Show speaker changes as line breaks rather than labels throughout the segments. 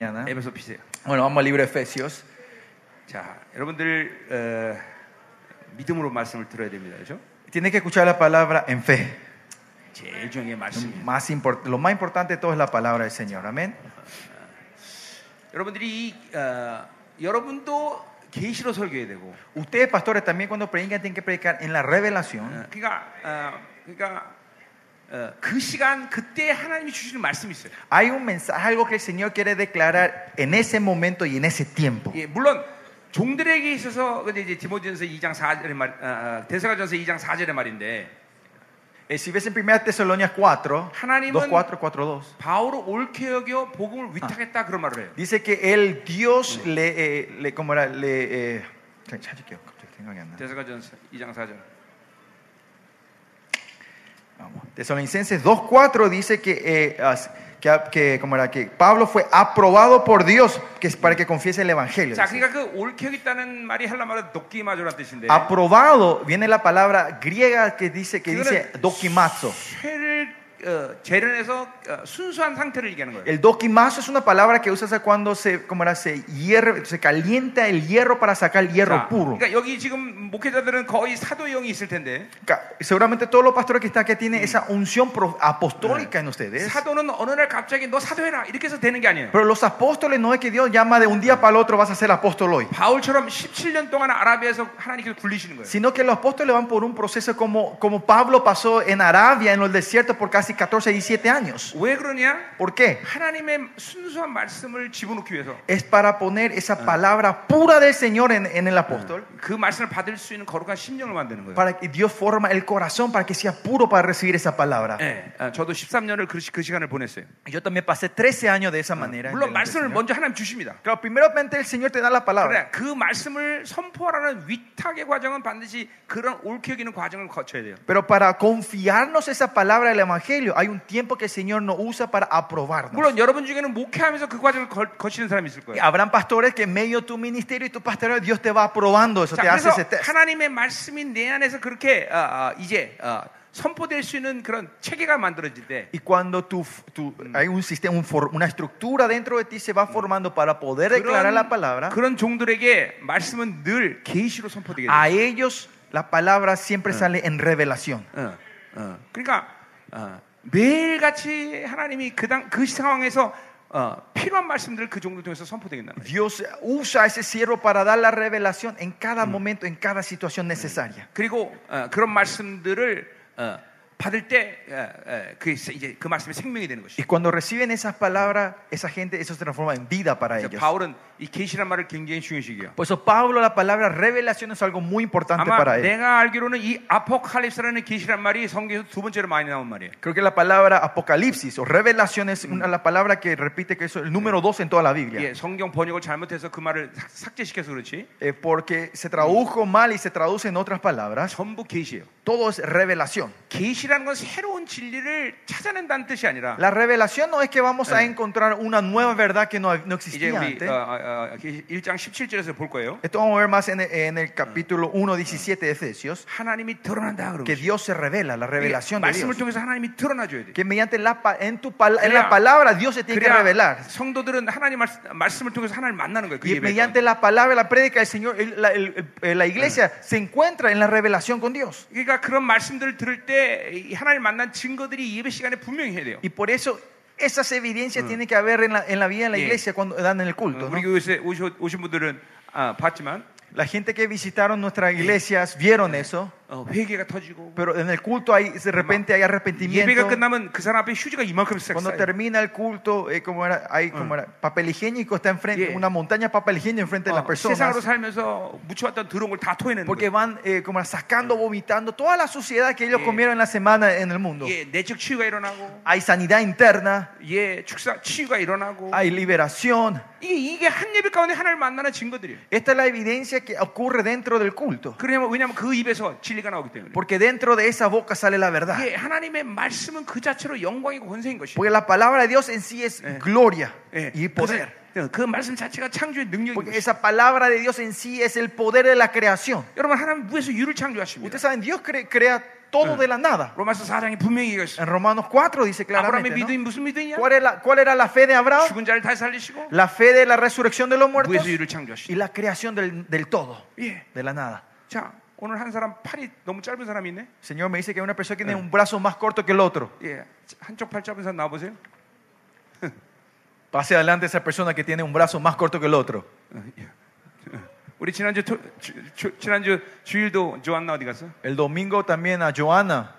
mañana.
에베소 피세요.
Bueno, vamos al libro de Efesios.
네, 자, 여러분들 어, 믿음으로 말씀을 들어야 됩니다. 그렇죠?
Tiene que escuchar la palabra en fe.
제일 중요한 게 말씀이에요.
Más import- lo más importante de todo es la palabra del Señor. Amén.
여러분들이 이, 어, 여러분도 계시로 설교해야 되고 어,
Ustedes, pastores, también cuando predican, tienen que predicar en la revelación.
어, 그러니까 어, 그러니까 어, 그 시간 그때 하나님이 주시는 말씀이 있어요.
Hay un mensaje, algo que el Señor quiere declarar en ese momento y en ese tiempo.
예, 물론 종들에게 있어서 근데 이제 디모데전서 2장 4절의 말 어, 어, 데살로니가전서 2장 4절의 말인데
Eh, si ves en 1 Tesalonias 4,
하나님은-
2, 4, 4, 2,
바울을 옳게 여겨 복음을 위탁했다 그런 말을 해요.
dice que el Dios le, eh, le ¿cómo era? Le, eh, 자, 찾을게요. 갑자기 생각이 안 나.
데살로니가전서 2장 4절.
Vamos. Tesalonicenses 2.4 dice que, eh, as- que, que, ¿cómo era? que Pablo fue aprobado por Dios que es para que confiese el Evangelio.
자,
dice.
그러니까 그 옳게 여겼다는 말이 헬라말로 도끼마조란 뜻인데
Aprobado viene la palabra griega que dice, que
Sí,
dice dokimazo.
죄를 어, 재련해서 어, 순수한 상태를 얘기하는 거예요.
El dokimazo es una palabra que usas cuando se, ¿cómo era? se, hierve- se calienta el hierro para sacar el hierro
자,
puro.
그러니까 여기 지금 목회자들은 거의 사도형이 있을 텐데
Ca- Seguramente todos los pastores que están aquí tienen esa unción pro- apostólica en
네.
ustedes.
사도는 어느 날 갑자기 너 사도해라 이렇게 해서 되는 게 아니에요.
Pero los apóstoles no es que Dios llama de un día para el otro vas a ser apóstol hoy.
바울처럼 17년 동안 아라비아에서 하나님께서 굴리시는 거예요.
sino que los apóstoles van por un proceso como, como Pablo pasó en Arabia, en el desierto, por casi 14, 17 años.
왜 그러냐?
¿Por qué?
하나님의 순수한 말씀을 집어넣기 위해서
Es para poner esa palabra pura del Señor en, en el apóstol,
그 말씀을 받을 수 있는 거룩한 심령을 만드는 거예요.
para que Dios forma el corazón para que sea puro para recibir esa palabra.
예, 아, 저도 13년을 그, 시- 그 시간을 보냈어요.
Yo también pasé 13 años de esa manera. en delante
물론
del
말씀을
Señor.
먼저 하나님 주십니다.
Claro, primeramente el Señor te da la palabra.
그러나 그 말씀을 선포하라는 위탁의 과정은 반드시 그런 옳게 여기는 과정을 거쳐야 돼요.
Pero para confiarnos esa palabra del Evangelio, hay un tiempo que el Señor nos usa para aprobarnos.
물론 여러분 중에는 목회하면서 그 과정을 걸- 거치는 사람이 있을
Y
거예요.
Habrán pastores que en medio de tu ministerio y tu pastoreo, Dios te va aprobando eso,
자,
te hace
그래서
ese test.
하나님의 말씀이 내 안에서 그렇게 아, 아, 이제 아, 선포될 수 있는 그런 체계가 만들어질 때
Y cuando tu, tu- hay un sistema, un for- una estructura dentro de ti se va formando para poder declarar la palabra,
그런 종들에게 말씀은 늘 계시로 선포되게 돼요.
a ellos la palabra siempre sale en revelación.
어, 어. 그러니까 어, 매일같이 하나님이 그, 당, 그 상황에서 어, 필요한 말씀들을 그 종들 통해서 선포되겠나 말이에요.
Dios usa a ese siervo para dar la revelación en cada momento, en cada situación necesaria.
그리고 어, 그런 말씀들을 어, 받을 때 어, 어, 그, 이제 그 말씀이 생명이 되는 것이죠.
Y cuando reciben esas palabras, esa gente, eso se transforma en vida para
그래서
ellos.
바울은 이 계시란 말을 굉장히 중요시해요.
Por eso Pablo, la palabra revelación es algo muy importante
아마
para él.
내가 알기로는 이 아포칼립스라는 계시란 말이 성경에서 두 번째로 많이 나온 말이에요.
Creo que la palabra apocalipsis o revelación es una, la palabra que repite que es el número dos en toda la Biblia.
예, 성경 번역을 잘못해서 그 말을 삭- 삭제시켜서 그렇지
Eh, porque se tradujo mal y se traduce en otras palabras.
전부 계시예요.
Todo es revelación.
계시라는 건 새로운 진리를 찾아낸다는 뜻이 아니라
La revelación no es que vamos a encontrar una nueva verdad que no, no
이제
existía
우리
antes.
어, 어, 어, 1장 17절에서 볼 거예요.
Esto vamos a ver más en, el- en el capítulo 1, 17 de Efesios.
하나님이 드러난다 그러면
Que Dios se revela, la revelación de
말씀을
Dios.
통해서 하나님이 드러나줘야 돼.
Que mediante la, pa- en, tu pal- en
Crea-
la palabra Dios se tiene que revelar.
성도들은 하나님 말씀, 말씀을 통해서 하나님 만나는 거예요. 그
Y
예배
mediante la palabra, la prédica del Señor, el- la, el- el- la iglesia se encuentra en la revelación con Dios.
그러니까 그런 말씀들을 들을 때이 하나님 만난 증거들이 예배 시간에 분명히 해야 돼요.
Y por eso esas evidencias tienen que haber en la, en la vida de la
Yeah.
iglesia cuando dan en el
어,
culto. ¿no?
우리 교회에 오셔- 오신 분들은 아, 봤지만
La gente que visitaron nuestras iglesias vieron eso,
어, 회개가 터지고
pero en el culto hay, de repente hay
예배가
arrepentimiento.
끝나면 그 사람 앞에 휴지가 이만큼 쌓여.
Cuando termina el culto, eh, como era, hay como era, papel higiénico está enfrente,
Yeah.
una montaña de papel higiénico enfrente de las
어, 세상으로
personas,
살면서 묻혀왔던 더러운 걸 다 토해내는
porque
거예요.
van eh, como era, sacando, vomitando toda la suciedad que ellos
Yeah.
comieron en la semana en el mundo.
예, 내적 치유가 일어나고
Hay sanidad interna,
예, 축사 치유가 일어나고
hay liberación.
이게 이게 한 예배 가운데 하나님 만나는 증거들이에요.
Esta es la evidencia que ocurre dentro del culto,
그러냐면 왜냐면 그 입에서 진리가 나오기 때문에.
porque dentro de esa boca sale la verdad.
예, 하나님의 말씀은 그 자체로 영광이고 권세인 것이.
Porque la palabra de Dios en sí es gloria
예,
y poder.
그래서 그 말씀 자체가 창조의 능력인
Porque
것이.
esa palabra de Dios en sí es el poder de la creación.
여러분 하나님 무에서 유를 창조하십니다.
Ustedes saben, Dios cre- crea todo de la nada.
로마서 4장에 분명히 얘기가 있어요.
En Romanos 4 dice
예, 아브라함의
claramente, ¿no?
믿음이 무슨 믿음이냐?
¿Cuál, era la, cuál era la fe de Abraham?
죽은 자를 다시 살리시고
La fe de la resurrección de los muertos
무에서 유를
y
창조하시고.
la creación del, del todo,
예.
de la nada.
자, 오늘 한 사람 팔이 너무 짧은 사람이 있네.
El Señor me dice que hay una persona que tiene un brazo más corto que el otro.
예. 한쪽 팔 짧은 사람 나와 보세요.
Pase adelante esa persona que tiene un brazo más corto que el otro.
어, 예. 우리 지난주 토, 주, 주, 지난주 주일도 조안나 어디 갔어?
El domingo también a Joana,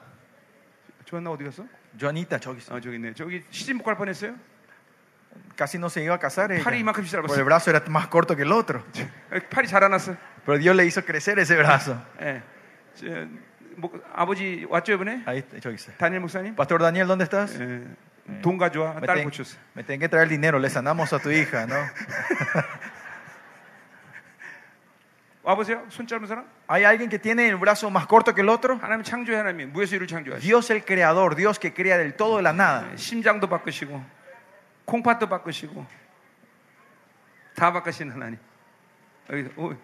조안나 어디 갔어?
Joanita, 저기
아 저기 있네. 저기 시집 못 갈 뻔했어요.
casi no se iba a casar. ella.
팔이 이만큼
Porque el
짧았어.
brazo era más corto que el otro.
팔이 자라났어.
Pero Dios le hizo crecer ese brazo.
예. 저, 목, 아버지 왔죠 이번에?
Ahí, está, yo hice.
다니엘 목사님?
Pastor Daniel, ¿dónde estás?
Eh, 예. 돈 가져와.
Me,
딸
ten-
고쳤어.
me tienen que traer dinero, le sanamos a tu hija, ¿no?
와보세요. 손 짧은 사람?
¿Hay alguien que tiene el brazo más corto que el otro?
하나님 창조의 하나님이 무에서 유를 창조하시.
Dios el creador, Dios que crea del todo de la
예.
nada.
심장도 바꾸시고 콩팥도 바꾸시고 다 바꾸시는 하나님. 여기 오,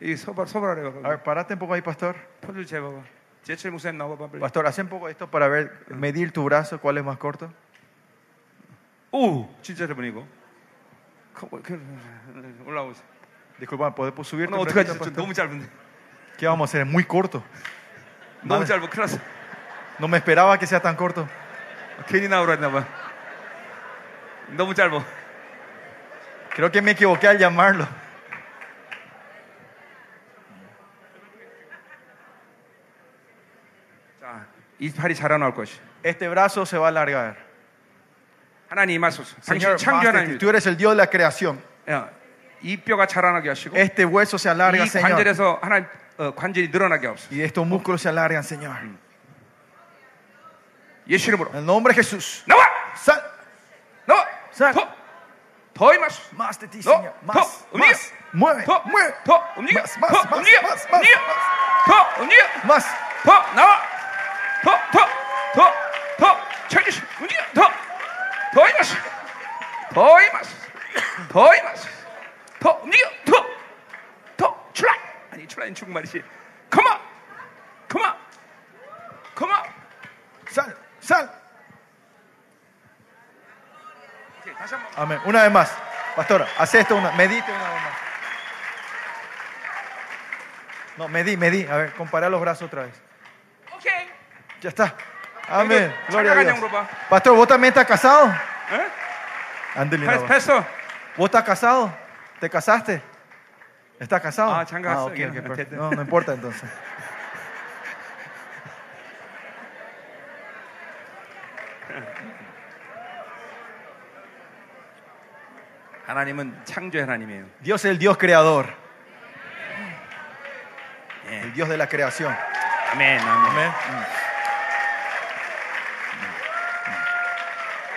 이 서발 서발하래
A
봐.
ver, parate un poco ahí, pastor.
폰을 재봐봐. 제철 목사님 나와봐 빨리.
Pastor, haz un poco esto para ver, medir tu brazo, cuál es más corto.
오, 진짜 저분 이거. 거- 그- 올라오세요.
Disculpa, ¿podemos subir?
오늘 어떡하지? 좀 너무 짧은데.
¿Qué vamos a hacer? Es muy corto.
너무
나는-
짧아. 큰일 났어.
No me esperaba que sea tan corto.
괜히 나오라 했나 봐. 너무 짧아.
Creo que me equivoqué al llamarlo.
자, 이 팔이 자라나올 것이.
Este brazo se va a alargar.
하나님 임하소서. 당신
Señor,
창조
mástrate.
하나님.
tú eres el Dios de la creación.
야, 이 뼈가 자라나게 하시고 이
Este hueso se alarga, Señor.
관절에서 하나님 어, 관절이 늘어나게 하옵소서.
Y estos músculos se alargan, Señor.
예수 이름으로
En el nombre de Jesús.
나와,
Sal,
나와,
자.
더, 더 임하소서.
más de ti,
No,
Señor. Más,
no,
más. Mueve,
더,
mueve.
더 움직여,
Más, más,
더
más,
움직여,
más,
더
más,
움직여, 더 움직여,
Más.
더 나와, 더, 더, 더, 더 천지시 움직여, 더, 더 임하소서. 더 임하소서. 더 임하소서. 더 움직여, 더, 더 출라. 아니 출라인 중말이지. 컴온, 컴온, 컴온.
Sal, sal.
오케이, 다시 한번
Amén. Una vez más. Pastora, haz esto una, medite una vez más. No, medí, medí. A ver, compara los brazos otra vez.
오케이
Ya está. Amén.
Señor,
Gloria a Dios.
saca ¿Eh? cañón,
Pastor, ¿vos también estás casado?
에?
Ándale,
패스
no.
패스
¿Vos estás casado? ¿Te casaste? ¿Estás casado?
Ah, changa, Este.
ok,
ya,
ok,
ya,
perfecto.
ya.
No, no importa entonces.
하나님은 창조의 하나님이에요
Dios es el Dios creador,
예.
el Dios de la creación.
아멘 아멘
Amén.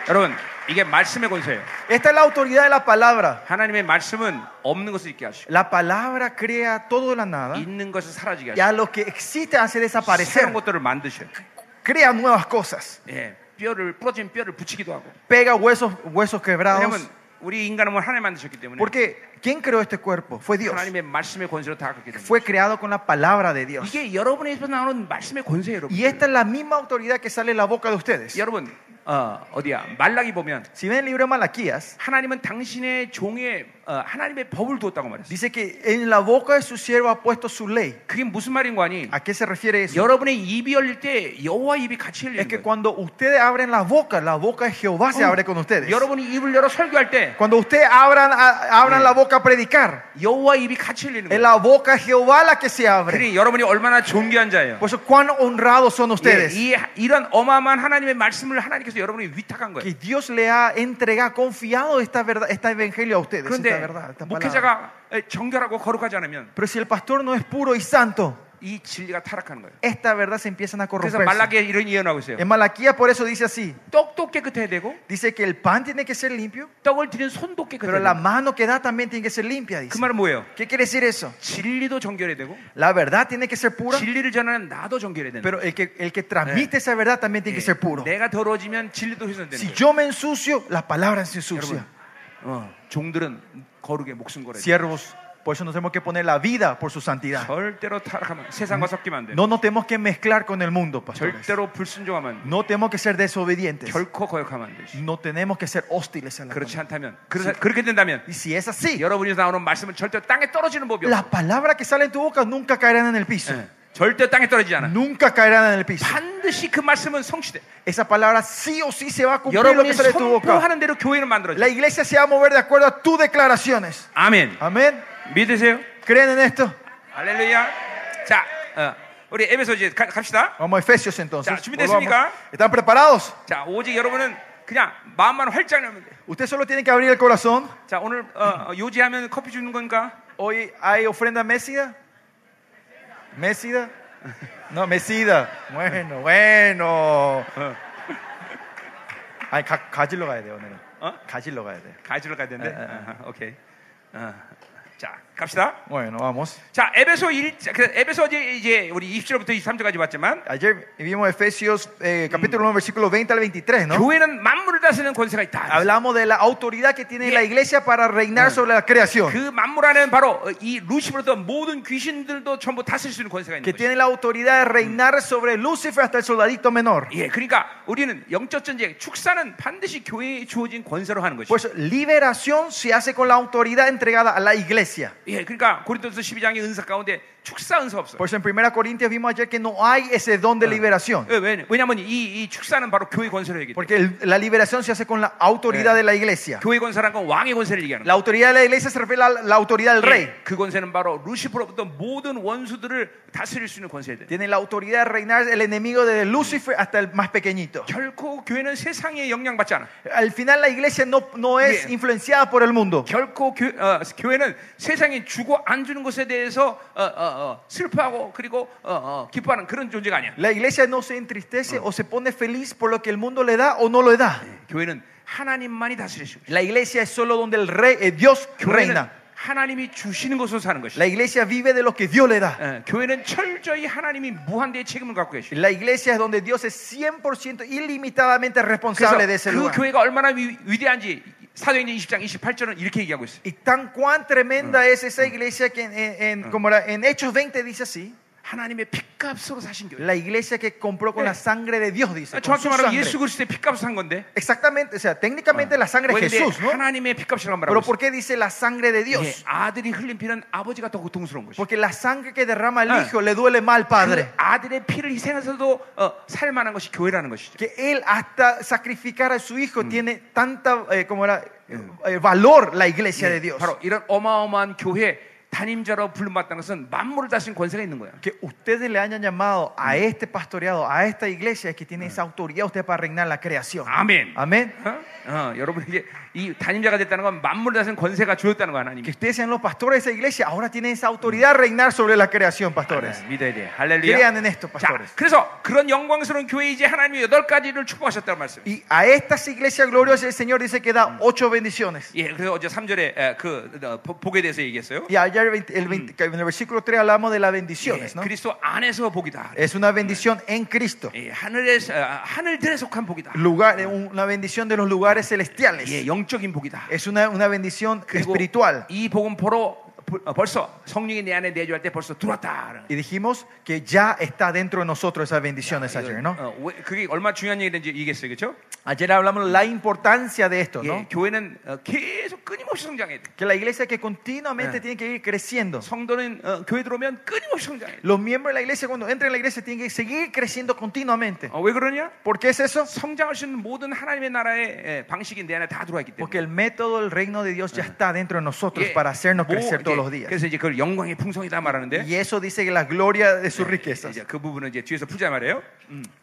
여러분 이게 말씀의 권세예요
Esta es la autoridad de la palabra.
하나님의 말씀은 없는 것을 있게 하시고
La palabra crea todo de la nada
있는 것을 사라지게
y
하시고
a lo que existe hace
새로운
desaparecer.
것들을 만드셔요
Crea nuevas cosas.
예. 뼈를 부러진 뼈를 붙이기도 하고
Pega huesos, huesos
왜냐면
quebrados.
우리 인간은 뭐 하나님 만드셨기 때문에
Porque ¿quién creó este cuerpo? Fue Dios.
하나님의 말씀의 권세로 다 그렇게 됩니다
Fue creado con la palabra de Dios.
이게 여러분의 입에서 나오는 말씀의 권세예요 여러분
Y esta es la misma autoridad que sale de la boca de ustedes.
여러분 어, 어디야 말라기 보면
Si ven el libro de Malaquías,
하나님은 당신의 종에 어, 하나님의 법을 두었다고 말했어요.
dice que en la boca de su siervo ha puesto su ley.
그게 무슨 말인 거 아니?
¿A qué se refiere eso?
여러분의 입이 열릴 때 여호와 입이
Es
같이 열리는
que
거예요. 어,
cuando ustedes abren la boca, la boca de Jehová
Oh,
se abre con ustedes.
여러분이 입을 열어 설교할 때
Cuando ustedes abran, a- abran la boca a predicar,
여호와 입이 같이 열리는
es
거예요.
la boca de Jehová la que se abre.
그러니 여러분이 얼마나 존귀한 자예요.
Por eso, cuán honrados son
예,
ustedes.
이 이런 어마어마한 하나님의 말씀을 하나님께서 여러분이 위탁한 거예요.
Que Dios le ha entregado, confiado esta verdad, este evangelio a ustedes. Esta
그런데
verdad, esta palabra.
목회자가 정결하고 거룩하지 않으면
Pero si el pastor no es puro y santo,
이 진리가 타락하는 거예요.
esta verdad se empiezan a
그래서
corromper.
말라기에 이런 예언하고 있어요.
En Malaquía, por eso dice así:
떡도 깨끗해야 되고
dice que el pan tiene que ser limpio,
떡을 드린 손도 깨끗해야
pero la
되고
mano que da también tiene que ser limpia. Dice.
그 말은 뭐예요?
¿Qué quiere decir eso?
진리도 정결해야 되고
La verdad tiene que ser pura,
진리를 전하는 나도 정결해야 되는
pero el que, el que transmite esa verdad también tiene que ser
거예요.
puro.
내가 더러워지면 진리도 훼손되는
Si
거예요.
yo me ensucio, la palabra se ensucia.
여러분, 어, 종들은 거룩에 목숨 걸어야 돼요.
Siervos, Por eso nos tenemos que poner la vida por su santidad.
절대로 타락하면 세상과 섞이면 안 돼.
No nos tenemos que mezclar con el mundo, pastores.
절대로 불순종하면 안 돼.
No tenemos que ser desobedientes.
결코 거역하면 안 돼.
No tenemos que ser hóstiles a la
그렇지
palabra.
않다면 그러, 그렇게 된다면
Y si es así,
여러분이 나오는 말씀은 절대 땅에 떨어지는 법이 없어.
las palabras que salen de tu boca nunca caerán en el piso.
예. 절대 땅에 떨어지지 않아.
Nunca caerán en el piso.
반드시 그 말씀은 성취돼.
Esa palabra sí o sí se va a cumplir lo
여러분이
que sale de tu boca.
선포하는 대로 교회는 만들어져.
La iglesia se va a mover de acuerdo a tus declaraciones.
아멘.
Amén.
믿으세요?
¿Creen en esto?
할렐루야. 자, 어, 우리 에베소 이제 가- 갑시다.
Vamos a Efesios entonces.
Ya, ¿준비됐습니까?
Volvamos. ¿Están preparados?
자, 오직 여러분은 그냥 마음만 활짝 열면 돼.
Usted solo tiene que abrir el corazón.
자, 오늘 어, 어, 요지하면 커피 주는 건가?
Hoy hay ofrenda mesida. Mesida. No, mesida. Bueno, bueno. Ay, 가, 가지러 가야 돼요, 오늘은.
어?
가지러 가야 돼.
가지러 가야 되는데.
에, 에, 에.
아하, 오케이. 어, 자, 갑시다.
Bueno, vamos.
자, 에베소 1 에베소 이제- 이제 우리 20절부터 23절까지 봤지만
Ayer vimos Efesios eh, capítulo 1, versículo 20 al 23, ¿no? 아,
교회는 만물을 다스리는 권세가 있다.
Hablamos de la autoridad que tiene la iglesia para reinar sobre la
그
creación.
만물 안에는 바로 어, 이 루시퍼로부터 모든 귀신들도 전부 다스릴 수 있는 권세가 있는
Que
거죠.
tiene la autoridad de reinar sobre Lucifer hasta el soldadito menor.
예, 그러니까 우리는 영적 전쟁, 축사는 반드시 교회에 주어진 권세로 하는 것이죠.
Por eso, Pues liberación se hace con la autoridad entregada a la iglesia.
예, 그러니까 고린도서 12장의 은사 가운데 축사 은사 없어요.
Por eso Pues en 1 Corintios vimos ayer que no hay ese don de liberación.
예, 왜, 왜냐하면 이, 이 축사는 바로 교회 권세를 얘기해요.
Porque el- la liberación se hace con la autoridad de la iglesia.
교회 권세란 건 왕의 권세를 얘기하는
La autoridad de la iglesia se refiere a la, la autoridad del
거예요.
rey.
예, 그 권세는 바로 루시퍼로부터 모든 원수들을 다스릴 수 있는 권세에 대해.
Tiene la autoridad de reinar el enemigo desde Lucifer hasta el más pequeñito.
결코 교회는 세상의 영향받지 않아.
Al final la iglesia no, no es
Bien.
influenciada por el mundo.
결코 교, 회는 세상이 주고 안 주는 것에 대해서 어, 어, 어, 슬퍼하고 그리고 어, 어, 기뻐하는 그런 존재가 아니야.
La iglesia no se entristece o se pone feliz por lo que el mundo le da o no le da.
교회는 하나님만이 다스리시고
La iglesia es solo donde el rey, eh, Dios
교회는
reina.
하나님이 주시는 것으로 사는 것이야.
La iglesia vive de lo que Dios le da.
예, 교회는 철저히 하나님이 무한대의 책임을 갖고 계시고
La iglesia es donde Dios es 100% ilimitadamente
그래서
responsable de ese
그
lugar.
교회가 얼마나 위, 대한지 사도행전 20장 28절은 이렇게 얘기하고 있어요.
Y tan cuán tremenda es esa iglesia que en, en- en- como era, en Hechos 20 dice así,
하나님의 핏값으로 사신 교회.
la iglesia que compró con
Eh.
la sangre de Dios, dice. con
정확히
su
말하면
sangre.
예수 그리스도의 핏값으로 산 건데.
Exactamente, o sea, técnicamente la sangre de
그런데
Jesús, ¿no?
하나님의 핏값이라고 말하고
Pero
있어요.
¿por qué dice la sangre de
예,
Dios?
아들이 흘린 피는 아버지가 더 고통스러운 것이죠.
Porque la sangre que derrama el
Ah.
Hijo le duele mal al Padre.
그 아들의 피를 희생해서도 어, 살만한 것이 교회라는 것이죠.
Que Él hasta sacrificar a su Hijo tiene tanta, eh, como era, eh, valor la iglesia de Dios.
바로 이런 어마어마한 교회 담임자로 불림받다는 것은 만물을 다스린 권세가 있는 거야.
que ustedes le hayan llamado a este pastoreado, a esta iglesia, es que tiene esa autoridad usted para reinar la creación.
아멘.
Amén.
어? 어, 여러분에게 이 담임자가 됐다는 건 만물을 다스린 권세가 주었다는 거 하나님.
Que ustedes sean los pastores de esa iglesia, ahora tienen esa autoridad a reinar sobre la creación, pastores.
네, 믿어야 돼.
Crean
할렐루야.
en esto,
자,
pastores.
그래서 그런 영광스러운 교회 이제 하나님이 여덟 가지를 축복하셨다는 말씀.
Y a estas iglesias gloriosas el Señor dice que da ocho bendiciones.
예, 그래서 어제 3절에 그 어, 복- 복에 대해서 얘기했어요.
Y ayer 20 el 20 en el versículo 3 hablamos de las
예, Eh,
bendiciones, ¿no?
그리스도 안에서 복이다.
Es una bendición en Cristo.
예, 하늘에서 아, 하늘들에 속한 복이다.
Lugar, eh, una bendición de los lugares
예,
celestiales.
영적인 복이다.
Es una, una bendición
그리고
espiritual.
이 복음 포로 부- 어, 벌써 성령이 내 안에 내주할 때 벌써 들어왔다.
Y dijimos que ya está dentro de nosotros esas bendiciones ayer, ¿no?
어, 왜- 그게 얼마나 중요한 얘기인지 얘기했어요, 그렇죠?
Ayer hablamos la importancia de esto, ¿no?
교회는 어, 계속 끊임없이 성장해야 돼.
Que la iglesia que continuamente
Eh.
tiene que ir creciendo.
성도는 어, 교회 들어오면 끊임없이 성장해. 야 돼.
Los miembros de la iglesia cuando entran en la iglesia tienen que seguir creciendo continuamente.
어, 왜 그러냐?
¿Por qué es eso?
성장할 수 있는 모든 하나님의 나라의 에, 예, 방식이 내 안에 다 들어와 있기 때문에.
Porque el método del reino de Dios ya está dentro de nosotros
예,
para hacernos
뭐,
crecer todos
이제
los días.
그래서 이제 그걸 영광의 풍성이다 말하는데
Y eso dice que la gloria de sus riquezas. Mm.
이제 그 부분은 이제 뒤에서 풀자 말이에요.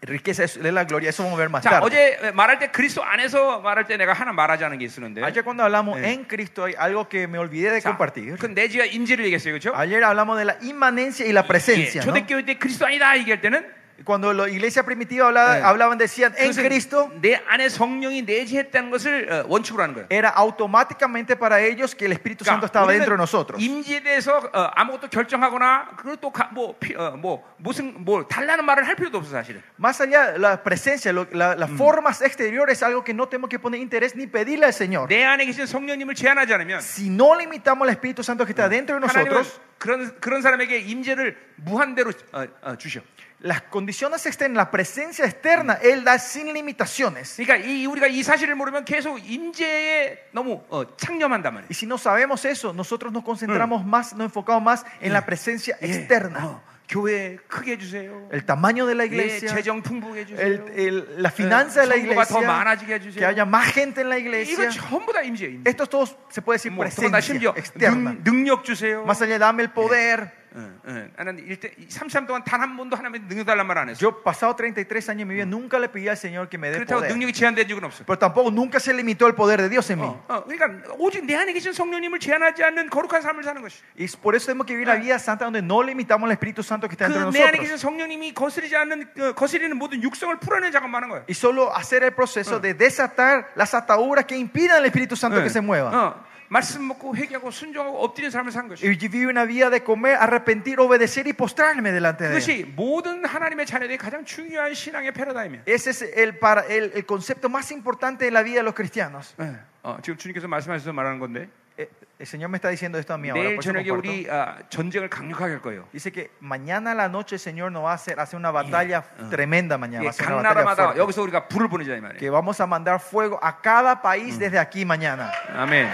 Riqueza es es la gloria, eso vamos a ver más
자,
tarde.
어제 예, 말할 때 그리스도 안에서 말할 때 내가 하나 말하자는 게 있었는데.
Ayer cuando hablamos en Cristo hay algo que me olvidé de compartir.
그 내지와 임재를 얘기했어요, 그렇죠?
Ayer hablamos de la inmanencia y la
예,
presencia. ¿no?
초대교회 때 그리스도 아니다 얘기할 때는
Cuando la iglesia primitiva hablaba,
네.
hablaban, decían en
그것은
Cristo,
내 안에 성령이 내재했다는 것을 어, 원칙으로 하는 거예요. 그러니까
era automáticamente para ellos que el Espíritu Santo estaba
우리는
dentro de nosotros.
임재에 대해서 어, 아무것도 결정하거나 그또뭐 어, 뭐, 무슨 뭘 달라는 말을 할 필요도 없어 사실은.
Más allá de la presencia, lo- la- las formas exteriores, algo que no tenemos que poner interés ni pedirle al Señor.
내 안에 계신 성령님을 제한하지 않으면
Si no limitamos al Espíritu Santo que está dentro de
하나님은
nosotros,
그런 그런 사람에게 임재를 무한대로 어, 어, 주셔.
las condiciones externas, la presencia externa, Él da sin limitaciones.
그러니까 이 우리가 이 사실을 모르면 계속 임재에 너무 어, 창념한단 말이에요.
Y si no sabemos eso, nosotros nos concentramos más, nos enfocamos más en la presencia
예,
externa.
어, 교회 크게 해주세요.
El tamaño de la
예,
iglesia,
재정 풍부하게 해주세요.
el- el- la finanza de la
성도가 더
iglesia,
많아지게 해주세요.
que haya más gente en la
이거
iglesia.
전부 다 임재예요. 임재.
Esto todos se puede decir
뭐, 더나
presencia
심지어
externa.
능, 능력 주세요.
Más allá, dame el poder.
응, 응. 나는 일대 33 동안 단 한 번도 하나님의 능력 달란 말 안 했어.
Yo, pasado 33 años en mi vida, nunca le pedí al Señor que me dé
그렇다고
poder.
능력이 제한된 적은 없어.
Pero tampoco nunca se limitó el poder de Dios en mí.
어, 어, 그러니까 오직 내 안에 계신 성령님을 제한하지 않는 거룩한 삶을 사는 것이.
Y es por eso tenemos que vivir la vida santa donde no limitamos al Espíritu Santo Ah. que está dentro de
그 내 안에
nosotros.
계신 성령님이 거스르지 않는 그 거스리는 모든 육성을 풀어내는 작업만 하는 거야.
Y solo hacer el proceso de desatar las ataduras que impidan al Espíritu Santo que se mueva.
어, 말씀 먹고 회개하고 순종하고 엎드리는 삶을 사는 것이.
Y vivir una vida de comer, arrepentir, obedecer y postrarme delante de Él.
그것이 모든 하나님의 자녀들의 가장 중요한 신앙의 패러다임이야.
Ese es el, para, el, el concepto más importante de la vida de los cristianos.
예. 어, 지금 주님께서 말씀하셔서 말하는 건데
Eh, El Señor me está diciendo esto a mí ahora.
내일
por eso
저녁에
comparto.
우리 아, 전쟁을 강력하게 할 거예요.
Dice que mañana a la noche el Señor nos va a hacer, hace una batalla tremenda mañana.
예,
va a ser una
각
batalla
나라마다
fuerte.
여기서 우리가 불을 보내자 이 말이에요.
que vamos a mandar fuego a cada país desde aquí mañana.
아멘.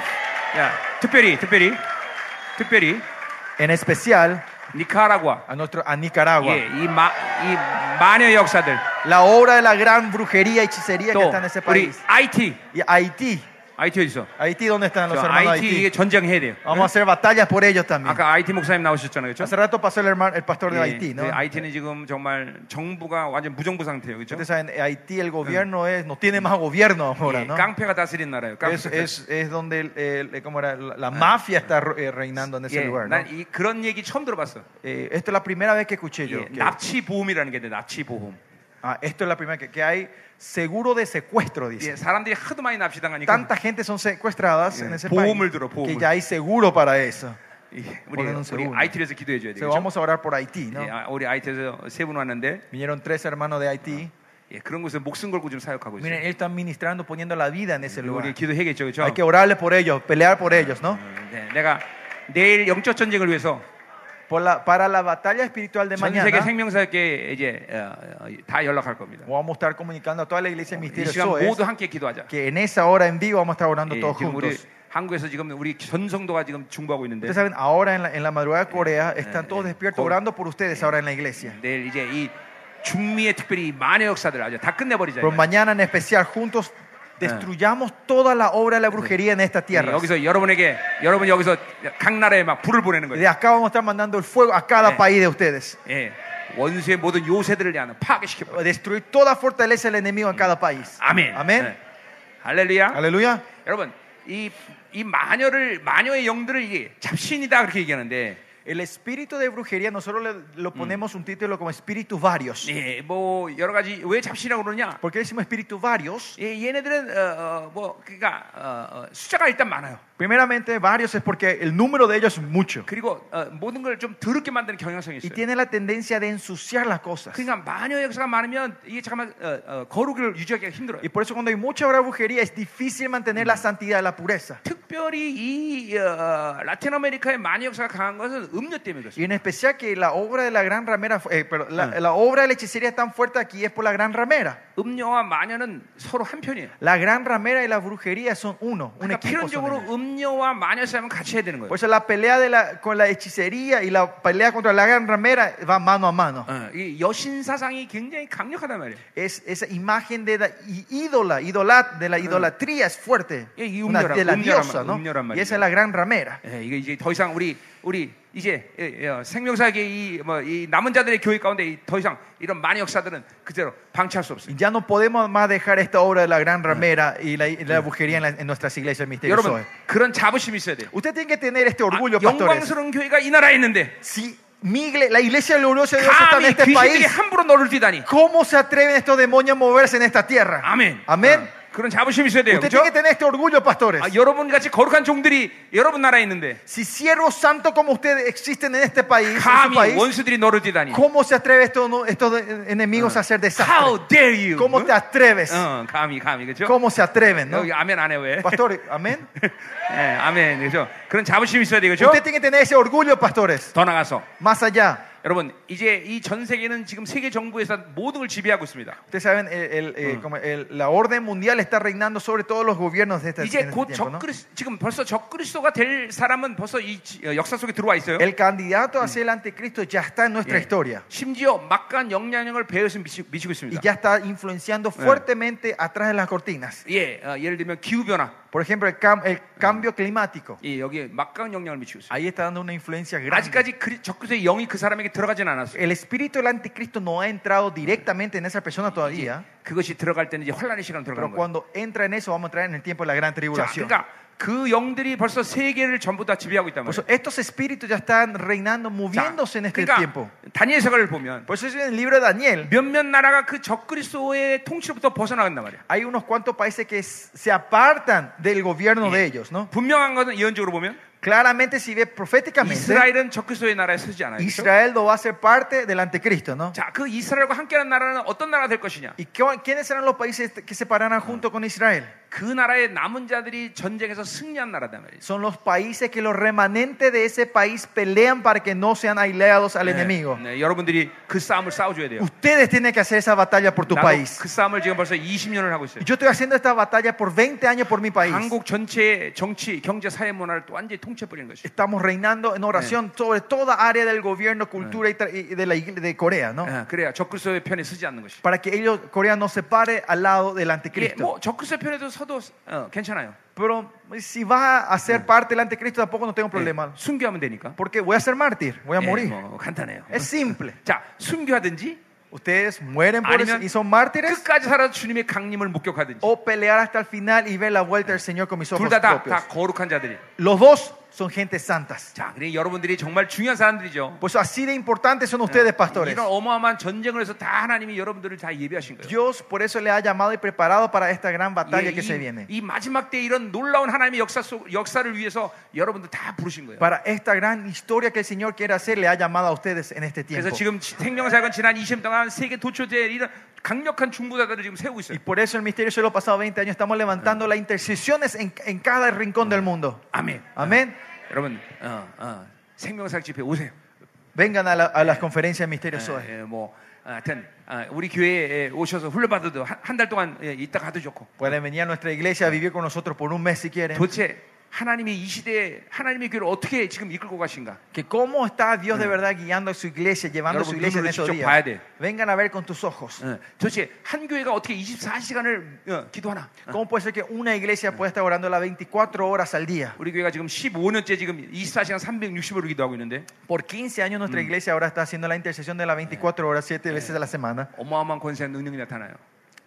야, 특별히 특별히 특별히
En especial
니카라과
a, nuestro, a Nicaragua.
예, 이, 마, 이 마녀 역사들
La obra de la gran brujería y hechicería que
또
está en ese
우리
país.
IT
Y Haití.
IT 어디서?
Haití, ¿dónde están los
저 네.
hermanos
IT
de
이게
Haití?
전쟁해야 돼요.
Vamos a hacer batallas por ellos también.
아까 IT 목사님 나오셨잖아요, 그렇죠?
Hace rato pasó el, hermano, el pastor de Haití, ¿no?
IT는 지금 정말 정부가 완전 무정부 상태예요, 그렇죠?
Ustedes saben, Haití el gobierno es, no tiene más gobierno ahora,
예,
¿no?
깡패가 다스리는 나라예요. 깡패.
Es, es, es donde el- el- ¿cómo era? la la mafia está eh, reinando en ese
예,
lugar, ¿no?
난 이, 그런 얘기 처음 들어봤어.
Eh, esto es la primera vez que escuché yo.
예,
que-
납치 보험이라는 게 있는데 납치 보험.
ah, esto es la primera que, que hay seguro de secuestro, dice.
예, 사람들이 하도 많이 납치당하니까
Tanta gente son secuestradas en ese país
보험을 들어, 보험을.
que ya hay seguro para eso.
예, 우리
보내는
우리
세우는.
IT에서 기도해 줘야
So,
되죠.
vamos a orar por Haití, ¿no?
예, 아, 우리 IT에서 세 분 왔는데
Vinieron tres hermanos de Haití.
예, 그런 곳에 목숨 걸고 지금 사역하고
Miren,
있어요.
ellos están ministrando, poniendo la vida en ese
우리
lugar.
기도해겠죠, 그렇죠?
Hay que orarle por ellos, pelear por ellos, ¿no?
네, 내가 내일 영적 전쟁을 위해서
Por la, para la batalla espiritual de
전 세계
mañana,
생명사역에 이제 어, 어, 다 연락할 겁니다.
vamos a estar comunicando a toda la iglesia del
이
misterio.
시간
Eso es
모두 함께 기도하자.
que en esa hora en vivo vamos a estar orando
예,
todos
지금 우리
juntos.
한국에서 지금 우리 전성도가 지금 중보하고 있는데
Ustedes saben, ahora en la, en la madrugada de Corea están todos
eh,
despiertos
con-
orando por ustedes ahora en la iglesia.
내일 이제 이 중미의 특별히 이 만의 역사들 아주 다 끝내버리자.
Pero mañana en especial, juntos destruyamos toda la obra de la brujería en esta
예,
tierra.
여기서 여러분에게 여러분 여기서 각 나라에 막 불을 보내는
Y
거예요.
de acá vamos a estar mandando el fuego a
Eh.
cada país de ustedes.
예, 원수의 모든 요새들을 향한 파괴시켜 버려.
Destruir toda fortaleza del enemigo en cada país.
아멘.
Amén. Eh.
예. 할렐루야.
Aleluya.
여러분 이, 이 마녀를 마녀의 영들을 이게 잡신이다 그렇게 얘기하는데
El espíritu de brujería, nosotros le- lo ponemos un título como espíritus varios.
예, 뭐 여러 가지 왜 잡신이라고 그러냐?
¿Por qué decimos espíritus varios?
예, 얘네들은 어, 어, 뭐 그러니까 어, 어, 숫자가 일단 많아요.
Primeramente, varios es porque el número de ellos es mucho.
그리고 어, 모든 걸 좀 더럽게 만드는 경향성이
Y
있어요.
tiene la tendencia de ensuciar las cosas.
그러니까 마녀의 역사가 많으면 이게 잠깐만 어, 어, 거룩을 유지하기가 힘들어요.
Y por eso cuando hay mucha obra de brujería es difícil mantener
Mm.
la santidad, la pureza.
특별히 이 어, 라틴 아메리카의 마녀 역사가 강한 것은 음료 때문에
Y
그렇습니다.
en especial que la obra de la gran ramera, eh, pero
Mm.
la, la obra de la hechicería es tan fuerte aquí es por la gran ramera.
음료와 마녀는 서로 한 편이에요.
La gran ramera y la brujería son uno, un
그러니까
equipo. son
필연적으로
ellos.
음료와 마녀 싸움은 같이 해야 되는 거예요.
Por eso la pelea de la, con la hechicería y la pelea contra la gran ramera va mano a mano.
어, 이 여신 사상이 굉장히 강력하단 말이에요.
Es, esa imagen de la í- ídola, idolat, de la idolatría es fuerte.
Ah. Y- y
Una-
umñoram-
de la
umñoram-
diosa, ¿no?
umñoram
Y esa
말이죠.
es la gran ramera.
예, 이게 이제 더 이상 우리 우리 이제 예, 예, 어, 생명사계 이뭐이 남은 자들의 교회 가운데 이더 이상 이런 많은 역사들은 그대로 방치할 수
Y
없습니다.
ya no podemos más dejar esta obra de la gran ramera y la, y la brujería en, la- en nuestras iglesias
여러분
misteriosas.
그런 자부심이 있어야 돼요. Ah,
Usted tiene que tener este
아,
orgullo, pastores.
영광스러운 교회가 이 나라에 있는데
Si mi igle- la iglesia gloriosa de Dios está en
감히
este
귀신들이
país.
함부로 너를 뛰다니.
¿Cómo se atreven estos demonios a moverse en esta tierra?
아멘.
Amén.
어, 그런 자부심이 있어야 돼요.
Usted
그죠?
tiene que tener este orgullo, pastores.
아, 여러분 같이 거룩한 종들이 여러분 나라에 있는데
Si siervos santos como ustedes existen en este país, en su
감히
país,
원수들이 너를 뛰다니.
¿cómo se atreven estos, estos enemigos a hacer desastre?
Ah. How dare you? Ah,
¿Cómo te atreves?
어, 감히 감히 그죠? 어,
¿Cómo se atreven? no?
여기 아멘 안 해 왜?
Pastores, amén.
예, 아멘 그죠? 그런 자부심이 있어야 되겠죠?
Usted tiene que tener ese orgullo, pastores.
더 나가서
Más allá,
여러분 이제 이 전 세계는 지금 세계 정부에서 모든 걸 지배하고 있습니다.
ustedes saben, el- el, eh, como el- la orden mundial está reinando sobre todos los gobiernos de este,
이제
en este
곧
tiempo, ¿no?
적그리 지금 벌써 적그리스도가 될 사람은 벌써 이 지- 어, 역사 속에 들어와 있어요.
El candidato hacia el anticristo ya está en nuestra
예.
historia
심지어 막간 영향력을 배에서 미치, 미치고
y
있습니다.
ya está influenciando fuertemente atrás de las cortinas.
예, 어, 예를 들면 기후 변화,
Por ejemplo, el, cam- el cambio climático.
예, 여기에 막강 영향을 미치고 있어요.
Ahí está dando una influencia grande.
아직까지 그리, 적그리스도의 영이 그 사람에게 들어가진 않았어요.
El espíritu del anticristo no ha entrado directamente en esa persona todavía,
예, 그것이 들어갈 때는 이제 혼란의 시간 들어가는
pero
거예요.
cuando entra en eso vamos a entrar en el tiempo de la gran
자,
tribulación.
그러니까 그 영들이 벌써 세계를 전부 다 지배하고 있단
Por eso
말이에요.
estos espíritus ya están reinando,
자,
moviéndose en este tiempo.
그러니까 다니엘서를 보면
Por eso en el libro de Daniel
몇몇 나라가 그 적그리스도의 통치로부터 벗어나간단 말이야.
hay unos cuantos países que s- se apartan del gobierno de ellos, ¿no?
분명한 것은 예언적으로 보면
Claramente si ve proféticamente
이스라엘은 적그리스도의 나라에 서지 않아요. 그렇죠?
Israel no va a ser parte del anticristo, ¿no?
자, 그 이스라엘과 함께하는 나라는 어떤 나라가 될 것이냐?
¿Y qué- quiénes serán los países que se pararán junto con Israel?
그 나라의 남은 자들이 전쟁에서 승리한 나라단 말이죠.
Son los países que los remanentes de ese país pelean para que no sean aislados
Eh,
al enemigo.
네, 여러분들이 그 싸움을 싸워줘야 돼요.
Ustedes tienen que hacer esa batalla por tu
나도
país.
그 싸움을 지금 벌써 20년을 하고 있어요.
Yo estoy haciendo esta batalla por 20 años por mi país.
한국 전체의 정치, 경제, 사회 문화를 또 완전히 통째버리는 것이.
Estamos reinando en oración sobre toda área del gobierno, cultura y, tra- y de la igle- de Corea, ¿no?
예, 그래야 적그리스도의 편에 서지 않는 것이.
Para que ellos, Corea no se pare al lado del
이게
anticristo.
뭐 적그리스도 편에도 서도 어, 괜찮아요.
Pero pues, si vas a ser parte del anticristo tampoco no tengo problema.
예, 순교하면 되니까.
Porque voy a ser mártir, voy a
예,
morir.
뭐 간단해요.
Es simple.
자, 순교하든지
Ustedes mueren por eso
아니면
y son mártires
끝까지 살아 주님의 강림을 목격하든지.
o pelear hasta el final y ver la vuelta del Señor con mis
둘
ojos
다 다
propios.
거룩한 자들이.
Los dos son gentes santas.
자, 그래 여러분들이 정말 중요한 사람들이죠.
Pues así de importantes son ustedes, pastores.
이런 어마어마한 전쟁을 해서 다 하나님이 여러분들을 다 예비하신 거예요.
Dios por eso le ha llamado y preparado para esta gran batalla
예,
que se viene.
이, 이 마지막 때 이런 놀라운 하나님의 역사 속, 역사를 위해서 여러분들 다 부르신 거예요.
Para esta gran historia que el Señor quiere hacer, le ha llamado a ustedes en este
그래서
tiempo.
지금 생명사역은 지난 20년 동안 세계 도초제 이런 강력한 중보자들을 지금 세우고 있어요.
Y por eso el misterio solo pasado 20 años estamos levantando las intercesiones en, en cada rincón del mundo.
아멘.
Amén.
여러분, 어, 어, 생명사역 집회 오세요.
Vengan a, la- a las conferencias de misterio Zoe.
예, 예, 뭐 아, 하여튼 아, 우리 교회에 오셔서 훈련받아도 한 달 동안 예, 있다 가도 좋고
Pueden venir a nuestra iglesia a vivir con nosotros por un mes si
네.
quieren.
도대체 하나님이 이 시대에 하나님의 교회를 어떻게 지금 이끌고 가신가?
Que cómo está Dios de verdad guiando a su iglesia, llevando a su
여러분,
iglesia en
눈으로
estos
직접
días.
봐야 돼.
Vengan a ver con tus ojos.
예, 도대체 한 교회가 어떻게 24시간을 기도하나? 어,
¿Cómo puede ser que una iglesia pueda estar orando las 24 horas al día?
우리 교회가 지금 15년째 지금 24시간 360으로 기도하고 있는데
Por 15 años nuestra iglesia ahora está haciendo la intercesión de las 24 horas, 7 veces a la semana.
어마어마한 권세 능력이 나타나요.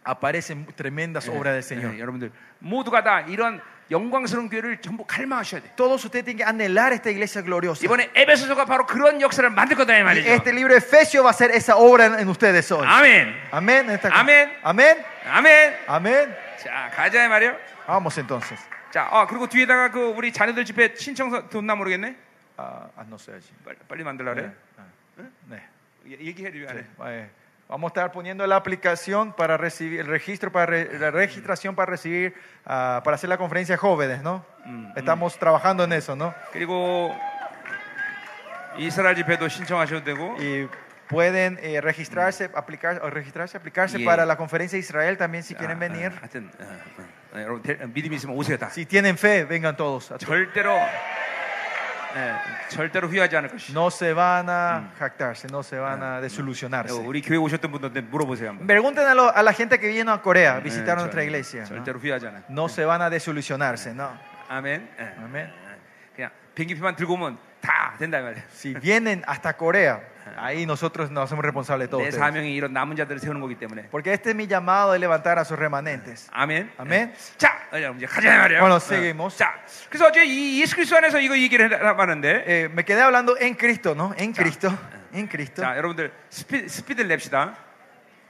Aparecen
Eh.
tremendas obras del Señor.
예, 여러분들 모두가 다 이런 영광스러운 교회를 전부 갈망하셔야 돼.
Todos ustedes tienen que anhelar esta iglesia gloriosa.
이번에 에베소서가 바로 그런 역사를 만들 거다 이
Y
말이죠.
este libro de Efesios va a ser esa obra en ustedes hoy.
아멘.
Amén. en esta-
Ah. Amén.
Amén.
아멘.
Amén.
자, 가자 이 말이요.
Vamos entonces.
자, 아 그리고 뒤에다가 그 우리 자녀들 집에 신청서 뒀나 모르겠네.
Ah, ah, no sé allí.
빨리, 빨리 만들라 그래.
Ah, ne.
얘- 얘기해 줘야 돼.
Eh, Vamos a estar poniendo la aplicación para recibir, el registro para re- la registración para recibir, ah, para hacer la conferencia de jóvenes, ¿no? Estamos trabajando en eso, ¿no?
그리고 이스라엘 집회도 신청하셔도 되고.
Y pueden eh, registrarse, aplicar, o registrarse, aplicarse
Yeah.
para la conferencia de Israel también si quieren
아,
venir.
아, 하여튼 어, 어, 어, 여러분 대- 믿음이 있으면 오세요 다.
Si tienen fe, vengan todos.
절대로 예, 절대로 후회하지 않을 것이.
No se van a jactarse, no se van a
어,
desilusionarse.
우리 교회 오셨던 분들한테 물어보세요 한번.
Pregunten a, lo- a la gente que vino a Corea,
예,
visitaron nuestra
절-
iglesia. ¿no?
절대로 후회하지 않아.
No se van a desilusionarse, no.
아멘. 예.
Amén.
그냥 비행기표만 들고 오면 다 다 된다 이 말이에요.
Si vienen hasta Corea, ahí nosotros nos hacemos responsables de todos
내
ustedes.
사명이 이런 남은 자들을 세우는 거기 때문에.
Porque este es mi llamado de levantar a sus remanentes.
아멘.
아멘.
자, 어, 이제 가자 이 말이에요.
Bueno,
어.
seguimos.
자, 그래서 어제 이 예수 그리스도 안에서 이거 얘기를 하려고 하는데,
Eh, me quedé hablando en Cristo, ¿no? En Cristo. En Cristo.
자, 여러분들 스피, 스피드를 냅시다.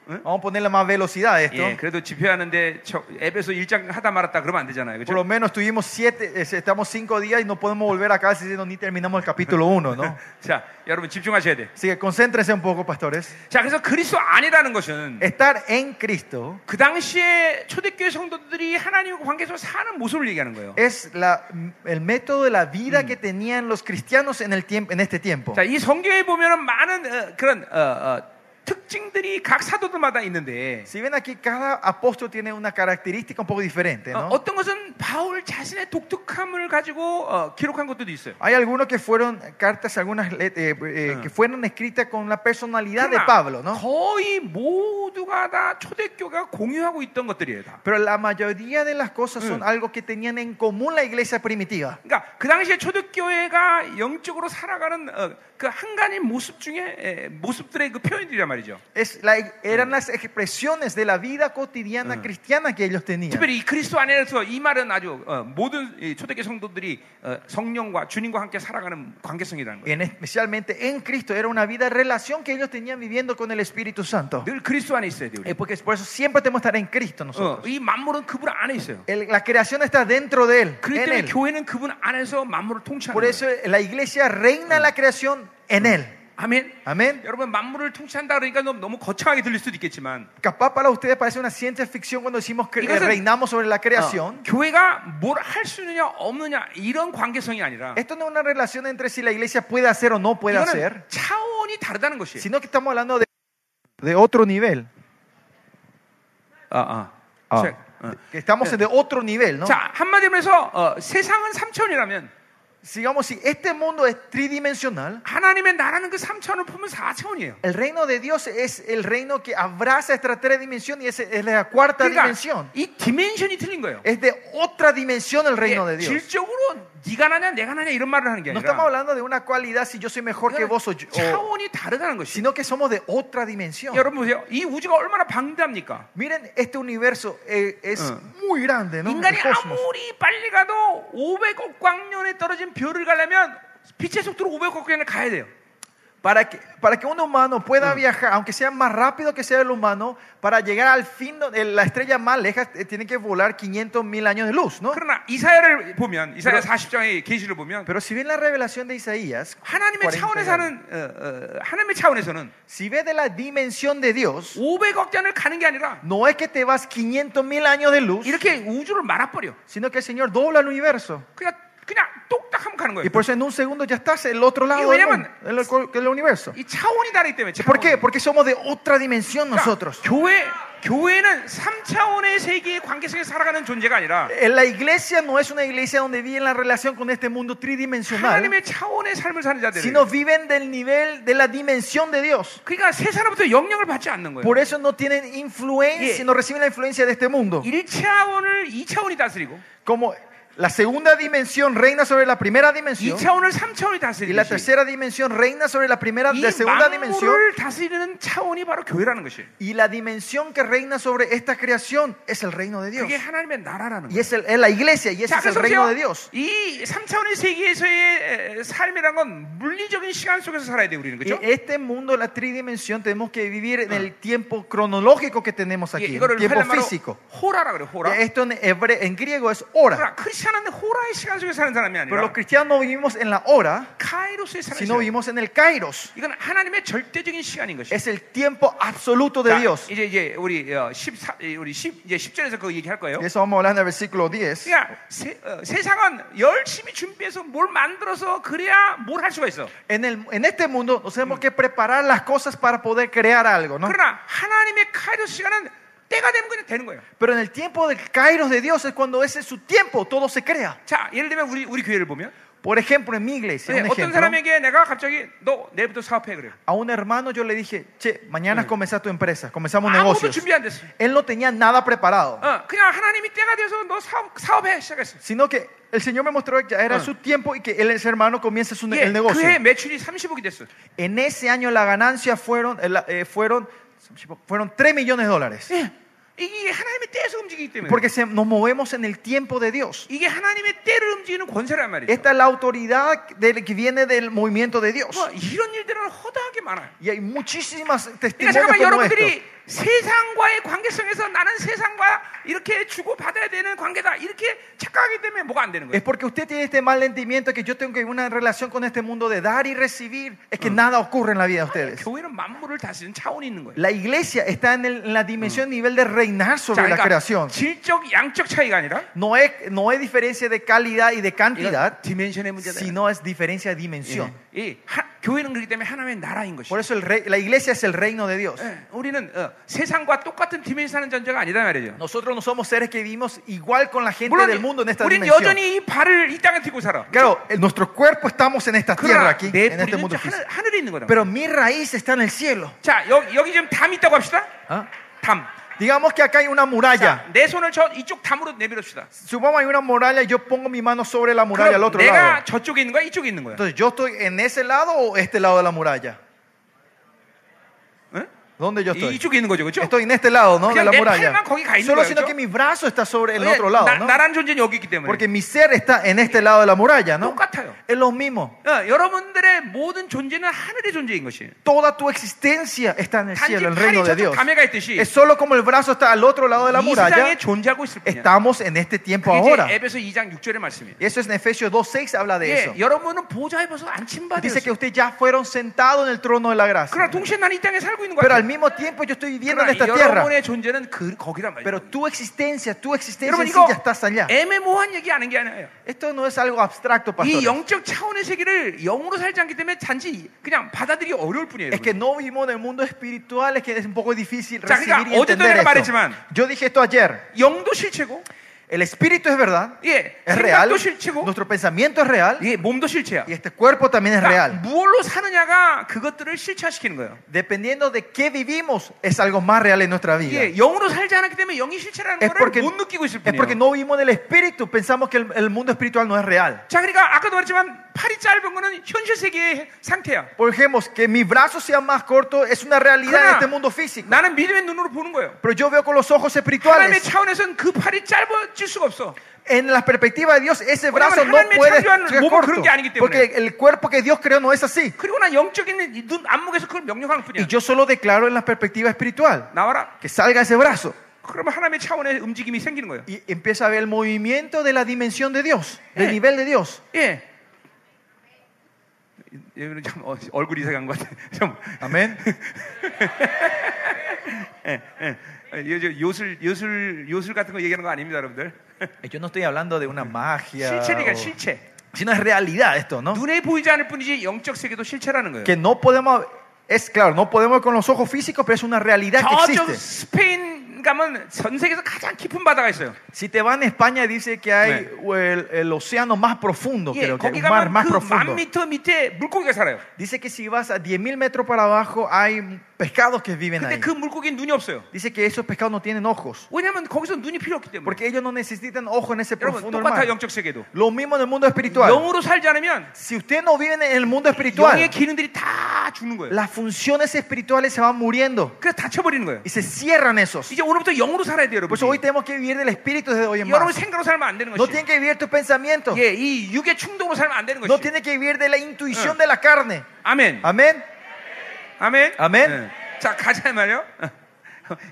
Vamos a ponerle más velocidad a esto.
예, 그래도 집회하는데 저, 에베소 1장 하다 말았다 그러면 안 되잖아요.
Por
그렇죠?
lo menos tuvimos siete, eh, estamos cinco días y no podemos volver a casa diciendo ni terminamos el capítulo uno, ¿no?
자, 여러분 집중하셔야 돼.
Así que concéntrense un poco, pastores.
자, 그래서 그리스도 안이라는 것은
Estar en Cristo
그 당시에 초대교회 성도들이 하나님과 관계에서 사는 모습을 얘기하는 거예요.
es la, el método de la vida que tenían los cristianos en, el tiemp- en este tiempo.
자, 이 성경에 보면은 많은 어, 그런 어, 어, 특징들이 각 사도들마다 있는데
Si ven aquí, cada apóstol tiene una característica un poco diferente,
어,
¿no?
어떤 것은 바울 자신의 독특함을 가지고 어, 기록한 것들도 있어요.
Hay algunos que fueron cartas, algunas let- eh, eh, que fueron escritas con la personalidad de
그러나
Pablo, ¿no?
거의 모두가 다 초대교가 공유하고 있던 것들이에요. 다.
Pero la mayoría de las cosas son
Mm.
algo que tenían en común la iglesia primitiva.
그러니까 그 당시에 초대교회가 영적으로 살아가는 어, 그 한가인 모습 중에 에, 모습들의 그 표현들이란 말이죠.
Es la- eran las expresiones de la vida cotidiana cristiana que ellos tenían.
특별히 이 그리스도 안에서 이 말은 아주 어, 모든 이 초대교회 성도들이 어, 성령과 주님과 함께 살아가는 관계성이라는 거예요.
En- especialmente en Cristo era una vida de relación que ellos tenían viviendo con el Espíritu Santo.
늘 그리스도 안에 있어야 돼요. 우리.
Eh, porque por eso siempre tenemos que estar en Cristo
어,
nosotros.
이 만물은 그분 안에 있어요.
El- la creación está dentro de Él.
그렇기
en
때문에
Él.
교회는 그분 안에서 만물을 통치하는
Por eso
거예요.
la iglesia reina la creación en Él.
아멘.
Amén.
여러분 만물을 통치한다 그러니까 너무, 너무 거창하게 들릴 수도 있겠지만 어,
Capaz para ustedes parece una ciencia ficción cuando decimos que eh,
Entonces-
reinamos sobre la
어,
creación.
교회가 뭘 할 수 있느냐 없느냐 이런 관계성이 아니라
Esto no es una relación entre si la iglesia puede hacer o Ah. no puede
이거는
hacer,
차원이 다르다는 것이에요.
sino que estamos hablando de, de otro nivel.
아, 아.
아.
자, 어.
Ah. Que estamos de otro nivel, ¿no?
자 한마디로 해서 어, 세상은 삼천이라면
Sigamos, si este mundo es tridimensional,
하나님의 나라는 그 삼천을 품은 사천이에요.
el reino de Dios es el reino que abraza esta tres dimensiones y es, es la cuarta dimensión.
그러니까 이 디멘션이 틀린 거예요.
Es de otra dimensión el reino
이게
de Dios.
질적으로 네가 나냐 내가 나냐 이런 말을 하는 게
No
아니라
estamos hablando de una cualidad si yo soy mejor que
이거는
vos o yo, o-
차원이 다르다는 것이.
sino que somos de otra dimensión.
여러분 보세요. 이 우주가 얼마나 방대합니까?
Miren, este universo eh, es
Ah.
muy grande, ¿no?
인간이
El cosmos.
아무리 빨리 가도 500억 광년에 떨어진 별을 가려면 빛의 속도로 500억 광년을 가야 돼요.
Para que, para que un humano pueda viajar, aunque sea más rápido que sea el humano, para llegar al fin, do- eh, la estrella más lejos eh, tiene que volar 500 mil años de luz, ¿no?
그러나 이사야를 보면 이사야
그럼-
40장의 계시를 보면
Pero si ven la revelación de Isaías,
하나님의
40
차원에 사는 어, 어, 하나님의 차원에서는
si ves de la dimensión de Dios,
500억 잔을 가는 게 아니라
no es que te vas 500 mil años de luz,
이렇게 우주를 말아버려.
sino que el Señor dobla el universo.
그냥 그냥 똑딱 하면 가는 거예요.
Y por eso en un segundo ya estás el otro
Pues, Y
lado del,
왜냐면-
mundo, del col- del universo.
이 차원이 다르기 때문에. 차원이.
¿Por qué? Porque somos de otra dimensión
그러니까
nosotros.
교회 교회는 3차원의 세계의 관계성에 살아가는 존재가 아니라
Eh, La iglesia no es una iglesia donde viven la relación con este mundo tridimensional,
하나님의 차원의 삶을 사는 자들.
sino viven del nivel de la dimensión de Dios.
그러니까 세상으로부터 영향을 받지 않는 거예요.
Por eso no tienen influencia,
Yeah.
no reciben la influencia de este mundo.
1차원을 2차원이 다스리고
Como la segunda dimensión reina sobre la primera dimensión
2차원을 3차원이
y la
다스리듯이
tercera dimensión reina sobre la primera,
이
la segunda dimensión
만물을 다스리는 차원이 바로 교회라는 것이에요.
y la dimensión que reina sobre esta creación es el reino de Dios.
그게 하나님의 나라라는
Y
거예요.
es, el- es la iglesia y ese
자,
es el
그래서
reino de
보세요.
Dios.
이 3차원의 세계에서의 에, 삶이란 건 물리적인 시간 속에서 살아야 돼 우리는 그렇죠?
Y Ah. este mundo, la tridimensión, tenemos que vivir en el tiempo cronológico que tenemos aquí, en el
예, 이거를
tiempo
헬라말로
físico.
호라라 그래 호라.
Y Esto en, hebre- en griego es hora.
호라. 크리스천은 호라의 시간 속에 사는 사람이
Pero los
아니라
cristianos no vivimos en la hora,
그 카이로스에 사는
sino
사람.
vivimos en el kairos.
이건 하나님의 절대적인 시간인 것이에요.
Es el tiempo absoluto de
자,
Dios.
이제 이제 우리 어, 14 예, 우리 10 이제 10절에서 그거 얘기할 거예요.
Y eso vamos a hablar en el versículo 10.
그러니까 세, 어, 세상은 열심히 준비해서 뭘 만들어서 그래야 뭘 할 수가 있어.
En, el, en este mundo nos tenemos que preparar las cosas para poder crear algo, ¿no?
그러나 하나님의 카이로스 시간은 때가 되면 그냥 되는 거예요.
Pero en el tiempo del kairos de Dios es cuando ese es su tiempo, todo se crea.
자, 예를 들면 우리 우리 교회를 보면
Por ejemplo, en mi iglesia,
예,
un
어떤
ejemplo,
사람에게 내가 갑자기 너 내일부터 사업해 그래.
a un hermano yo le dije, che, mañana comenzás tu empresa, comenzamos
아무도
negocios.
준비 안 됐어. Ah.
Él no tenía nada preparado,
어, 그냥 하나님이 때가 돼서 너 사업 사업해 시작했어.
sino que El Señor me mostró que ya era
Ah.
su tiempo y que él, ese hermano comienza su, ne-
예,
el negocio.
그해 매출이 30억이 됐어.
En ese año la ganancia fueron, eh, la- eh, fueron, fueron 3 millones de dólares.
예. 이게 하나님의 때에서 움직이기 때문에.
Porque se- nos movemos en el tiempo de Dios.
이게 하나님의 때를 움직이는 권세란 말이죠.
Esta es la autoridad del- que viene del movimiento de Dios.
뭐, 이런 일들은 허다하게 많아요.
Y hay muchísimas
그러니까
testimonios
잠깐만
como estos.
여러분들이 세상과의 관계성에서 나는 세상과 이렇게 주고 받아야 되는 관계다 이렇게 착각하기 때문에 뭐가 안 되는
Es
거예요.
porque usted tiene este mal entendimiento que yo tengo que una relación con este mundo de dar y recibir. Es que nada ocurre en la vida de ustedes.
교회는 만물을 다스리는 차원이 있는 거예요.
La iglesia está en, el- en la dimensión nivel de reinar sobre la creación.
그러니까 질적 양적 차이가 아니라
No es, no es diferencia de calidad y de
이건
cantidad,
디멘션의 문제다.
sino es diferencia de dimensión.
예. 이 하- 교회는 그렇기 때문에 하나님의 나라인 것이죠.
Por eso el rey- la iglesia es el reino de Dios.
예, 우리는 어, 세상과 똑같은 디멘션 하는 존재가 아니다 말이죠.
Nosotros no somos seres que vivimos igual con la gente
물론
del mundo en esta
우리는
dimensión.
여전히 이 발을 이 땅에 들고 살아.
Claro, el- nuestro cuerpo estamos en esta tierra
그러나
aquí,
내
en este
뿌리는
mundo
저
físico.
하늘, 하늘에 있는 거다.
Pero mi raíz está en el cielo.
자 여기, 여기 지금 담이 있다고 합시다.
¿Ah?
담.
Digamos que acá hay una muralla.
자, 내 손을 저 이쪽 담으로 내밀읍시다.
Supongamos hay una muralla y yo pongo mi mano sobre la muralla al
그럼
otro
내가
lado.
저쪽에 있는 거야, 이쪽에 있는 거야.
Entonces, ¿yo estoy en ese lado o este lado de la muralla?
응?
¿Dónde yo
이-
estoy?
이쪽에 있는 거죠, 그렇죠?
Estoy en este lado, ¿no? De
Claro,
la
de-
muralla.
palma, 거기 가 있는
Solo
거예요,
sino
¿no?
que mi brazo está sobre el otro lado, ¿no?
어, 예. 나란 존재는 여기 있기 때문에.
Porque mi ser está en este lado de la muralla, ¿no?
똑같아요.
Es lo mismo.
어, 여러분들의 모든 존재는 하늘의 존재인 것이에요.
Toda tu existencia está en el
단지
cielo, el reino
팔이
de
저쪽
Dios.
담에가 있듯이
Es solo como el brazo está al otro lado de la
이 세상에
muralla,
존재하고 있을 뿐이야.
estamos en este tiempo
그게 이제
ahora.
에베소 2장 6절의 말씀이에요.
Eso es en Efesios 2.6 habla de
예,
eso.
여러분은 보좌에 벌써 앉힌 바
Dice que
되었어요.
ustedes ya fueron sentados en el trono de la
그러나
gracia.
동시에 나는 이 땅에 살고 있는
Pero
거야.
al mismo tiempo yo estoy viviendo en
그러나
esta tierra.
여러분의 존재는 그, 거기란 말이에요.
Pero tu existencia, tu existencia
여러분
en sí
이거
ya estás allá.
애매모호한 얘기 하는 게 아니에요.
Esto no es algo abstracto,
이
pastor.
영적 차원의 세계를 영으로 살지 않기 때문에 단지 그냥 받아들이기 어려울 뿐이에요.
Es que
여러분.
no vivimos en el mundo espiritual, es que es un poco difícil
자,
recibir
그러니까
y
어제도
entender
내가
esto.
말했지만
Yo dije esto ayer.
영도 실체고,
El espíritu es verdad,
예,
es real,
생각도 실체고,
nuestro pensamiento es real
예, 몸도 실체야.
y este cuerpo también es
그러니까
real.
무얼로 사느냐가 그것들을 실체화시키는 거예요.
Dependiendo de qué vivimos, es algo más real en nuestra vida.
예, 영으로 살지 않았기 때문에 영이 실체라는
Es
걸
porque,
못 느끼고 있을
es porque
뿐이에요.
no vivimos del espíritu, pensamos que el, el mundo espiritual no es real.
자, 그러니까 아까도 말했지만 팔이 짧은 거는 현실 세계의 상태야.
Por ejemplo, que mi brazo sea más corto es una realidad en
그러나
este mundo físico.
나는 믿음의 눈으로 보는 거예요.
Pero yo veo con los ojos
하나님의
espirituales.
차원에서는 그 팔이 짧아질 수가 없어.
En la perspectiva de Dios, ese brazo no
왜냐면 하나님의
puede
창조한
ser
몸은
corto.
그런 게 아니기 때문에.
Porque el cuerpo que Dios creó no es así.
그리고 나 영적인 이눈 안목에서 그걸 명령하는 뿐이야.
Y yo solo declaro en la perspectiva espiritual
나와라.
que salga ese brazo.
그러면 하나님의 차원의 움직임이 생기는 거예요.
Y empieza a ver el movimiento de la dimensión de Dios, del
Eh.
nivel de Dios.
예. 여기는 참 어, 얼굴이 이상한 것 같아. 좀
Amén.
예, 예. 예, 요즘 요술 요술 요술 같은 거 얘기하는 거 아닙니다, 여러분들.
Yo no estoy hablando de una magia,
실체니까
o-
실체.
sino es realidad esto, ¿no?
눈에 보이지 않을 뿐이지 영적 세계도 실체라는 거예요.
Que no podemos, es claro, no podemos ver con los ojos físicos, pero es una realidad que
저쪽
existe.
스페인 가면 전 세계에서 가장 깊은 바다가 있어요.
Si te vas a España, dice que hay
네.
o el, el océano más profundo,
예,
creo que
거기
un mar
가면
más
그 만
profundo.
미터 밑에 물고기가 살아요.
Dice que si vas a 10.000 metros para abajo, hay pescados que viven
근데
ahí.
그 물고기 눈이 없어요.
Dice que esos pescados no tienen ojos,
왜냐하면 거기서 눈이 필요 없기 때문에.
porque ellos no necesitan ojos en ese
여러분
profundo
똑같아 요
mar.
영적 세계도.
Lo mismo en el mundo espiritual.
영으로 살지 않으면
Si usted no vive en el mundo
영의
espiritual,
기능들이 다 죽는 거예요.
las funciones espirituales se van muriendo
그래서 다쳐버리는 거예요.
y se cierran esos.
이제 오늘부터 영으로 살아야 돼요,
Por
여러분.
eso hoy tenemos que vivir del espíritu desde hoy en
여러분
más.
생각으로 살면 안 되는
No
것이.
tienen que vivir tus pensamientos.
예, 이 육의 충동으로 살면 안 되는
No
것이.
tiene que vivir de la intuición
Eh.
de la carne.
아멘.
Amén.
아멘.
아멘.
예. 자 가자 말이요.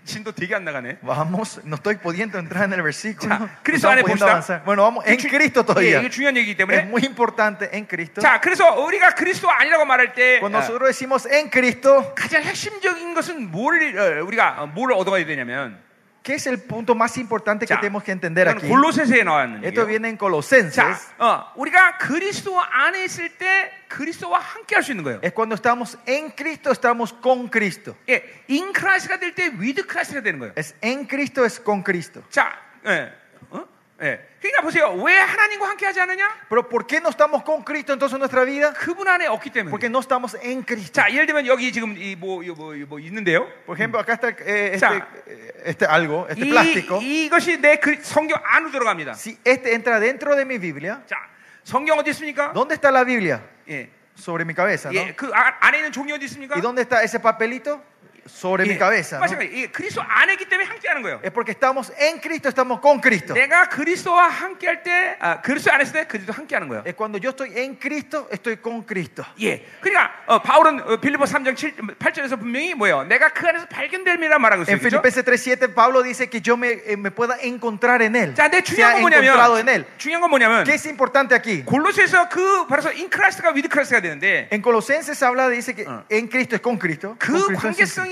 진도 되게 안 나가네.
Vamos, no estoy pudiendo entrar en el versículo.
자,
no
Cristo
estamos
안에
pudiendo
봅시다.
avanzar. Bueno, vamos en
주-
Cristo
예,
todavía.
이게 중요한 얘기이기
Es
때문에.
muy importante en Cristo.
자, 그래서 우리가 그리스도 아니라고 말할 때
Cuando
어,
nosotros decimos en Cristo,
가장 핵심적인 것은 뭘 어, 우리가 어, 뭘 얻어가야 되냐면
¿qué es el punto más importante que
자,
tenemos que entender
이건
aquí?
골로새서에 나왔는
Esto
얘기예요.
viene en
자,
Colosenses.
어, 우리가 그리스도 안에 있을 때 그리스도와 함께 할 수 있는 거예요.
Es cuando estamos en Cristo, estamos con Cristo.
예, 인 크라이스가 될 때 위드 크라이스가 되는 거예요.
Es en Cristo, es con Cristo.
자, 예, 어? 예. 그러니까 보세요. 왜 하나님과 함께 하지 않느냐?
Pero ¿por qué no estamos con Cristo entonces en nuestra vida?
그분 안에 없기 때문에.
Porque no estamos en Cristo.
자, 예를 들면 여기 지금 이 뭐 뭐, 뭐 있는데요.
Por ejemplo, acá está eh,
Ya.
este, eh, este algo,
네,
este plástico.
이, 이것이 내 그- 성경 안으로 들어갑니다.
Si este entra dentro de mi Biblia,
자, 성경 어디 있습니까?
¿dónde está la Biblia?
예.
Sobre mi cabeza, ¿no?
예, 그 아- 안에 있는 종이 어디 있습니까?
¿Y dónde está ese papelito? Sobre mi
예,
cabeza. ¿no?
마찬가지. 예, 그리스도 안에 있기 때문에 함께 하는 거예요.
Es porque estamos en Cristo, estamos con Cristo.
내가 그리스도와 함께 할 때, 아, 그리스도 안에 있을 때 그리스도 함께 하는 거예요.
Es cuando yo estoy en Cristo, estoy con Cristo.
예. 그러니까 어, 바울은 어, 빌리보 3장 7, 8절에서 분명히 뭐예요? 내가 그 안에서 발견됨이라 말하고 있어요.
En
그죠?
Filipenses 3.7 Pablo dice que yo me, eh, me pueda encontrar en Él.
자, 근데
sea
중요한 건
encontrado en
뭐냐면
Él.
중요한 건 뭐냐면
¿Qué es importante aquí?
골로새에서 그 바로서 인 크라스트가 위드 크라스트가 되는데
En Colosenses habla, dice que en Cristo es con Cristo. Ah. con
그
Cristo es en
관계성이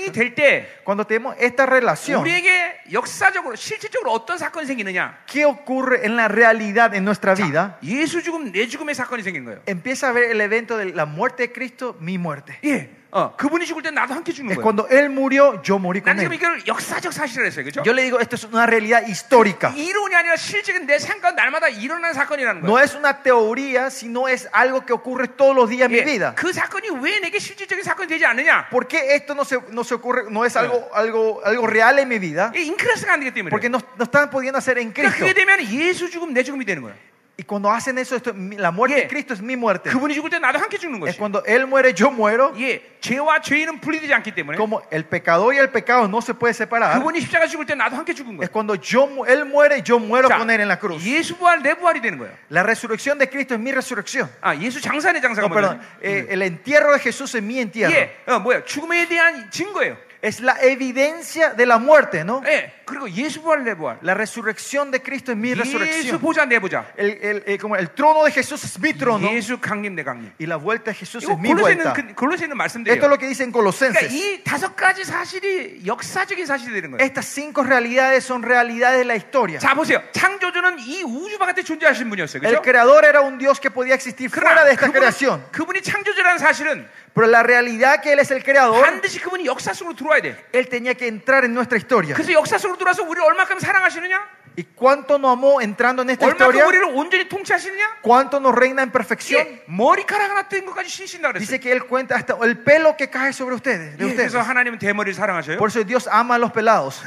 Cristo.
될 때
Cuando tenemos esta relación,
우리에게 역사적으로 실질적으로 어떤 사건이 생기느냐?
¿qué ocurre en la realidad en nuestra vida?
예수 죽음 내 죽음의 사건이 생긴 거예요.
Empieza a ver el evento de la muerte de Cristo, mi muerte.
예. 어, 그분이 죽을 때 나도 함께 죽는
Es
거예요.
cuando Él murió, yo morí con
나는 지금
Él.
이걸 역사적 사실이라 했어요. 그죠?
Yo le digo, esto es una realidad histórica.
이론이 아니라 실질적인 내 생각 날마다 일어난 사건이라는
No
거예요.
es una teoría, sino es algo que ocurre todos los días en mi
예,
vida.
그 사건이 왜 내게 실질적인 사건이 되지 않느냐?
¿Por qué esto no se, no se ocurre, no es algo, algo, algo real en mi vida?
이 인크라스가 안 되기 때문에.
Porque
그래요.
no, no están pudiendo hacer en
그러니까
Cristo.
그게 되면 예수 죽음 내 죽음이 되는 거예요.
Y cuando hacen eso, esto, mi- la muerte de
Yeah.
Cristo es mi muerte.
그분이 죽을 때 나도 함께 죽는
Es
것이.
cuando Él muere, yo muero.
예, 죄와 죄인은 분리되지 않기 때문에.
Como el pecador y el pecado no se puede separar.
그분이 십자가 죽을 때 나도 함께 죽은 거예요.
Es cuando yo, mu- Él muere, yo muero
자,
con Él en la cruz.
예수 부활 내 부활이 되는 거예요.
La resurrección de Cristo es mi resurrección.
아, 예수 장사네 장사가
No, perdón.
뭐냐?
Eh, el entierro de Jesús es mi entierro.
예, 어, 뭐야? 죽음에 대한 증거예요.
Es la evidencia de la muerte, ¿no?
예, 그리고 예수 부활 내 부활.
La resurrección de Cristo es mi
예수
resurrección.
보자 내 보자.
El, el- el- como el trono de Jesús es mi trono.
예수 강림 내 강림.
Y la vuelta de Jesús
이거
es mi vuelta.
골로새는 그, 골로새는 말씀드려요.
Esto es lo que dice en
그러니까
Colosenses.
이 다섯 가지 사실이 역사적인 사실이 되는 거예요.
Estas cinco realidades son realidades de la historia.
자 보세요. 창조주는 이 우주 바깥에 존재하신 분이었어요.
El
그렇죠?
creador era un Dios que podía existir fuera de esta creación.
그분이, 그분이 창조주라는 사실은
Pero la realidad que Él es el
어?
creador,
반드시 그분이 역사 속으로 들어와야 돼.
Él tenía que entrar en nuestra historia.
그래서 역사 속으로 들어와서 우리를 얼마큼 사랑하시느냐?
¿Y cuánto nos amó entrando en esta
얼마큼
historia?
우리를 온전히 통치하시느냐?
¿Cuánto nos reina en perfección?
예, 머리카락 하나 뜬 것까지 신신다 그랬어요.
Dice que Él cuenta hasta el pelo que cae sobre ustedes. De
예,
ustedes.
그래서 하나님은 대머리를 사랑하셔요.
Por eso Dios ama a los pelados.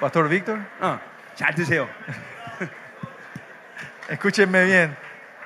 Pastor Víctor,
어, 잘 드세요.
escúchenme bien.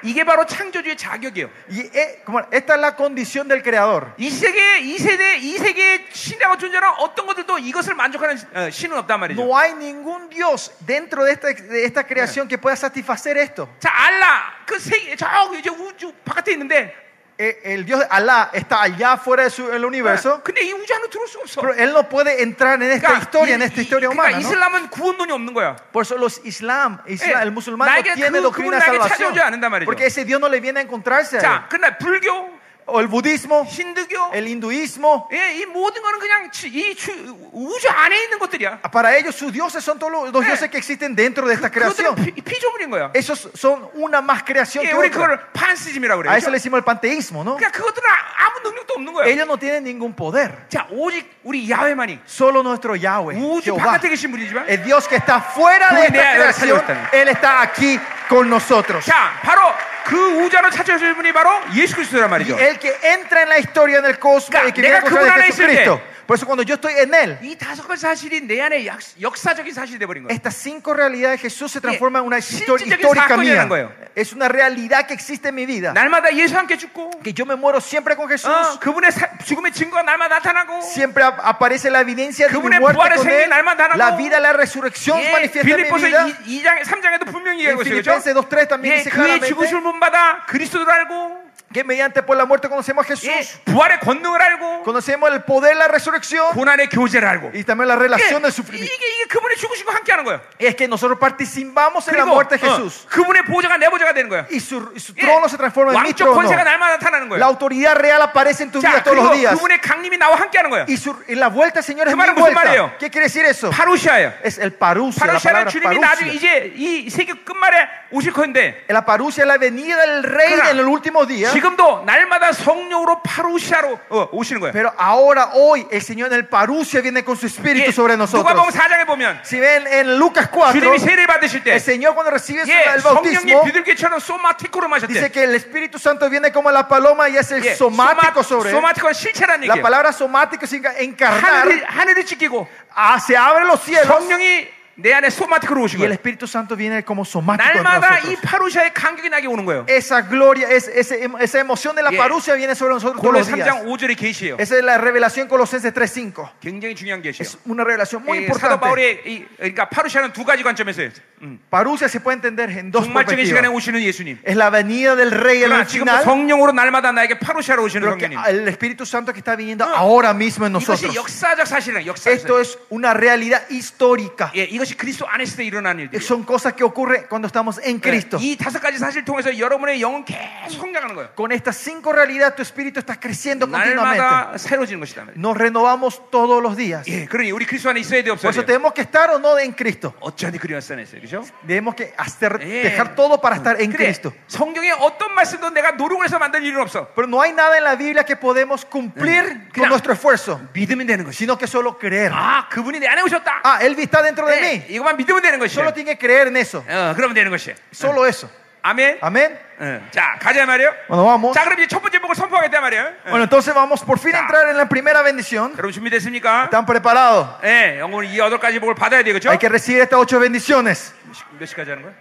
이게 바로 창조주의 자격이에요.
Y eh, como esta es la condición del creador.
이 세계, 이 세대, 이 세계의 신이라고 존재하는 어떤 것들도 이것을 만족하는 어, 신은 없단 말이죠.
No hay ningún Dios dentro de esta, de esta creación que pueda satisfacer esto.
자, 알라, 그 세계, 저기 이제 우주 바깥에 있는데,
Eh, el Dios de Alá está allá fuera del universo,
어, 근데 이 우주 안으로 들어올 수가 없어. 그러니까
pero él no puede entrar en esta
그
historia, en esta
이- 이-
historia
그러니까
humana. ¿no?
이슬람은 구원론이 없는 거야.
Por eso los islam, islam
Eh,
el musulmán
nadie-
no tiene
그-
doctrina de
그분 nadie
salvación.
찾아오지 않는단 말이죠.
Porque ese Dios no le viene a encontrarse a él.
자, 그러나 불교,
O el budismo,
힌두교,
el hinduismo.
예, 이 모든 거는 그냥 지- 이 주- 우주 안에 있는 것들이야.
Para ellos, sus dioses son todos los, los
Eh.
dioses que existen dentro de esta creación.
그것들은 피- 피조물인 거야.
Esos son una más creación
예,
que
우리
otra.
그걸 판시즘이라고 그래.
A eso
그죠?
le decimos el panteísmo, ¿no?
그러니까 그것들은 아- 아무 능력도 없는 거야.
Ellos no tienen ningún poder.
자, 오직 우리 야훼만이
Solo nuestro Yahweh,
우주
Jehová,
바깥에 계신 분이지만,
el Dios que está fuera
Uy,
de esta
mira,
creación,
mira,
Él está aquí con nosotros.
자, 바로 그 우주 안으로 찾아오신 분이 바로 예수 그리스도란
Y
말이죠.
el que entra en la historia en el cosmos
Claro,
y que viene a
내가
causa
그분
de
안에
Jesucristo.
있을
Por eso cuando yo estoy en él,
이 다섯 가지 사실이 내 안에 약, 역사적인 사실이 돼버린 거예요.
estas cinco realidades de Jesús se transforman en una historia
실질적인
histórica
사건이라는
mía.
거예요.
Es una realidad que existe en mi vida.
날마다 예수 함께 죽고,
Que yo me muero siempre con Jesús.
어, 그분의 사- 죽음의 증거가 날마다 나타나고,
Siempre ap- aparece la evidencia de mi
그분의
muerte
부활의
con
생명이
él.
날마다 나타나고.
La vida, la resurrección
예,
manifiesta en mi
빌립보서
vida.
2장, 3장에도 분명히
En
얘기하고 있어요.
Filipenses
그렇죠?
2.3 también
예,
dice
그의
claramente
죽으실 분마다 그리스도를 알고,
que mediante por la muerte conocemos a
예,
Jesús.
부활의 권능을 알고,
Conocemos el poder de la resurrección
고난의 교제를 알고.
y también la
예,
relación del
이게,
sufrimiento.
이게 그분의 죽으신 거 함께 하는 거예요.
Es que nosotros participamos en la
그리고
muerte de
어,
Jesús.
그분의 보좌가 내 보좌가 되는 거야.
y su, y su
예,
trono se transforma en mi
왕적
trono.
권세가 날마다 나타나는
La
거야.
autoridad real aparece en tu
자,
vida todos los
그리고
días.
그분의 강림이 나와 함께 하는 거야.
Y, su- y la vuelta, Señor, es
그
mi
말은 무슨 말이에요?
vuelta. ¿Qué quiere decir eso?
파루시아예요.
Es el parusia, la
파루시아는
palabra
주님이 나중에
parusia.
이제 이 세계 끝말에 오실 건데
La parusia es la venida del rey
Claro.
en el último día.
지금도 날마다 성령으로 파루시아로 어, 오시는 거예요.
Pero ahora, hoy, el Señor en el parusia viene con su
예,
espíritu sobre
누가 보면
nosotros.
사장에 아, 보면
Si ven en Lucas 4,
주님이 세례 받으실 때
el Señor cuando recibe su-
예,
el
성령이
bautismo,
비둘기처럼 소마티코로 마셨대.
dice que el Espíritu Santo viene como la paloma y hace
예,
el somático
소마-
sobre él.
소마티코는 실체란
La
얘기예요.
palabra somático significa encarnar.
하늘이 하늘이 찢기고
Ah, se abren los cielos
성령이 내 안에 소마티코로 오신
y el
거예요.
Espíritu Santo viene como somático. en
날마다 이
nosotros.
파루시아의 간격이 나게 오는 거예요.
Esa gloria, es- ese- esa emoción de la
Yeah.
parusia viene sobre nosotros todos
골로
los días.
3장 5절의 계시예요.
Esa es la revelación Colosenses 3.5.
굉장히 중요한 계시예요.
Es una revelación muy
예, 사도
importante.
바울의 이, 그러니까 파루시아는 두 가지 관점에서 했어요. 음.
Parusia se puede entender en dos
종말적인 시간에
perspectivas.
오시는 예수님.
Es la venida del Rey en
그러나
el
지금도
final,
성령으로 날마다 나에게 파루시아로 예, 오시는
pero que
성령님.
el Espíritu Santo que está viniendo
No.
ahora mismo en
이것이
nosotros.
역사적 사실이에요. 역사적.
Esto
사실.
es una realidad histórica.
예, 이것이 그리스도 안에서 일어난 일들이에요.
Son cosas que ocurren cuando estamos
Eh,
en Cristo.
예, 이 다섯 가지 사실 통해서 여러분의 영은 계속 성장하는 거예요.
Con estas cinco realidades tu espíritu está creciendo continuamente.
날마다 새로지는 것이다 말이에요.
Nos renovamos todos los días.
예, 그러니 우리 그리스도 안에 있어야 돼
Por
없어야
eso
돼.
tenemos que estar o no en Cristo.
어쩐지 그리스도 안에 있어요, 그렇죠?
Debemos que hacer,
예.
dejar todo para estar en
그래,
Cristo.
성경에 어떤 말씀도 내가 노력해서 만들 일은 없어.
Pero no hay nada en la Biblia que podemos cumplir
Mm.
con nuestro esfuerzo,
믿으면 되는 것이.
sino que solo creer.
아, 그분이 내 안에 오셨다.
Ah, Él está dentro de
네,
mí.
이것만 믿으면 되는 것이.
Solo
어,
tiene que creer en eso.
그러면 되는 것이.
Solo eso.
아멘.
Amén.
어, 자, 가자 말이요.
Bueno, vamos.
자, 그럼 이제 첫 번째 복을 선포하겠다 말이에요. 어,
Bueno, entonces vamos por fin a entrar en la primera bendición.
여러분 준비됐습니까?
¿Están preparados?
예, 영원 이 여덟 가지 복을 받아야 되겠죠?
Hay que recibir estas ocho bendiciones.
몇 시- 몇 시까지 하는 거야?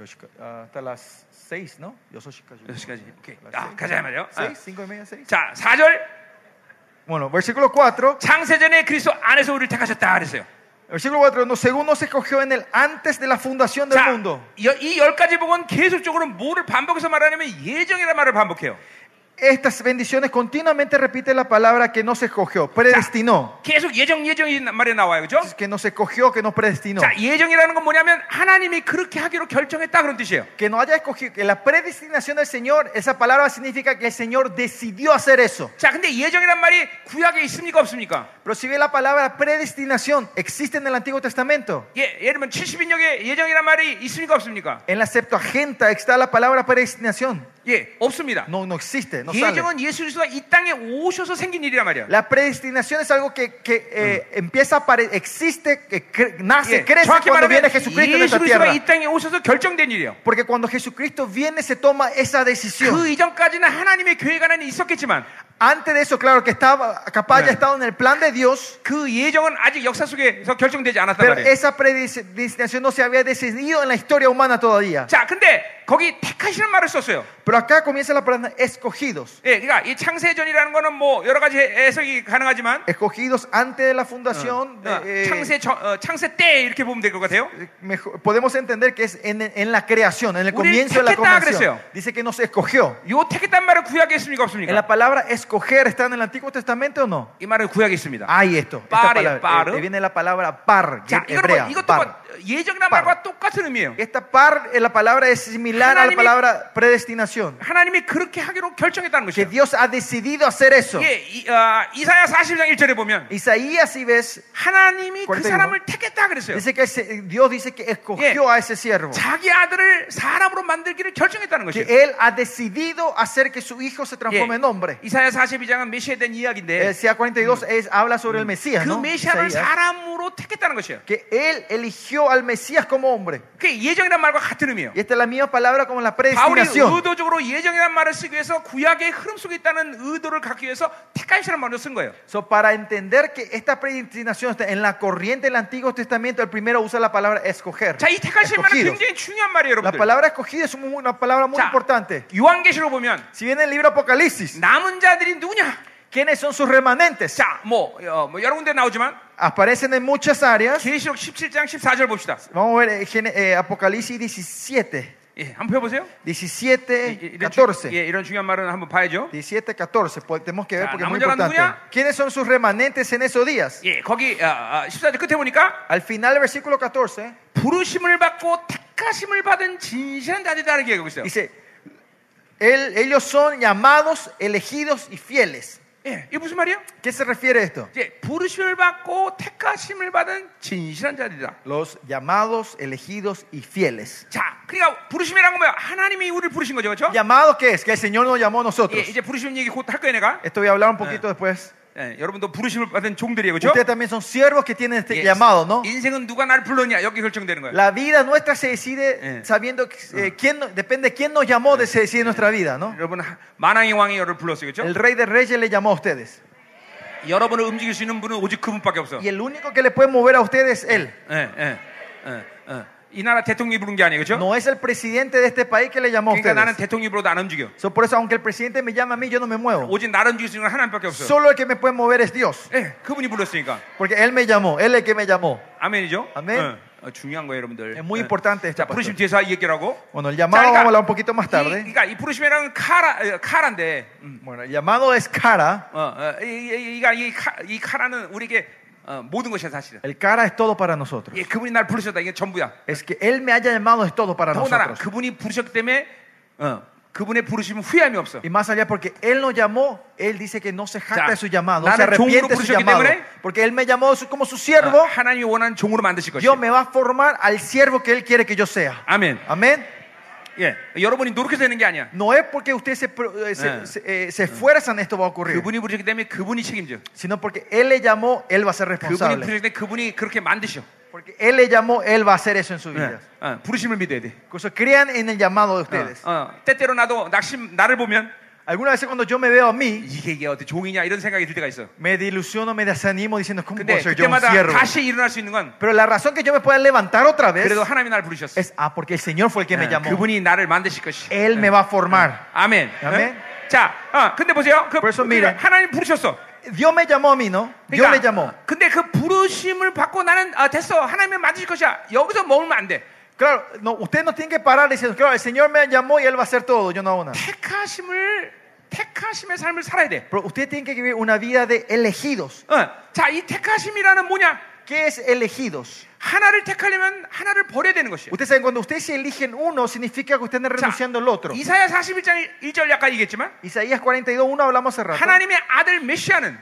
Hasta las seis, ¿no? Yo soy Ah,
몇 시까지. 오케이. 아, 가자 말이요. 어.
cinco y media, seis.
자, 4절
Bueno, versículo 4.
창세전에 그리스도 안에서 우리를 택하셨다 그랬어요.
Versículo 4. No, según nos escogió en el antes de la fundación del
자,
mundo.
이열 가지 복은 계속적으로 뭐를 반복해서 말하냐면 예정이라는 말을 반복해요.
Estas bendiciones continuamente repite la palabra que nos escogió, predestinó.
계속 예정 예정이 말이 나와요. 그죠?
Que nos escogió, que nos predestinó.
자, 예정이라는 건 뭐냐면 하나님이 그렇게 하기로 결정했다 그런 뜻이에요.
Que nos haya escogido, que la predestinación del Señor, esa palabra significa que el Señor decidió hacer eso.
자, 근데 예정이란 말이 구약에 있습니까 없습니까?
Pero si bien la palabra predestinación existe en el Antiguo Testamento,
예, 예를 들면 70인역에 예정이란 말이 있습니까 없습니까?
en la Septuaginta está la palabra predestinación.
예, 없습니다.
No, no existe, no sale.
예정은 예수 그리스도가 이 땅에 오셔서 생긴 일이란 말이야.
La predestinación es algo que, que, eh, empieza a apare- existe, que cre- nace,
예,
crece
정확히
cuando
말하면
viene Jesucristo en
예수
esta
그리스도가
tierra.
이 땅에 오셔서 결정된 일이에요.
Porque cuando Jesucristo viene se toma esa decisión.
그 이전까지는 하나님의 계획 안에 있었겠지만
Antes de eso, claro, que estaba capaz
Sí.
ya estado en el plan de Dios,
그 예정은 아직 역사 속에서 결정되지 않았단
pero
말이에요.
esa predestinación no se había decidido en la historia humana todavía.
자, 근데 거기 택하시는 말을 썼어요.
Pero acá comienza la palabra escogidos.
예, 그러니까 이 창세전이라는 거는 뭐 여러 가지 해석이 가능하지만
Escogidos antes de la fundación.
어,
de, eh,
창세 전- 어, 창세 때 이렇게 보면 될 것 같아요.
mejor- podemos entender que es en, en la creación, en el
Uri-
comienzo de la
¿qué está
creación.
crecido?
Dice que nos escogió.
요 택했단 말을 구약에 있습니까
¿En
없습니까?
la palabra escoger está en el Antiguo Testamento o no?
이 말은 구약에 있습니다.
Hay esto. esta
Pare,
palabra.
paro.
Eh, eh, viene la palabra par,
자, 이거는
hebrea,
뭐, 이것도
par.
뭐 예정이란
Par.
말과 똑같은 의미예요.
Esta par, eh, la palabra es similar a la
하나님이-
palabra predestinación.
하나님이 그렇게 하기로 결정했다는
Que
것이에요.
Dios ha decidido hacer eso.
예, 이, 아, 이사야 40장 1절에 보면
Isaías, si ves,
하나님이 그
꼴대기로.
사람을 택했다 그랬어요.
dice que ese- Dios dice que escogió
Yeah.
a ese siervo.
자기 아들을 사람으로 만들기를 결정했다는 것이에요. 예.
Que él ha decidido hacer que su hijo se transforme en hombre. Eh,
이사야 예, 42장은 메시아에 대한 이야기인데
Isaías 42 es- habla sobre el Mesías,
그
¿no?
메시아를
Isaías.
사람으로 택했다는 것이에요.
que él eligió al Mesías como hombre.
그게 예정이란 말과 같은 의미예요.
Y esta es la misma palabra como la
바울이
predestinación.
의도적으로 예정이란 말을 쓰기 위해서 구약의 흐름 속에 있다는 의도를 갖기 위해서 택하시라는 말을 쓴 거예요.
So, para entender que esta predestinación está en la corriente del Antiguo Testamento, el primero usa la palabra escoger.
자, 이 택하시는 말은
Escogidos.
굉장히 중요한 말이에요,
La
여러분들.
palabra escogida es un- una palabra muy
자,
importante.
요한계시로 보면
Si bien en el libro Apocalipsis,
남은 자들이 누구냐?
¿quiénes son sus remanentes?
자, 뭐, 어, 뭐 여러 군데 나오지만
Aparecen en muchas áreas.
계시록 17장 14절 봅시다.
Vamos a ver eh, Gene- eh, Apocalipsis 17,
예, 한번 펴 보세요.
17, 14.
예, 이런 중요한 말은 한번 봐야죠.
17, 14, pues, tenemos que ver
Ya,
porque es muy
¿남은 자가
importante.
누구냐?
¿Quiénes son sus remanentes en esos días?
예, 거기 아, 아, 14절 끝에 보니까
Al final del versículo 14
부르심을 받고 택하심을 받은 진실한 자들이다 이렇게 얘기하고 있어요.
dice, "El- ellos son llamados, elegidos y fieles.
예, 이게 무슨 말이에요?
¿Qué se refiere esto?
이제 부르심을 받고 택하심을 받은 진실한 자들이다.
Los llamados, elegidos y fieles.
자, 그러니까 부르심이란 건 뭐야? 하나님이 우리를 부르신 거죠, 그렇죠?
¿Llamado qué es? Que el Señor nos llamó a
예,
nosotros.
이제 부르심 얘기 곧 할 거예요, 내가.
Esto voy a hablar un poquito después.
예, 여러분도 부르심을 받은 종들이에요, 그렇죠?
Ustedes también son siervos que tienen este
예,
llamado, ¿no?
인생은 누가 날 불렀냐 여기 결정되는 거예요.
La vida nuestra se decide
Eh.
sabiendo que, eh, quién, no- depende de quién nos llamó, de- se decide nuestra vida, ¿no?
여러분 하- 만왕의 왕이 여러분을 불렀어요, 그렇죠?
El Rey de Reyes le llamó a ustedes.
여러분을 움직일 수 있는 분은 오직 그분밖에 없어.
Y el único que le puede mover a ustedes es Él.
예, 예, 예, 예. 이 나라 대통령이 부른 게 아니에요, 그렇죠?
No es el presidente de este país que le llamó a
그러니까 나는
ustedes.
대통령으로도 안 움직여.
So, por eso, aunque el presidente me llama a mí, yo no me muevo.
오직 나를 움직일 수 있는 건 하나님밖에 없어.
Solo el que me puede mover es Dios.
예, 그분이 불렀으니까.
Porque Él me llamó, Él es el que me llamó.
아멘이죠?
아멘.
어, 어, 중요한 거예요, 여러분들.
Es muy
어.
importante esta
자,
어,
부르심
pastor.
뒤에서 이 얘기를 하고.
Bueno, el
자, 그러니까
llamado vamos a hablar un poquito más
이,
tarde.
그러니까 이 부르심이라는 카라, 어, 카라인데. 음.
Bueno, el llamado es cara.
어, 어, 이, 이, 이, 이, 카, 이 카라는 우리에게 어, 모든 것이야 사실은.
El cara es todo para nosotros.
예, 그분이 날 부르셨다 이게 전부야.
Es que Él me haya llamado es todo para
더군다나
nosotros.
아, 그분이 부르셨기 때문에 어, 그분의 부르심은 후회함이 없어.
Y más allá, porque Él nos llamó, Él dice que no se jacta
Ya.
de su llamado, no
Nada,
se arrepiente de
종으로
su
부르셨기
llamado.
때문에
Porque Él me llamó su- como su
어,
siervo,
하나님이 원하는 종으로 만드실 것이야.
Dios me va a formar al siervo que Él quiere que yo sea.
아멘.
Amén.
예, 여러분이 노력해서 되는 게 아니야.
No es porque ustedes se, pro- eh,
Eh.
se, se- eh, se esfuerzan, esto va a ocurrir,
그분이 부르셨기 때문에 그분이 책임져.
sino porque Él le llamó, Él va a ser
그분이
responsable.
부르셨기 때문에 그분이 그렇게 만드셔.
Porque Él le llamó, Él va a hacer eso en su
예,
vida.
어, 부르심을 믿어야 돼.
Por eso crean en el llamado de ustedes.
어, 어, 때때로 나도 낙심 나를 보면
Algunas veces cuando yo me veo a mí,
이게 이게 어떻게 종이냐 이런 생각이 들 때가 있어.
me dilusiono, me desanimo diciendo, ¿cómo
근데
puedo ser yo un
그때마다
siervo?
다시 일어날 수 있는 건
Pero la razón que yo me pueda levantar otra vez
그래도 하나님이 날 부르셨어.
es, ah, porque el Señor fue el que me
예,
llamó.
그분이 나를 만드실 것이.
Él me va a formar.
아멘.
아멘.
예? 자, 어, 근데 보세요. 그,
벌써
그러니까
미래.
하나님 부르셨어. 그러니까
Dios me llamó a mí, ¿no? Dios le llamó.
근데 그 부르심을 받고 나는 아, 됐어. 하나님이 만드실 것이야. 여기서 머물면 안 돼.
Claro, no, usted no tiene que parar diciendo, claro, el Señor me llamó y Él va a hacer todo, yo no hago nada.
택하심을 택하심의 삶을 살아야 돼.
Pero usted tiene que vivir una vida de elegidos.
어. 자, 이 택하심이라는 뭐냐?
¿Qué es elegidos?
하나를 택하려면 하나를 버려야 되는 것이야.
Ustedes saben, cuando ustedes se eligen uno, significa que ustedes están renunciando al otro.
이사야 41장 1절 약간 얘기했지만
Isaías 42, 1 hablamos hace rato.
하나님의 아들 메시아는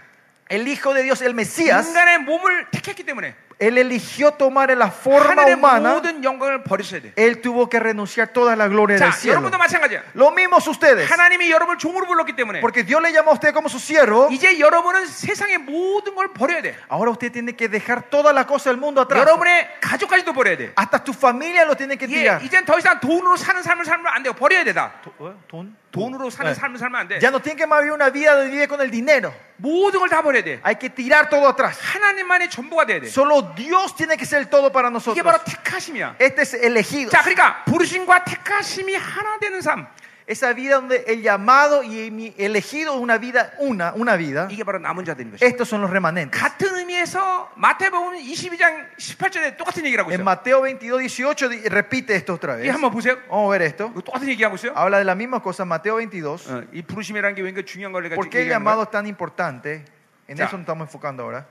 El Hijo de Dios, el Mesías,
인간의 몸을 택했기 때문에
Él eligió tomar en la forma
하늘의
humana.
모든 영광을 버리셔야 돼.
Él tuvo que renunciar toda la gloria
자,
del cielo.
여러분도 마찬가지야.
Lo mismo es ustedes.
하나님이 여러분을 종으로 불렀기 때문에
Porque Dios le llamó a usted como su siervo.
이제 여러분은 세상의 모든 걸 버려야 돼.
Ahora usted tiene que dejar toda la cosa del mundo atrás.
여러분의 가족까지도 버려야 돼.
Hasta tu familia lo tiene que
예,
tirar.
이젠 더 이상 돈으로 사는 삶을 살면 안 돼요. 버려야 되다.
Do- ¿eh? ¿Ton?
돈으로 사는
Eh.
삶을 살면 안 돼.
Ya no tiene que más vivir una vida de vivir con el dinero.
모든 걸 다 버려야 돼.
Hay que tirar todo atrás.
하나님만이 전부가 돼야 돼.
Solo Dios tiene que ser el todo para
이게
nosotros.
바로 택하심이야.
Este es elegido.
자, 그러니까 부르심과 택하심이 하나 되는 삶.
Esa vida donde el llamado y mi elegido es una vida, una, una vida.
이게 바로 남은 자들인 것이야.
Estos son los remanentes.
같은 의미에서 마태복음 22장 18절에 똑같은 얘기를 하고
En
있어요.
Mateo 22, 18 di- repite esto otra
이
vez.
한번 보세요.
Vamos a ver esto.
이거 똑같은 얘기하고 있어요.
Habla de la misma cosa, Mateo 22.
어, 이 부르심이라는 게 왠가 중요한 걸 내가
¿Por qué el
얘기하는 거야?
llamado es tan importante? En
Ya.
eso nos estamos enfocando ahora.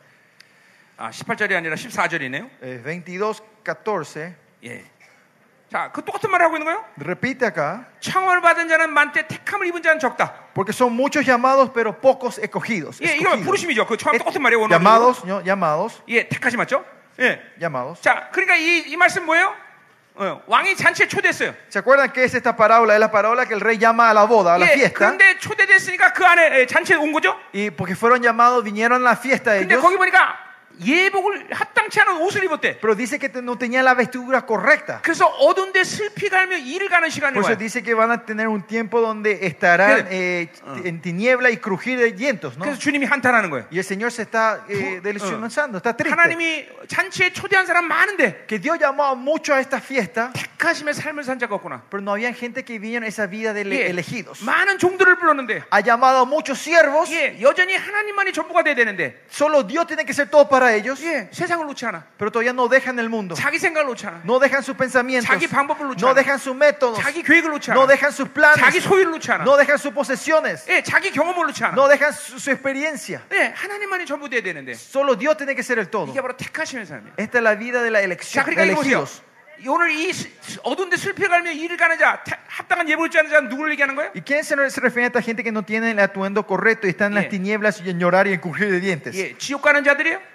아, 18절이 아니라 14절이네요.
Eh, 22, 14.
예. 자, 그 똑같은 말을 하고 있는 거예요.
Repite acá.
청을 받은 자는 많되 택함을 입은 자는 적다.
Porque son muchos llamados, pero pocos escogidos.
예, 이거
escogidos.
부르심이죠. 그 처음
Es-
똑같은 말이에요. 원어로.
llamados, ¿no? llamados,
예, 택하지 맞죠? 예.
llamados.
자, 그러니까 이, 이 말씀 뭐예요? 어, 왕이 잔치에 초대했어요.
¿Se acuerdan qué es esta parábola? Es la parábola que el rey llama a la boda, a la
예,
fiesta.
근데 초대됐으니까 그 안에 예, 잔치에 온 거죠?
Y porque fueron llamados, vinieron a la fiesta de
근데
ellos.
거기 보니까 예복을 합당치 않은 옷을 입었대.
Pero dice que te- no tenía la vestidura correcta.
그래서 어두운 데 슬피 갈며 일을 가는 시간이
Por eso
와요.
Pues dice que van a tener un tiempo donde estarán
Mire.
eh, en tiniebla y crujir de vientos, ¿no?
그래서 주님이 한탄하는 거예요.
Y el Señor se está eh,
Pu-
desilusionando, está triste.
하나님이 잔치에 초대한 사람 많은데
Que Dios llamó a muchos a esta fiesta,
택하심의 삶을 산 자가 없구나.
pero no había gente que viviera esa vida de ele-
예,
elegidos.
많은 종들을 불렀는데
Ha llamado a muchos siervos,
예, 여전히 하나님만이 전부가 돼야 되는데
solo Dios tiene que ser todo para ellos,
예, 세상을 놓지 않아.
pero todavía no dejan el mundo,
자기 생각을 놓지 않아.
no dejan sus pensamientos,
자기 방법을 놓지
no
않아.
dejan sus métodos,
자기 계획을 놓지 않아.
no dejan sus
자기
planes,
소유를 놓지 않아.
no dejan sus posesiones,
예, 자기 경험을 놓지 않아.
no dejan su, su experiencia.
예, 하나님만이 전부 돼야 되는데
Solo Dios tiene que ser el todo.
이게 바로 택하심의 삶이야.
Esta es la vida de la
자,
elección.
그러니까 이거 보세요.
elegidos.
오늘 이 스- 스- 어두운 데 슬피를 갈며 이를 가는 자, 타- 합당한 예복을 입지 않는 자는 누구를 얘기하는 거예요?
¿Y quién se se refiere a esta gente que no tiene el atuendo correcto y está en las
Bien.
tinieblas y en llorar y en cubrir de dientes?
예, 지옥 가는 자들이에요?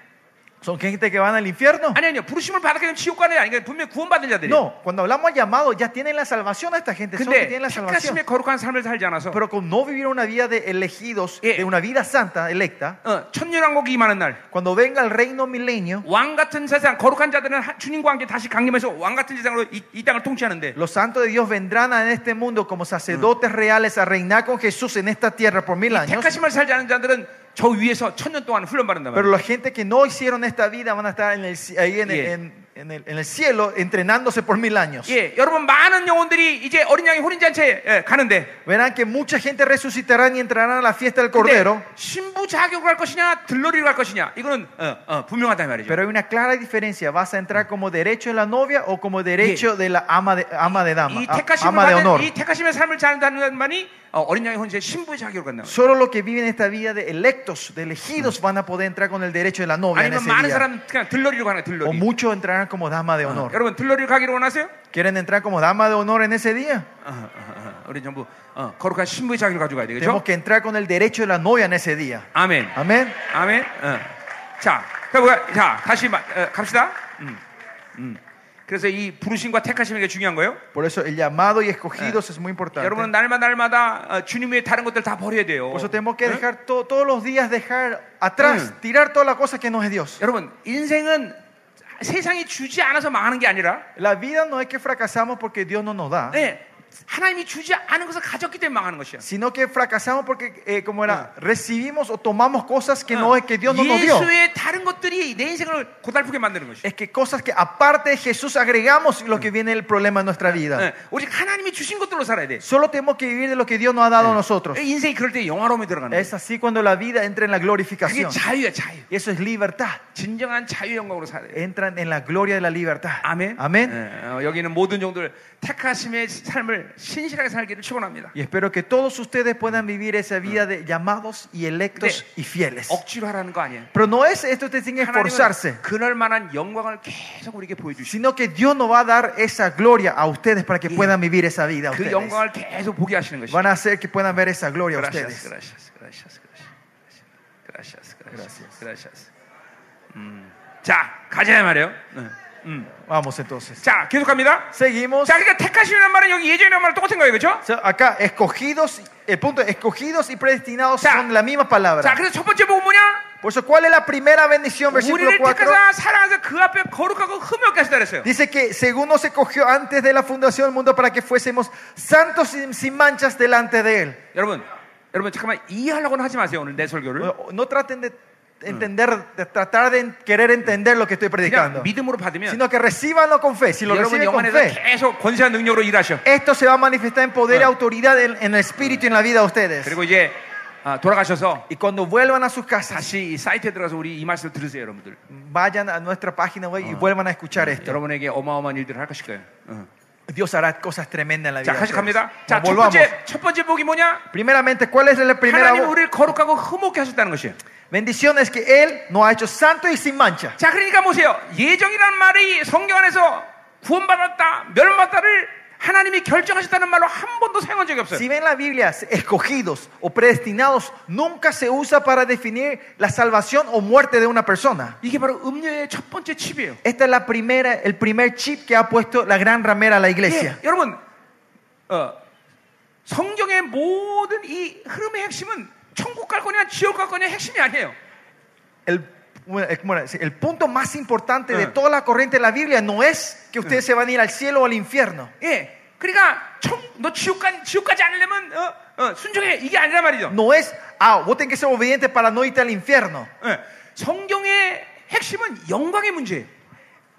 ¿Son gente que van al infierno?
아니 아니요. 부르심을 받았기 때문에 지옥 가는 게 아니니까 분명히 구원받은 자들이에요.
No, 그 cuando hablamos al llamado, ya tienen la salvación a esta gente, son que
근데
tienen la
택하심에
salvación.
거룩한 삶을 살지 않아서
Pero como no vivieron una vida de elegidos,
Yeah.
de una vida santa, electa,
어, 천년왕국이 임하는 날.
cuando venga el reino milenio,
왕 같은 세상 거룩한 자들은 하- 주님과 함께 다시 강림해서 왕 같은 세상으로 이, 이 땅을 통치하는데
los santos de Dios vendrán a este mundo como sacerdotes reales a reinar con Jesús en esta tierra por mil años.
택하심을 살지 않은 자들은 저 위에서 천년 동안 훈련받는단
Pero
말이에요.
la gente que no hicieron esta vida van a estar en el, ci- ahí en el,
Yeah.
en- en el- en el cielo entrenándose por mil años.
예, 여러분 많은 영혼들이 이제 어린 양의 혼인 잔치에 예, 가는데
Verán que mucha gente resucitará y entrarán a la fiesta del
근데
Cordero.
신부 자격으로 갈 것이냐 들러리로 갈 것이냐 이거는 어, 어, 분명하다 이 말이죠.
Pero hay una clara diferencia. ¿Vas a entrar como derecho de la novia o como derecho de la ama de, ama de dama?
이
a-
택하심을
ama de honor.
받은 이 택하심의 삶을 사는다는 말이 어, 어린 양의 혼인 잔치 신부의 자격으로 간다.
Solo los que viven esta vida de electos, de elegidos, van a poder entrar con el derecho de la novia en
아니면
ese
많은
día.
사람 그냥 들러리로 가는 거예요,
O
들러리.
muchos entrarán como dama de honor.
여러분 들러리로 가기로 원하세요?
¿Quieren entrar como dama de honor en ese día?
어, 어, 어, 어. 우리 전부 어, 거룩한 신부의 자격을 가져가야 되겠죠?
Tenemos que entrar con el derecho de la novia en ese día.
아멘.
Amén.
아멘. 어. 자, 그럼 뭐야? 자, 다시 마, 어, 갑시다. 음. 음. 그래서 이 부르심과 택하심이 게 중요한 거예요.
Por eso el llamado y escogidos es muy importante.
여러분은 날마다 날마다 어, 주님 외에 다른 것들 다 버려야 돼요.
Por eso tenemos que
응?
dejar to- todos los días dejar atrás, tirar toda la cosa que no es Dios.
여러분, 인생은 세상이 주지 않아서 망하는 게 아니라
La vida no es que fracasamos porque Dios no nos da,
네, 하나님이 주지 않은 것을 가졌기 때문에 망하는 것이야.
sino que fracasamos porque eh, como era, recibimos o tomamos cosas que
Ah.
no es que Dios no nos dio.
예수의 다른 것들이 내 인생을 고달프게 만드는 것이야.
Es que cosas que aparte de Jesús agregamos lo que viene el problema en nuestra vida.
네, 오직 하나님이 주신 것들로 살아야 돼. 예,
Solo tenemos que vivir de lo que Dios nos ha dado a nosotros.
인생이 그럴 때 영화로움이 들어가는 거야.
Es así cuando la vida entra en la
그게
glorificación.
자유야, 자유.
Y eso es libertad.
진정한 자유 영광으로 살아야 돼.
Entran en la gloria de la libertad.
아멘.
Amén.
예, 어, 여기는 모든 종들 택하심의 삶을 신실하게 살기를 축원합니다.
Y espero que todos ustedes puedan vivir esa vida de llamados y electos y fieles.
억지로 하라는 거 아니에요.
Pero no es esto que tienen
예,
que esforzarse,
하나님은 그럴만한 영광을 계속 우리에게 보여주시.
sino que Dios nos va a dar esa gloria a ustedes para que
Sí.
puedan vivir esa vida. a
그
ustedes.
영광을 계속 보게 하시는 것이.
Van a hacer que puedan ver esa gloria a
Gracias,
ustedes.
gracias, gracias, gracias, gracias, gracias, gracias. 음, 자 가자 말이에요. 응, 음.
Vamos entonces.
자 계속합니다.
Seguimos.
자 그러니까 택하심이라는 말은 여기 예정이라는 말은 똑같은 거예요, 그렇죠?
O sea, Acá, escogidos, el punto, escogidos y predestinados
Ya.
son la misma
자
palabra.
그래서 첫 번째 복음 뭐냐?
Por eso, ¿cuál es la primera bendición? Versículo
우리를
4.
택하사 사랑하사 그 앞에 거룩하고 흠없게 하시다 그랬어요.
Dice que según nos escogió antes de la fundación del mundo para que fuésemos santos sin, sin manchas delante de Él.
여러분, 여러분 잠깐만 이해하려고는 하지 마세요 오늘 내 설교를.
No, no traten de entender, de tratar de querer entender lo que estoy predicando,
그냥 믿음으로 받으면
sino que recibanlo con fe. Si lo
여러분
reciben
영
con
안에서
fe,
계속 권세한 능력으로 일하셔.
esto se va a manifestar en poder y
Ah.
autoridad en, en el espíritu y en la vida de ustedes.
그리고 이제 아, 돌아가셔서
Y cuando vuelvan a sus casas,
다시 이 사이트에 들어가서 우리 이 말씀 들으세요 여러분들.
vayan a nuestra página web y vuelvan a escuchar esto.
여러분에게 어마어마한 일들을 할 것일 거예요. 응.
Dios hará cosas tremendas en la vida.
자
de
다시 갑니다.
ustedes.
자첫
Volvamos.
번째 첫 번째 복이 뭐냐?
Primeramente, ¿cuál es la primera
하나님 우리를 거룩하고 흠없게 하셨다는 것이에요.
bendición? Es que Él nos ha hecho santo y sin mancha.
자 그러니까 보세요 예정이라는 말이 성경 안에서 구원받았다 멸망받다를 하나님이 결정하셨다는 말로 한 번도 사용한 적이 없어요.
Si ven la Biblia, escogidos o predestinados nunca se usa para definir la salvación o muerte de una persona.
이게 바로 음료의 첫 번째 칩이에요.
Esta es la primera, el primer chip que ha puesto la gran ramera a la
예,
iglesia.
여러분, 어, 성경의 모든 이 흐름의 핵심은 천국 갈 거냐 지옥 갈 거냐 핵심이 아니에요.
El, bueno, el- bueno, el punto más importante de
Ah.
toda la corriente de la Biblia no es que ustedes se van a ir al cielo o al infierno.
예, 그러니까 천, 너 지옥 간 지옥 가지 않으려면 어, 어, 순종해 이게 아니란 말이죠.
No es, ah, vos tenés que ser obediente para no irte al infierno.
예, 성경의 핵심은 영광의 문제예요.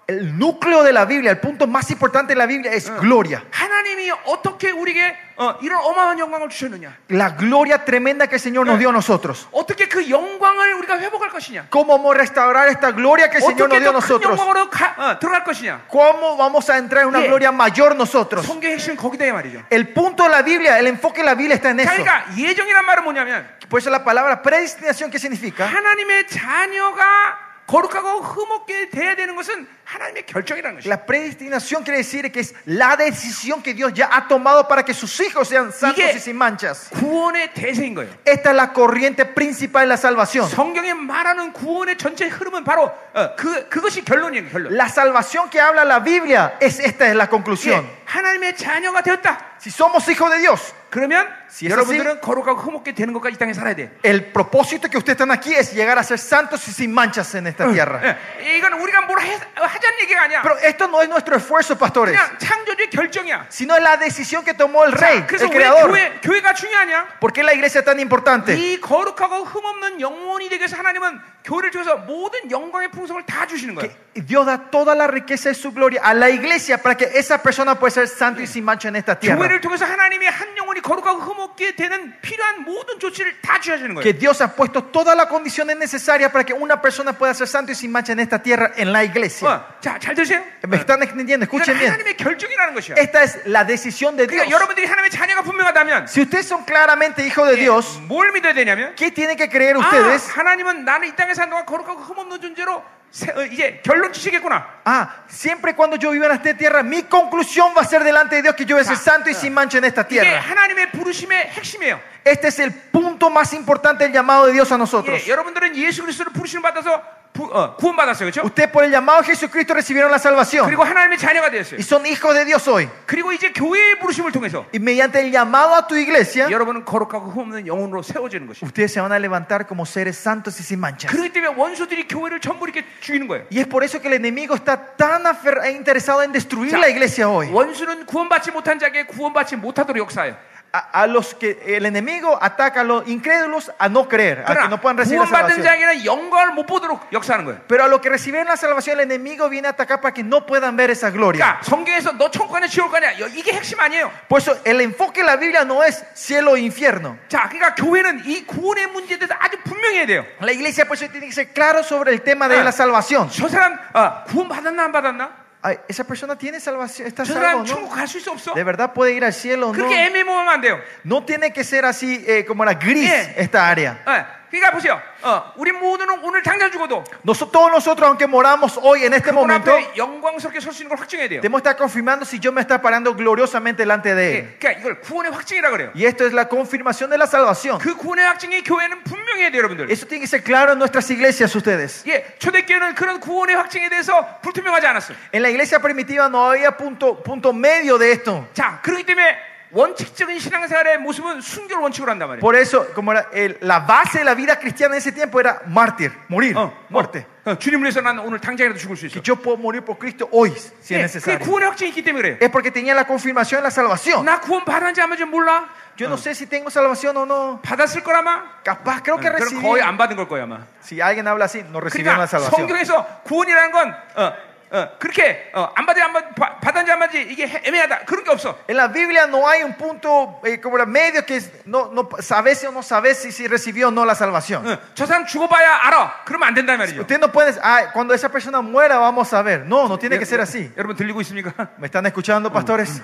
El núcleo de la Biblia, el punto más importante de la Biblia es gloria.
하나님이 어떻게 우리에게 어, 이런 어마어마한 영광을 주셨느냐?
La gloria tremenda que el Señor nos dio a nosotros.
어떻게 그 영광을 우리가 회복할 것이냐?
¿Cómo vamos a restaurar esta gloria que el Señor nos
어떻게
dio a
더 큰
nosotros?
영광으로 가- 어, 들어갈 것이냐?
¿Cómo vamos a entrar en una
Bien.
gloria mayor nosotros?
성경의 핵심은 거기다 이 말이죠.
El punto de la Biblia, el enfoque de la Biblia está en
자,
eso.
그러니까 예정이란 말은 뭐냐면
Por eso la palabra predestinación, ¿qué significa?
하나님의 자녀가 거룩하고 흠없게 돼야 되는 것은 하나님의 결정이라는 것이죠.
La predestinación quiere decir que es la decisión que Dios ya ha tomado para que sus hijos sean santos
Sigue.
y sin manchas.
구원의 대세인 거예요.
Esta es la corriente principal de la salvación.
성경에 말하는 구원의 전체 흐름은 바로 어, 그 그것이 결론이에요. 결론.
La salvación que habla la Biblia es esta es la
예,
conclusión.
하나님의 자녀가 되었다.
Si somos hijos de Dios,
그러면
Si es
여러분들은 거룩하고 흠없게 되는 것까지 이 땅에 살아야 돼.
el propósito que ustedes están aquí es llegar a ser santos y sin manchas en esta
Eh.
tierra.
예, 이건 우리가 뭘 해, 하자는 얘기가 아니야.
Pero esto no es nuestro esfuerzo, pastores,
그냥 창조주의 결정이야.
sino es la decisión que tomó el rey,
네. 그래서 네.
el
왜
creador.
교회, 교회가 중요하냐?
¿Por qué la iglesia es tan importante?
이 거룩하고 흠없는 영혼이 되기 위해서 하나님은 교회를 통해서 모든 영광의 풍성을 다 주시는 거예요.
Que Dios da toda la riqueza de su gloria a la iglesia para que esa persona pueda ser santo y sin mancha en esta tierra.
교회를 통해서 하나님의 한 영혼이 거룩하고 흠없게 되는 필요한 모든 조치를 다 취하시는
Que
거예요.
Dios ha puesto todas las condiciones necesarias para que una persona pueda ser santo y sin mancha en esta tierra, en la iglesia.
어, 자, 잘 드세요.
¿Me están entendiendo? Escuchen bien.
하나님의 결정이라는 것이야.
Esta es la decisión de Dios.
그러니까 여러분들이 하나님의 자녀가 분명하다면
Si ustedes son claramente hijos de Dios,
뭘 믿어야 되냐면
¿qué tienen que creer
아,
ustedes?
하나님은 나는 이 땅에 사는 동안 거룩하고 흠없는 존재로 세- 어, 이제 결론 치시겠구나.
Ah, siempre cuando yo viva en esta tierra, mi conclusión va a ser delante de Dios que yo voy a ser santo y sin mancha en esta
이게
tierra.
하나님의 부르심의 핵심이에요. 예,
Este es el punto más importante del llamado de Dios a nosotros.
예, 여러분들은 예수 그리스도를 부르심을 받아서 부- 어, 구원받았어요. 그렇죠?
Usted por el llamado de Jesucristo recibieron la salvación
그리고 하나님의 자녀가 되었어요.
y son hijos de Dios hoy.
그리고 이제 교회의 부르심을 통해서
Y mediante el llamado a tu iglesia,
여러분은 거룩하고 흠없는 영혼으로 세워지는 예? 것이죠.
ustedes se van a levantar como seres santos y sin mancha.
그렇기 때문에 원수들이 교회를 전부 이렇게 죽이는 거예요.
Y es por eso que el enemigo está tan afer- eh, interesado en destruir
자,
la iglesia hoy.
원수는 구원받지 못한 자에게 구원받지 못하도록 역사해요.
a, a los que el enemigo ataca a los incrédulos a no creer, a que
아, 그러나
no puedan recibir la
구원받은
salvación.
자에게는 영광을 못 보도록 역사하는 거예요.
Pero a los que reciben la salvación, el enemigo viene a atacar para que no puedan ver esa gloria.
그러니까 성경에서 너 천국 가냐 지옥 가냐 여- 이게 핵심 아니에요.
Por eso el enfoque de la Biblia no es cielo e infierno.
자, 그러니까 교회는 이 구원의 문제에 대해서 아주 분명해야 돼요.
La iglesia por eso tiene que ser claro sobre el tema de la salvación.
저 사람 아, 구원 받았나 안 받았나?
Ay, esa persona tiene salvación, está
저 사람
salvo,
천국
¿no?
갈 수 있어 없어?
De verdad puede ir al cielo, o ¿no?
그렇게 애매모호하면 안 돼요.
No tiene que ser así eh, como la gris
Yeah.
esta área.
예, 그러니까 보세요. 어, 우리 모두는 오늘 당장 죽어도
Noso- todos nosotros, aunque moramos hoy en este
그
momento,
앞에 영광스럽게 설 수 있는 걸 확증해야 돼요.
debemos estar confirmando si yo me estoy parando gloriosamente delante de él.
예, 그러니까 이걸 구원의 확증이라 그래요.
Y esto es la confirmación de la salvación.
그 구원의 확증이 교회는 분명해야 돼요, 여러분들.
Eso tiene que ser claro en nuestras iglesias ustedes.
예, 초대교회는 그런 구원의 확증에 대해서 불투명하지 않았어요.
En la iglesia primitiva no había punto, punto medio de esto.
자, 그렇기 때문에 원칙적인 신앙생활의 모습은 순결 원칙으로 한단 말이에요.
Por eso, como era el- la base de la vida cristiana en ese tiempo era mártir, morir, muerte.
어, 어, 주님을 위해서 난 오늘 당장이라도 죽을 수 있어.
Que yo puedo morir por Cristo hoy, si es
예, 그게
necesario.
구원의 확증이 있기 때문에 그래요.
Es porque tenía la confirmación de la salvación.
나 구원 받았는지 안 받았는지 몰라.
Yo no sé si tengo salvación o no.
받았을 거라마.
Capaz, Ah, creo que
어, 그럼
recibí.
거의 안 받은 걸 거야 아마.
Si alguien habla así, no recibieron
그러니까
la salvación.
성경에서 구원이라는 건 어, 어, 그렇게 어, 안 받지 안 받, 받- 받았는지 안 받지 이게 해- 애매하다 그런 게 없어.
En la Biblia no hay un punto eh, como era medio que es- no, no sabes si o no sabes si, si recibió o no la salvación.
어, 저 사람 죽어봐야 알아. 그러면 안 된다 는 말이죠.
Usted no puede, ah, cuando esa persona muera vamos a ver. No, no tiene que ser así.
여러분 들리고 있습니까?
¿Me están escuchando, pastores?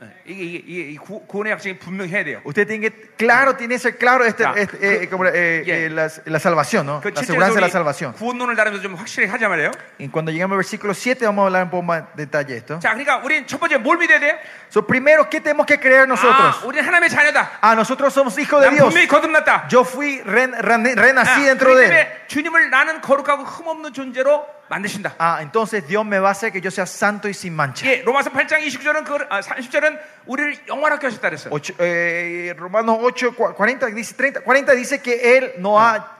어, 이게 이게, 이게 이 구, 구원의 약속이 분명해야 돼요.
Usted tiene que, claro, tiene que ser claro este,
Ya.
este, eh, como, eh,
Yeah.
eh, la, la salvación, ¿no?
그
La
칠절에서
aseguranza de la
우리
salvación.
구원론을 나름대로 좀 확실히 하자 말이에요.
Y cuando lleguemos al versículo 7 vamos a hablar un poco más de detalle de esto.
자, 그러니까 우린 첫 번째 뭘 믿어야 돼요?
So, primero, ¿qué tenemos que creer
아,
nosotros?
우린 하나님의 자녀다.
Ah, nosotros somos hijos de
난
Dios.
분명히 거듭났다.
Yo fui ren- ren-
아,
renací dentro
그렇기
de él.
때문에 주님을 나는 거룩하고 흠없는 존재로 만드신다.
Ah, entonces Dios me va a hacer que yo sea santo y sin mancha.
예, 로마서 8장 29절은 그 아, 30절은 우리를 영원하게 하셨다 그랬어요.
Ocho- eh, Romanos 8, cua- 40 dice, 30, 40 dice que él no ha,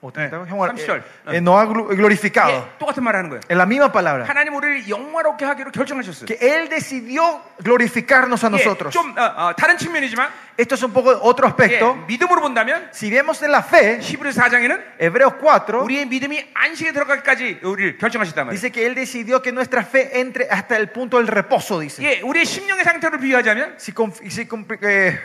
o 30,
Ah. Eh,
Juan,
Samson.
eh, eh, no ha glu- glorificado.
예, 똑같은 말을 하는 거예요.
En la misma palabra.
하나님 우리를 영화롭게 하기로 결정하셨어요.
Que Él decidió glorificarnos a
예,
nosotros.
좀 어, 어, 다른 측면이지만
Esto es un poco otro
예,
aspecto.
믿음으로 본다면
Si vemos en la fe,
히브리서 4장에는
Hebreos 4
우리의 믿음이 안식에 들어가기까지 우리를 결정하셨단 말이에요.
dice que Él decidió que nuestra fe entre hasta el punto del reposo, dice.
예, 우리의 심령의 상태를 비유하자면
Si, conf- si compl- eh,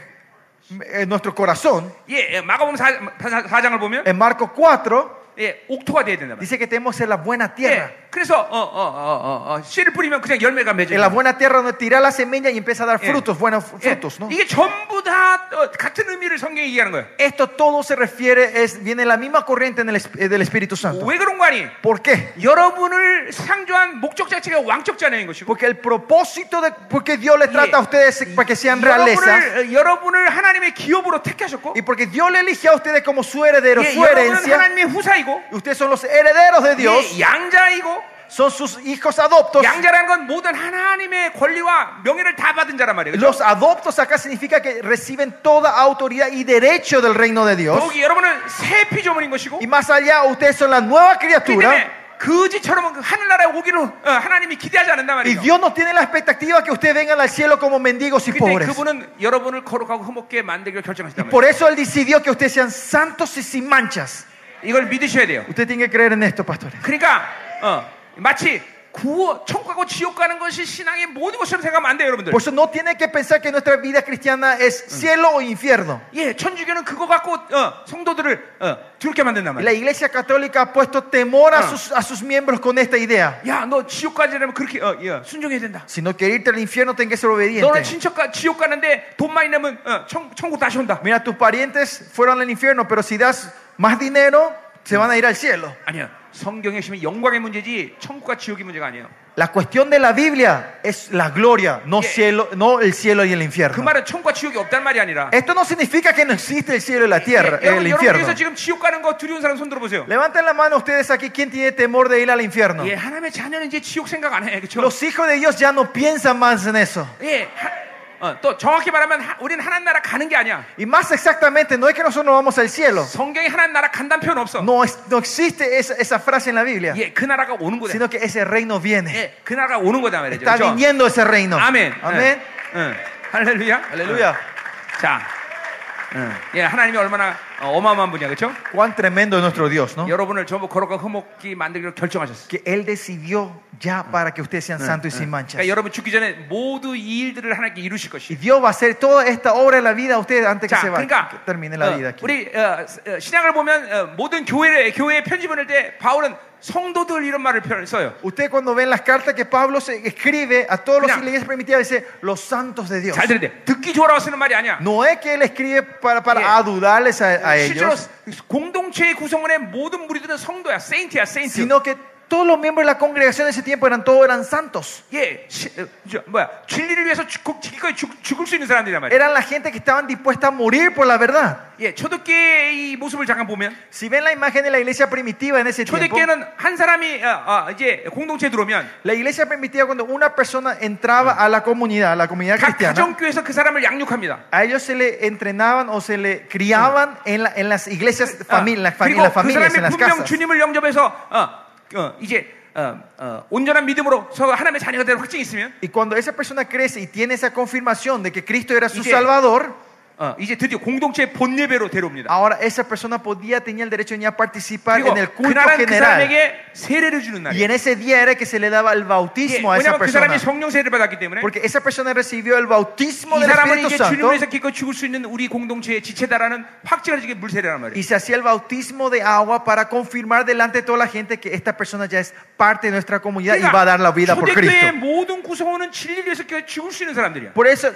eh, nuestro corazón,
예, 예, 마가복음 4, 장을 보면
en Marcos 4,
예, 옥토가 돼야 된다 말이에요.
dice que tenemos en la buena tierra.
예, 그래서 어, 어, 어, 어, 어, 씨를 뿌리면 그냥 열매가
En la
맺어요. 예.
buena tierra donde tira la semilla y empieza a dar
Yeah.
frutos, buenos fr-
예,
frutos, ¿no?
이게 전부 다 어, 같은 의미를 성경이 얘기하는 거예요.
Esto todo se refiere, es, viene la misma corriente en el esp- eh, del Espíritu Santo.
왜 그런 거 아니?
¿Por qué?
여러분을 상조한 목적 자체가 왕적 자녀인 것이고
Porque el propósito de porque Dios les
예.
trata a ustedes para que sean realezas
여러분을, 어, 여러분을 하나님의 기업으로 택하셨고
y porque Dios le eligió a ustedes como su heredero,
예,
su
여러분은
herencia.
하나님의 후사이고
Y Ustedes son los herederos de Dios,
예, 양자이고
son sus hijos adoptos.
양자라는 건 모든 하나님의 권리와 명예를 다 받은 자란 말이에요. 그죠?
Los adoptos acá significa que reciben toda autoridad y derecho del reino de Dios.
더욱이 여러분은 새 피조물인 것이고
Y más allá, ustedes son la nueva
그렇기 때문에
criatura.
그지처럼 그 하늘나라에 오기를 어, 하나님이 기대하지 않는단
Y
말이에요.
Dios no tiene la expectativa que ustedes vengan al cielo como mendigos y
그때
pobres.
그분은 여러분을 거룩하고 흠없게 만들기로 결정하셨단 말이에요.
Por eso Él decidió que ustedes sean santos y sin manchas.
이걸 믿으셔야 돼요.
Usted tiene que creer en esto, pastores.
그러니까 어, 마치 구원, 천국하고 지옥 가는 것이 신앙의 모든 것처럼 생각하면 안 돼요, 여러분들.
Por eso no tiene que pensar que nuestra vida cristiana es cielo o infierno.
예, 천주교는 그거 갖고 어, 성도들을 어, 두렵게 만든단
La
말이에요.
iglesia católica ha puesto temor a
Ah.
sus, a sus miembros con esta idea.
야, 너 지옥 가지려면 그렇게 어, 예, 순종해야 된다.
Si no quieres irte al infierno, ten que ser
너는
obediente.
친척 가 지옥 가는데 돈만 있으면 어, 천, 천국 다시 온다.
Mira, tus parientes fueron al infierno, pero si das más dinero, se van a ir al cielo.
아니야. 성경의 심이 영광의 문제지 천국과 지옥의 문제가 아니에요.
La cuestión de la Biblia es la gloria, no,
Yeah.
cielo, no el cielo y el
그
infierno.
말은 천국과 지옥이 없다는 말이 아니라
Esto no significa que no existe el cielo y la
예,
tierra, el
여러분 여러분께서
infierno.
지금 지옥 가는 거 두려운 사람 손 들어 보세요.
Levanten la mano ustedes aquí, ¿quién tiene temor de ir al infierno?
예, 하나님의 자녀는 이제 지옥 생각 안 해. 그렇죠?
Los hijos de Dios ya no piensan más en eso.
예. 하- 어, 또 정확히 말하면 하, 우리는 하나님 나라 가는 게 아니야.
Y más exactamente, no es que nosotros no vamos al cielo.
성경에 하나님 나라 간다는 표현 없어.
No, es- no existe esa, esa frase en la Biblia,
예, 그 나라가 오는 거다.
sino que ese reino viene.
예, 그 나라가 오는 거다 말이죠.
Está
그렇죠?
viniendo ese reino.
아멘.
Amén.
예, 예. 할렐루야.
Aleluya.
예. 자. 예, 하나님이 얼마나 어, 어마어마한 분이야. 그렇죠?
Cuán tremendo es nuestro Dios, ¿no?
여러분을 전부 거룩한 흠없기 만들기로 결정하셨어.
Que Él decidió ya para que ustedes sean santos y sin manchas.
그러니까 여러분 죽기 전에 모두 이 일들을 하나님께 이루실
Y
것이.
Dios va a hacer toda esta obra de la vida a ustedes antes que
자,
se va,
그러니까
que termine
어,
la vida aquí.
우리 어, 어, 신약을 보면 어, 모든 교회를 교회에 편집을 할 때 바울은 성도들 이런 말을 표현 써요.
Usted cuando ven las cartas que Pablo se escribe a todos los
Mira.
iglesias primitivas dice los santos de Dios.
잘 들으세요. 듣기 좋아라고 쓰는 말이 아니야.
No es que él escribe para, para
Yeah.
adularles a, a
실제로
ellos,
공동체의 구성원의 모든 무리들은 성도야, 세인트야, 세인트.
sino que todos los miembros de la congregación de ese tiempo eran todos eran santos.
예, 시, 어, 저, 뭐야 진리를 위해서 죽, 기꺼이 죽, 죽을 수 있는 사람들이란 말이야.
Eran la gente que estaban dispuesta a morir por la verdad.
예, 초대교의 이 모습을 잠깐 보면
Si ven la imagen de la iglesia primitiva en ese tiempo,
초대교는 한 사람이 어, 어, 이제 공동체에 들어오면
la iglesia primitiva cuando una persona entraba a la comunidad, a la comunidad
각
cristiana,
가정교에서 그 사람을 양육합니다.
a ellos se le entrenaban o se le criaban en, la- en las iglesias,
Ah,
fami- en las fami- en
그리고
las
그
familias, en
사람이
las
분명
casas.
주님을 영접해서 어, 어, 이제 어, 어, 온전한 믿음으로 서 하나님의 자녀가 되는 확증이 있으면
Y cuando esa persona crece y tiene esa confirmación de que Cristo era su
Dice-
Salvador,
어, 이제 드디어 공동체의 본 예배로 데려옵니다.
ahora esa persona podía tenía el derecho de ya participar
그리고
en el culto
그날은 그
general.
사람에게 세례를 주는
Y
날이에요.
en ese día era que se le daba el bautismo a ¿eh? esa
왜냐하면 그
persona.
사람이 성령 세례를 받았기 때문에
Porque esa persona recibió el bautismo
이
del
사람은
Espíritu
이제
Santo
주님을 위해서 기꺼이 죽을 수 있는 우리 공동체의 지체다라는 확증을 주게 물세례란 말이에요.
y se hacía el bautismo de agua para confirmar delante de toda la gente que esta persona ya es parte de nuestra comunidad y va a dar la vida por
그러니까 초대교회의
Cristo.
모든 구성원은 진리를 위해서 기꺼이 죽을 수 있는 사람들이야.
Por eso,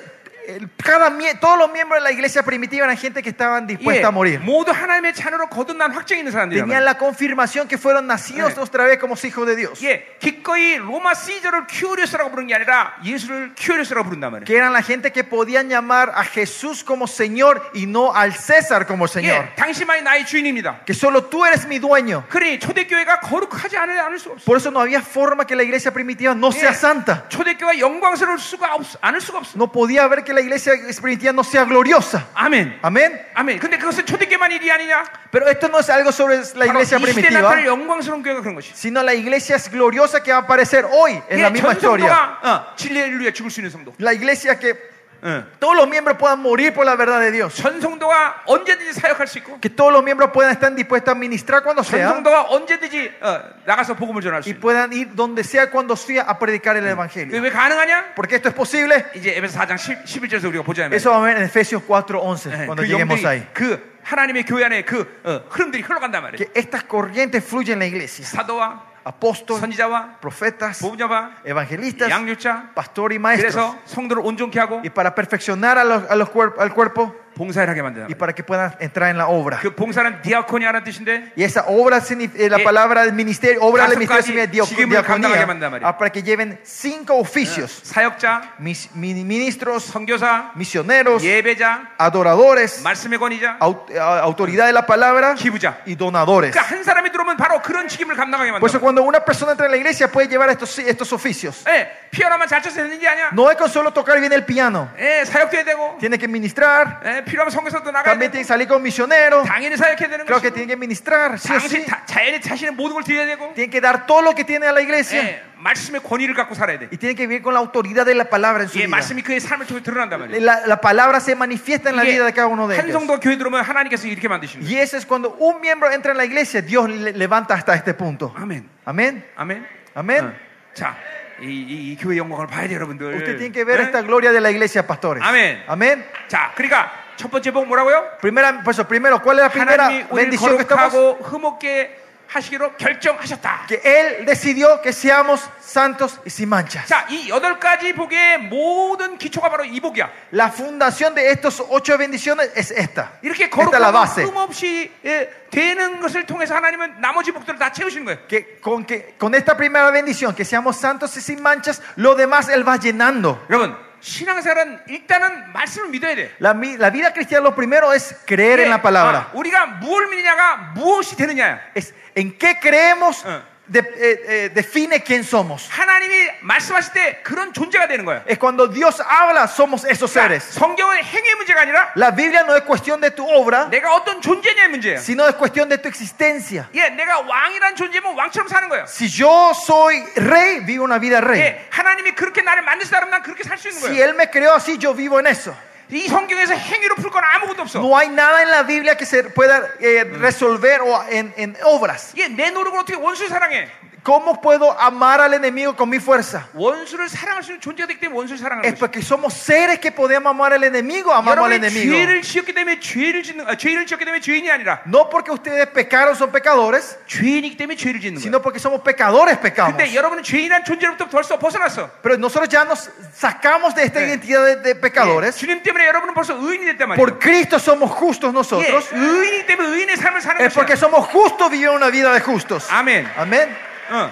el- cada, mie- todos los miembros de la iglesia primitiva eran gente que estaban dispuesta a
예,
morir.
모두 하나님의 자녀로 거듭난 확증이 있는 사람들이야.
Tenían la confirmación que fueron nacidos
Sí.
otra vez como hijos de Dios.
예, 기꺼이 로마 시저를 큐리어스라고 부르는 게 아니라 예수를 큐리어스라고 부른단 말이에요.
Que eran la gente que podían llamar a Jesús como Señor y no al César como Señor.
예, 당신만이 나의 주인입니다.
Que solo tú eres mi dueño.
그러니 초대교회가 거룩하지 않을 않을 수 없어.
Por eso no había forma que la iglesia primitiva no sea
Sí.
santa.
초대교회가 영광스러울 수가 없, 않을 수가 없어.
No podía haber que la iglesia primitiva no sea gloriosa.
아멘.
Amén.
아멘. 근데 그것은 초대교회만 일이 아니냐?
Pero esto no es algo sobre la
바로 이
iglesia
시대 나타날
primitiva,
영광스러운 교회가 그런 것이.
sino la iglesia es gloriosa que va a aparecer hoy en la
예,
misma
전
historia. Ah,
성도가 어, 진리를 위해 죽을 수 있는 성도.
La iglesia que
예.
todos los miembros puedan morir por la verdad de Dios.
전 성도가 언제든지 사역할 수 있고,
Que todos los miembros puedan estar dispuestos a ministrar cuando
전
sea
성도가 언제든지 어, 나가서 복음을 전할 수
y
있는.
puedan ir donde sea cuando sea a predicar el
그게
evangelio.
왜 가능하냐?
Porque esto es posible.
이제 에베소 4장 1 1절에서 우리가 보자 면
Eso vamos a ver en Efesios 4:11 cuando
그
lleguemos
영들이
ahí.
그 하나님의 교회 안에 그 어, 흐름들이 흘러간단 말이에요.
Que estas corrientes fluyen en la iglesia.
사도와
apóstoles,
선지자와
profetas,
보험자와
evangelistas,
양육자
pastor y maestros.
그래서 성도를 온전케 하고
Y para perfeccionar a los- a los cuerp- al cuerpo
봉사를 하게 만드는
y
거예요.
para que puedan entrar en la obra.
그 봉사는 디아코니아라는 뜻인데
Y esa obra, signif- eh,
Eh,
la palabra del ministerio, obra del
다섯
ministerio,
가지
significa
직임을
dio-
감당하게
diaconía,
만든단 말이야.
ah, para que lleven cinco oficios:
사역자,
mis, mi- ministros,
선교사,
misioneros,
예배자,
adoradores,
말씀의 권위자,
aut- ah, autoridad de la palabra
기부자.
y donadores.
그러니까 한 사람이 들어오면 바로 그런 책임을 감당하게
Por eso,
만든다.
cuando una persona entra en la iglesia, puede llevar estos, estos oficios.
예, 피아노만 잘 쳐서 되는 게 아니야.
No es con solo tocar bien el piano,
예, 사역도 해야 되고,
tiene que ministrar,
예, 필요하면 성교사도 나가야
también
되고,
tiene que salir con misioneros,
당연히 사역해야 되는
claro que
것이고,
tiene que ministrar, sí o sí.
당신 다, 자연히 자신의 모든 걸 드려야 되고,
Tiene que dar todo lo que tiene a la iglesia
예, 말씀의 권위를 갖고 살아야 돼.
y tiene que vivir con la autoridad de la palabra en su
예,
vida.
말씀이 그의 삶을 통해 드러난단 말이에요.
La, la palabra se manifiesta en la vida de cada uno de
한
ellos.
성도 교회 들어오면 하나님께서 이렇게 만드시는 거예요.
Y eso es cuando un miembro entra en la iglesia, Dios le levanta hasta este punto.
아멘.
Amén.
아멘.
아멘.
어. 자, 이, 이, 이 교회 영광을 봐야 돼 여러분들.
Usted tiene que ver
네?
esta gloria de la iglesia, pastores.
eh, Amén.
Amén.
자, 그러니까 첫 번째 복 뭐라고요?
Primera, por eso, primero, ¿cuál es la primera
하나님이 우리를
bendición que estamos?
거룩하고 흠없게 하시기로 결정하셨다.
Que Él decidió que seamos santos y sin manchas.
자, 이 여덟 가지 복의 모든 기초가 바로 이 복이야.
La fundación de estos ocho bendiciones es esta.
이렇게
Esta es la
거룩하고
base.
흠없이 예, 되는 것을 통해서 하나님은 나머지 복들을 다 채우시는 거예요.
Que con, que con esta primera bendición, que seamos santos y sin manchas, lo demás Él va llenando.
여러분, 신앙생활은 일단은 말씀을 믿어야 돼.
La, mi- la vida cristiana lo primero es creer en la palabra.
아, 우리가 무엇을 믿느냐가 무엇이 되느냐야.
Es en qué creemos
Ah.
de- eh, eh, define quién somos.
하나님이 말씀하실 때 그런 존재가 되는 거야.
Es cuando Dios habla, somos esos
그러니까
seres.
성경은 행위 문제가 아니라
La Biblia no es cuestión de tu obra,
내가 어떤 존재냐의 문제야.
sino es cuestión de tu existencia.
예, 내가 왕이란 존재면 왕처럼 사는 거야.
Si yo soy rey, vivo una vida rey.
예, 하나님이 그렇게 나를 만드시다 그러면 난 그렇게 살 수 있는
Si
거야.
Él me creó así, yo vivo en eso.
이 성경에서 행위로 풀 건 아무것도 없어.
No hay nada en la Biblia que se pueda eh, resolver o en, en obras.
예, 내 노력을 어떻게 원수를 사랑해?
¿Cómo puedo amar al enemigo con mi fuerza?
원수를 사랑할 수 있는 존재가 되기 때문에 원수를 사랑하는
Es
거지.
porque somos seres que podemos amar al enemigo, amamos al
여러분이
enemigo.
죄를 지었기 때문에 죄를 짓는 아, 죄를 지었기 때문에 죄인이 아니라
No porque ustedes pecaron son pecadores,
죄인이기 때문에 죄를 짓는 거야.
sino porque somos pecadores pecamos.
근데 여러분은 죄인한 존재로부터 벌써 벗어났어.
Pero nosotros ya nos sacamos de esta
Sí.
identidad de, de
예,
pecadores.
주님 때문에 여러분은 벌써 의인이 됐단 말이에요.
Por Cristo somos justos
예,
nosotros.
의인이 때문에 의인의 삶을 사는
Es
것이야.
porque somos justos vivir una vida de justos.
아멘.
Amén.
어.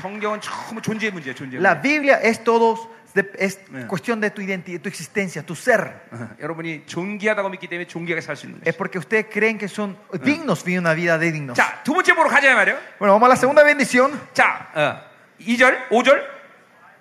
성경은 전부 존재의 문제야, 존재.
La Biblia es todo de- es
Sí.
cuestión de tu identidad, tu existencia, tu ser.
어. 여러분이 존귀하다고 믿기 때문에 존귀하게 살 수 있는
Es
거예요.
porque ustedes creen que son dignos vivir una vida de dignos.
자, 두 번째 보러 가자 말이요.
Bueno, vamos a la segunda bendición,
자, 어, 2절, 5절.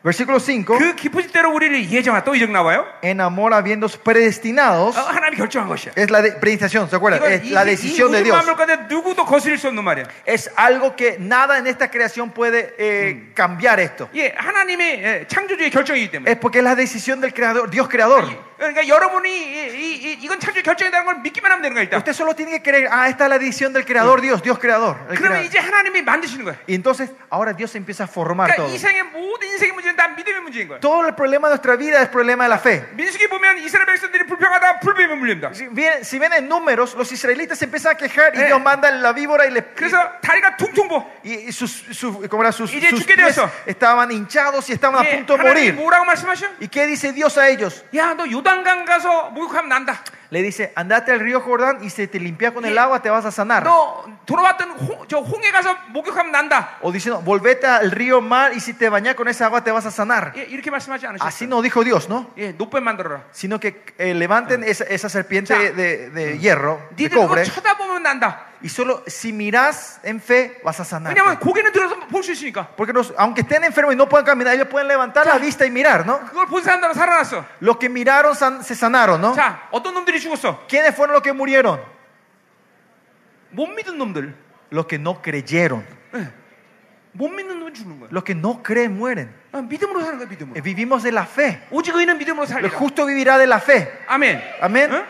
versículo 5.
그 깊은 대로 우리를 예정하 또 예정 나와요.
En amor habiéndose predestinados.
어, 하나님이 결정한 것이야.
Es la de- predestinación, ¿se acuerdan?
이건
Es la decisión de
모든
Dios.
마음을 가운데 누구도 거스릴 수 없는 말이야.
Es algo que nada en esta creación puede eh, cambiar esto.
예, 하나님의 예, 창조주의 결정이기 때문에.
Es porque es la decisión del creador, Dios creador.
그러니까 여러분이 이, 이, 이, 건 창조 의 결정이라는 걸 믿기만 하면 되는 거야 일단.
Usted solo tiene que creer, ah, esta es la decisión del creador, Dios, Dios creador. el
그러면
creador.
이제 하나님이 만드시는 거야.
Y entonces ahora Dios empieza a formar
그러니까
todo.
이 생의 모든 인생의 문제는 다 믿음의 문제인 거야.
Todo el problema de nuestra vida es problema de la fe.
민수기 보면 이스라엘 백성들이 불평하다 불뱀에 물립니다.
Si bien- si ven en números, los israelitas se empiezan a quejar y
Eh.
Dios manda la víbora y les...
그래서 다리가 퉁퉁 부.
Y y sus, su- ¿cómo era? sus,
Y ya
sus
죽게
pies
되었어.
estaban hinchados y estaban a
예,
punto de
하나님이
morir.
뭐라고 말씀하셔?
¿Y qué dice Dios a ellos?
야, 너 요단강 가서 목욕하면 난다.
Le dice, andate al río Jordán y se te limpia con el
Yeah.
agua, te vas a sanar.
너 돌아왔던 홍, 저 홍해 가서 목욕하면 난다.
O diciendo, volvete al río Mar y si te bañas con esa agua te vas a sanar.
예, 이렇게 말씀하지
Así
않으셨어요.
no dijo Dios, ¿no?
예, 노뱀 만들어라.
Sino que eh, levanten
Ah.
esa, esa
Ya.
serpiente de,
mm.
de hierro, de
니들 그거
cobre,
쳐다보면 난다.
y solo si mirás en fe vas a sanar.
왜냐면 고개는 들어서 볼 수 있으니까.
Porque los- aunque estén enfermos y no puedan caminar, ellos pueden levantar la vista y mirar, ¿no?
그걸 본 사람들은 살아났어.
Los que miraron san- se sanaron, ¿no?
자, 어떤 놈들이 죽었어?
¿Quiénes fueron los que murieron?
못 믿은 놈들.
Los que no creyeron.
못 믿는 놈은 죽는 거야.
Los que no creen mueren.
아, 믿음으로 사는 거야,
Eh,
믿음으로.
Vivimos de la fe.
오직 의인은 믿음으로
El
살리라.
justo vivirá de la fe.
아멘.
아멘.
응?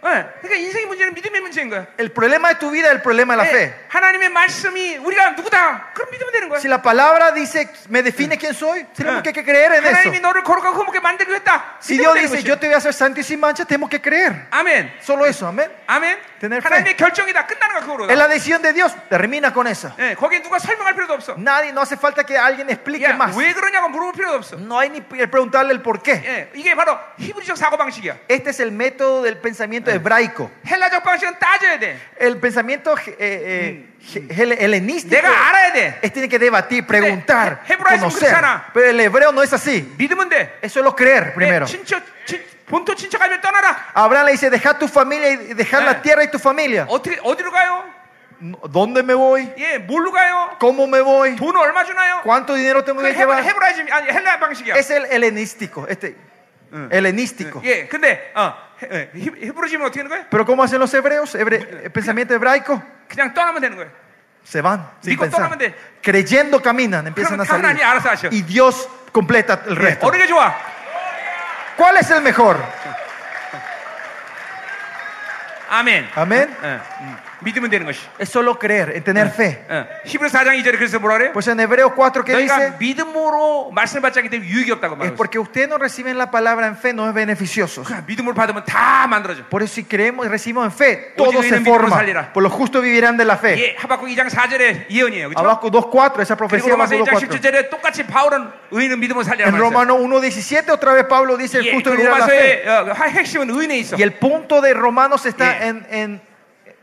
그러니까 인생의 문제는 믿음의 문제인 거야.
El problema de tu vida es el problema de la
예,
fe.
하나님의 말씀이 우리가 누구다? 그럼 믿으면 되는 거야.
Si la palabra dice, me define quién soy, tenemos que, que ¿Eh? creer en eso.
하나님이 너를 거룩하고 흠없게 만들기로 했다.
Si
믿으면
Dios
되는
dice, yo
것이야.
te voy a hacer santo y sin mancha, tenemos que creer.
아멘.
Solo eso, amén.
아멘.
Tener fe.
하나님의 결정이다. 끝나는 거야 그거로.
Es la decisión de Dios. Termina con eso.
예, 거기에 누가 설명할 필요도 없어.
Nadie, no hace falta que alguien explique
야,
más.
왜 그러냐고 물어볼 필요도 없어.
No hay ni que preguntarle el por qué.
예, 이게 바로 히브리적 사고 방식이야.
Este es el método del
eh.
pensamiento hebraico.
헬라적 방식은 따져야 돼.
El pensamiento eh, eh,
Mm,
hel- helenístico
내가 알아야 돼.
es tiene que
Eh,
debatir, preguntar,
he- hebraísmo
conocer.
cristiana. Eh,
Pero el hebreo no es así.
믿으면 돼.
Eso es lo creer
내
primero.
친척, 친, 본토 친척하면 떠나라.
Abraham le dice, deja tu familia y dejar
Eh. Oh.
la tierra y tu familia.
어떻게 어디로 가요?
¿Dónde me voy?
예, 뭘로 가요?
¿Cómo me voy?
돈 얼마 주나요?
¿Cuánto dinero tengo
그
que
헤브,
llevar?
헤브라이즘 아니 헬라 방식이야.
Es el helenístico, este
Eh.
helenístico.
예, 근데 어, 헤- 예, 히- 히브리즘은 어떻게 하는 거예요?
Pero ¿cómo hacen los hebreos? Hebre-
Eh,
el pensamiento hebraico
그냥 떠나면 되는 거예요.
se van sin
Digo,
pensar.
solamente-
Creyendo caminan, empiezan
그럼
a salir.
하나님이 알아서 하셔.
Y Dios completa el
예,
resto.
어느 게 좋아?
¿Cuál es el mejor?
아멘.
Amén.
예, 음, 믿으면 되는 것이.
Es solo creer, en tener fe.
예, 히브리 4장 2절에 그래서 뭐라 그래요?
Pues en Hebreos 4 que
너희가
dice,
믿음으로 말씀을 받지 않기 때문에 유익이 없다고
es
말하고 있어요.
porque ustedes no reciben la palabra en fe, no es beneficioso.
그러니까 믿음으로 받으면 다 만들어져.
Por eso si creemos y recibimos en fe, todo
Oye,
se
vienen
forma.
milagros, salirá.
Por lo justo vivirán de la fe.
예, 하박국 2장 4절의 예언이에요. 그렇죠?
Abajo 2.4, esa
그리고
profecía
로마서
abajo
2장
2.4.
17절에 똑같이 바울은 의인은 믿음으로 살리라
En
말했어요.
Romano 1.17 otra vez Pablo dice, el
예, 그
justo vivirá de la fe.
로마서의 어, 핵심은 의인에 있어.
Y el punto de Romanos está
Yeah.
en, en,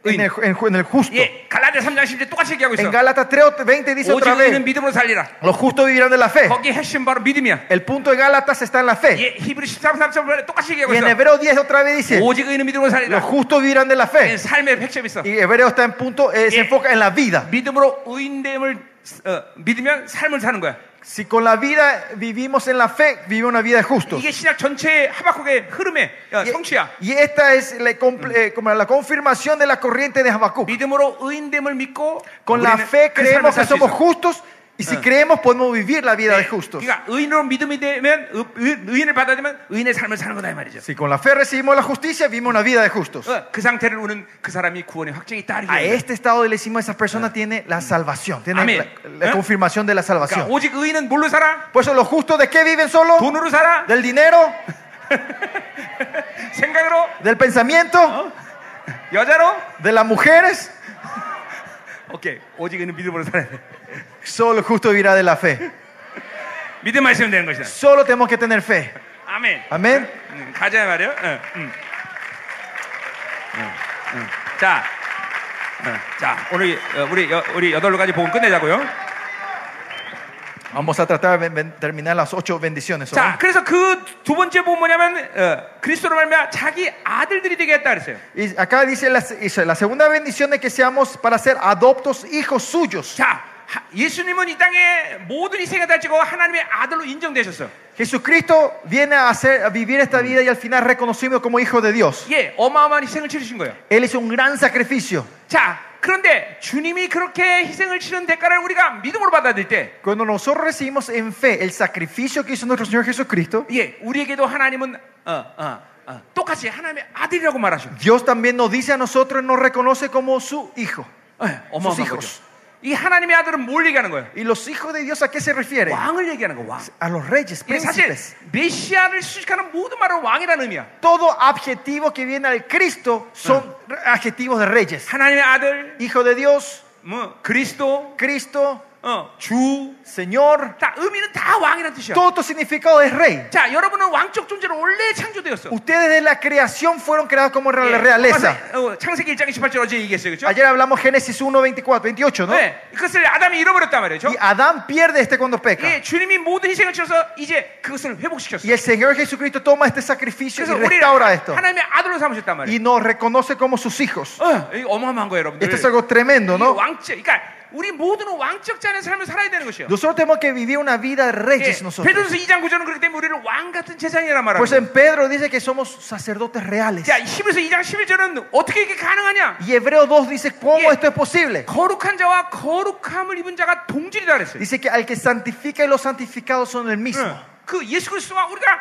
Uy.
en, el, en- en el justo.
예, 갈라디아 3장 10절 똑같이 얘기하고 있어.
En Gálatas 3.20 dice
오직
otra vez,
의인은 믿음으로 살리라.
los justos vivirán de la fe.
거기 핵심 바로 믿음이야.
El punto de Gálatas está en la fe.
예, 히브리 13, 3절에 똑같이 얘기하고
Y en
있어.
Hebreos 10 otra vez dice,
오직 의인은 믿음으로
los
살리라.
justos vivirán de la
예,
fe.
삶의 핵심 있어.
Y Hebreos está en punto, eh, se
Yeah.
enfoca en la vida.
믿음으로 의인됨을 어, 믿으면 삶을 사는 거야.
Si con la vida vivimos en la fe, vive una vida de justos.
이게 신약 전체의 하박국의 흐름의 어,
Y,
성취야.
y esta es la, comple- eh, como la confirmación de la corriente de Habacuc.
믿음으로 의인됨을 믿고
Con la
우리는
fe
그 삶을
creemos que
살수
somos
있어.
justos y si creemos podemos vivir la vida
네,
de justos.
그러니까 의인으로 믿음이 되면 의- 의- 의인을 받아들면 의인의 삶을 사는 거다 이 말이죠.
Si con la fe recibimos la justicia, vivimos una vida de justos.
어, 그 상태를 우는 그 사람이 구원의 확증이 따르게.
A este estado le decimos, esa persona tiene la salvación, tiene
Amén.
la, la
¿Eh?
confirmación de la
그러니까
salvación.
오직 의인은 뭘로 살아?
Por eso los justos de qué viven solo?
돈으로 살아?
Del dinero, 네.
생각으로?
del pensamiento,
어? 여자로?
de las mujeres.
오케이. 오직 의인은 믿음으로 살아야 돼.
Solo el justo vivirá de la fe.
믿음 말씀 되는 것이다.
Solo tenemos que tener fe.
아멘.
Amén.
음, 가자 말이요. 응, 응. 응, 응. 자, 응, 자 오늘 어, 우리 여, 우리 여덟 가지 복음 끝내자고요.
Vamos a tratar de ben- terminar las ocho bendiciones. ¿ok?
자, 그래서 그 두 번째 복음 뭐냐면 어, 그리스도로 말미암아 자기 아들들이 되겠다 그랬어요.
Y acá dice la, dice, la segunda bendición es que seamos para ser adoptos hijos suyos.
자, 하- 예수님은 이 땅에 모든 희생을 다치고 하나님의 아들로 인정되셨어요.
Jesucristo viene a, hacer, a vivir esta vida y al final reconocido como hijo de Dios.
예, 어마어마한 희생을 치르신 거예요.
Él hizo un gran sacrificio.
자, 그런데 주님이 그렇게 희생을 치른 대가를 우리가 믿음으로 받아들일 때,
Cuando nosotros recibimos en fe el sacrificio que hizo nuestro Señor Jesucristo,
예, 우리에게도 하나님은 어, 어, 어, 똑같이 하나님의 아들이라고 말하셔.
Dios también nos dice a nosotros y nos reconoce como su hijo.
예, 어마어마한
sus
거죠.
hijos.
이 하나님의 아들은 뭘 얘기하는 거예요?
¿Y los hijos de Dios a qué se refiere?
왕을 얘기하는 거예요. 왕.
A los reyes,
이게 사실
príncipes.
메시아를 수식하는 모든 말은 왕이라는 의미야.
Todo adjetivo que viene al Cristo son adjetivos de reyes.
하나님의 아들,
Hijo de Dios,
뭐 그리스도,
Cristo,
어, 주,
Señor.
다 의미는 다 왕이라는 뜻이야.
Todo tu significado es rey.
자, 여러분은 왕적 존재로 원래 창조되었어.
Ustedes de la creación fueron creados como
예,
la realeza.
아까, 어, 창세기 1장 18절 어제 얘기했어요. 그렇죠?
Ayer hablamos Génesis 1, 24, 28, ¿no?
네. 그것을 아담이 잃어버렸단 말이죠.
Y Adán pierde este cuando
예,
peca.
주님이 모든 희생을 치러서 이제 그것을 회복시켰어.
Y el Señor Jesucristo toma este sacrificio y
그래서 우리를
restaura esto.
하나님의 아들로 삼으셨단 말이에요.
Y nos reconoce como sus hijos.
어, 이거 어마어마한 거예요,
Esto
여러분들.
es algo tremendo,
이
¿no?
왕적, 그러니까 우리 모두는 왕적 자는 삶을 살아야 되는 것이에요.
Nosotros tenemos que vivir una vida de
예,
reyes nosotros.
베드로서 2장 9절은 그렇기 때문에 우리를 왕 같은 제사장이라 말하는
Pues
거예요.
en Pedro dice que somos sacerdotes reales.
자, 히브리서 2장 11절은 어떻게 이게 가능하냐?
Y Hebreo 2 dice, ¿cómo
Yeah.
esto es posible?
거룩한 자와 거룩함을 입은 자가 동질이다 그랬어요. Ah.
Dice que al que santifica y los santificados son el mismo.
응. 그 예수 그리스도와 우리가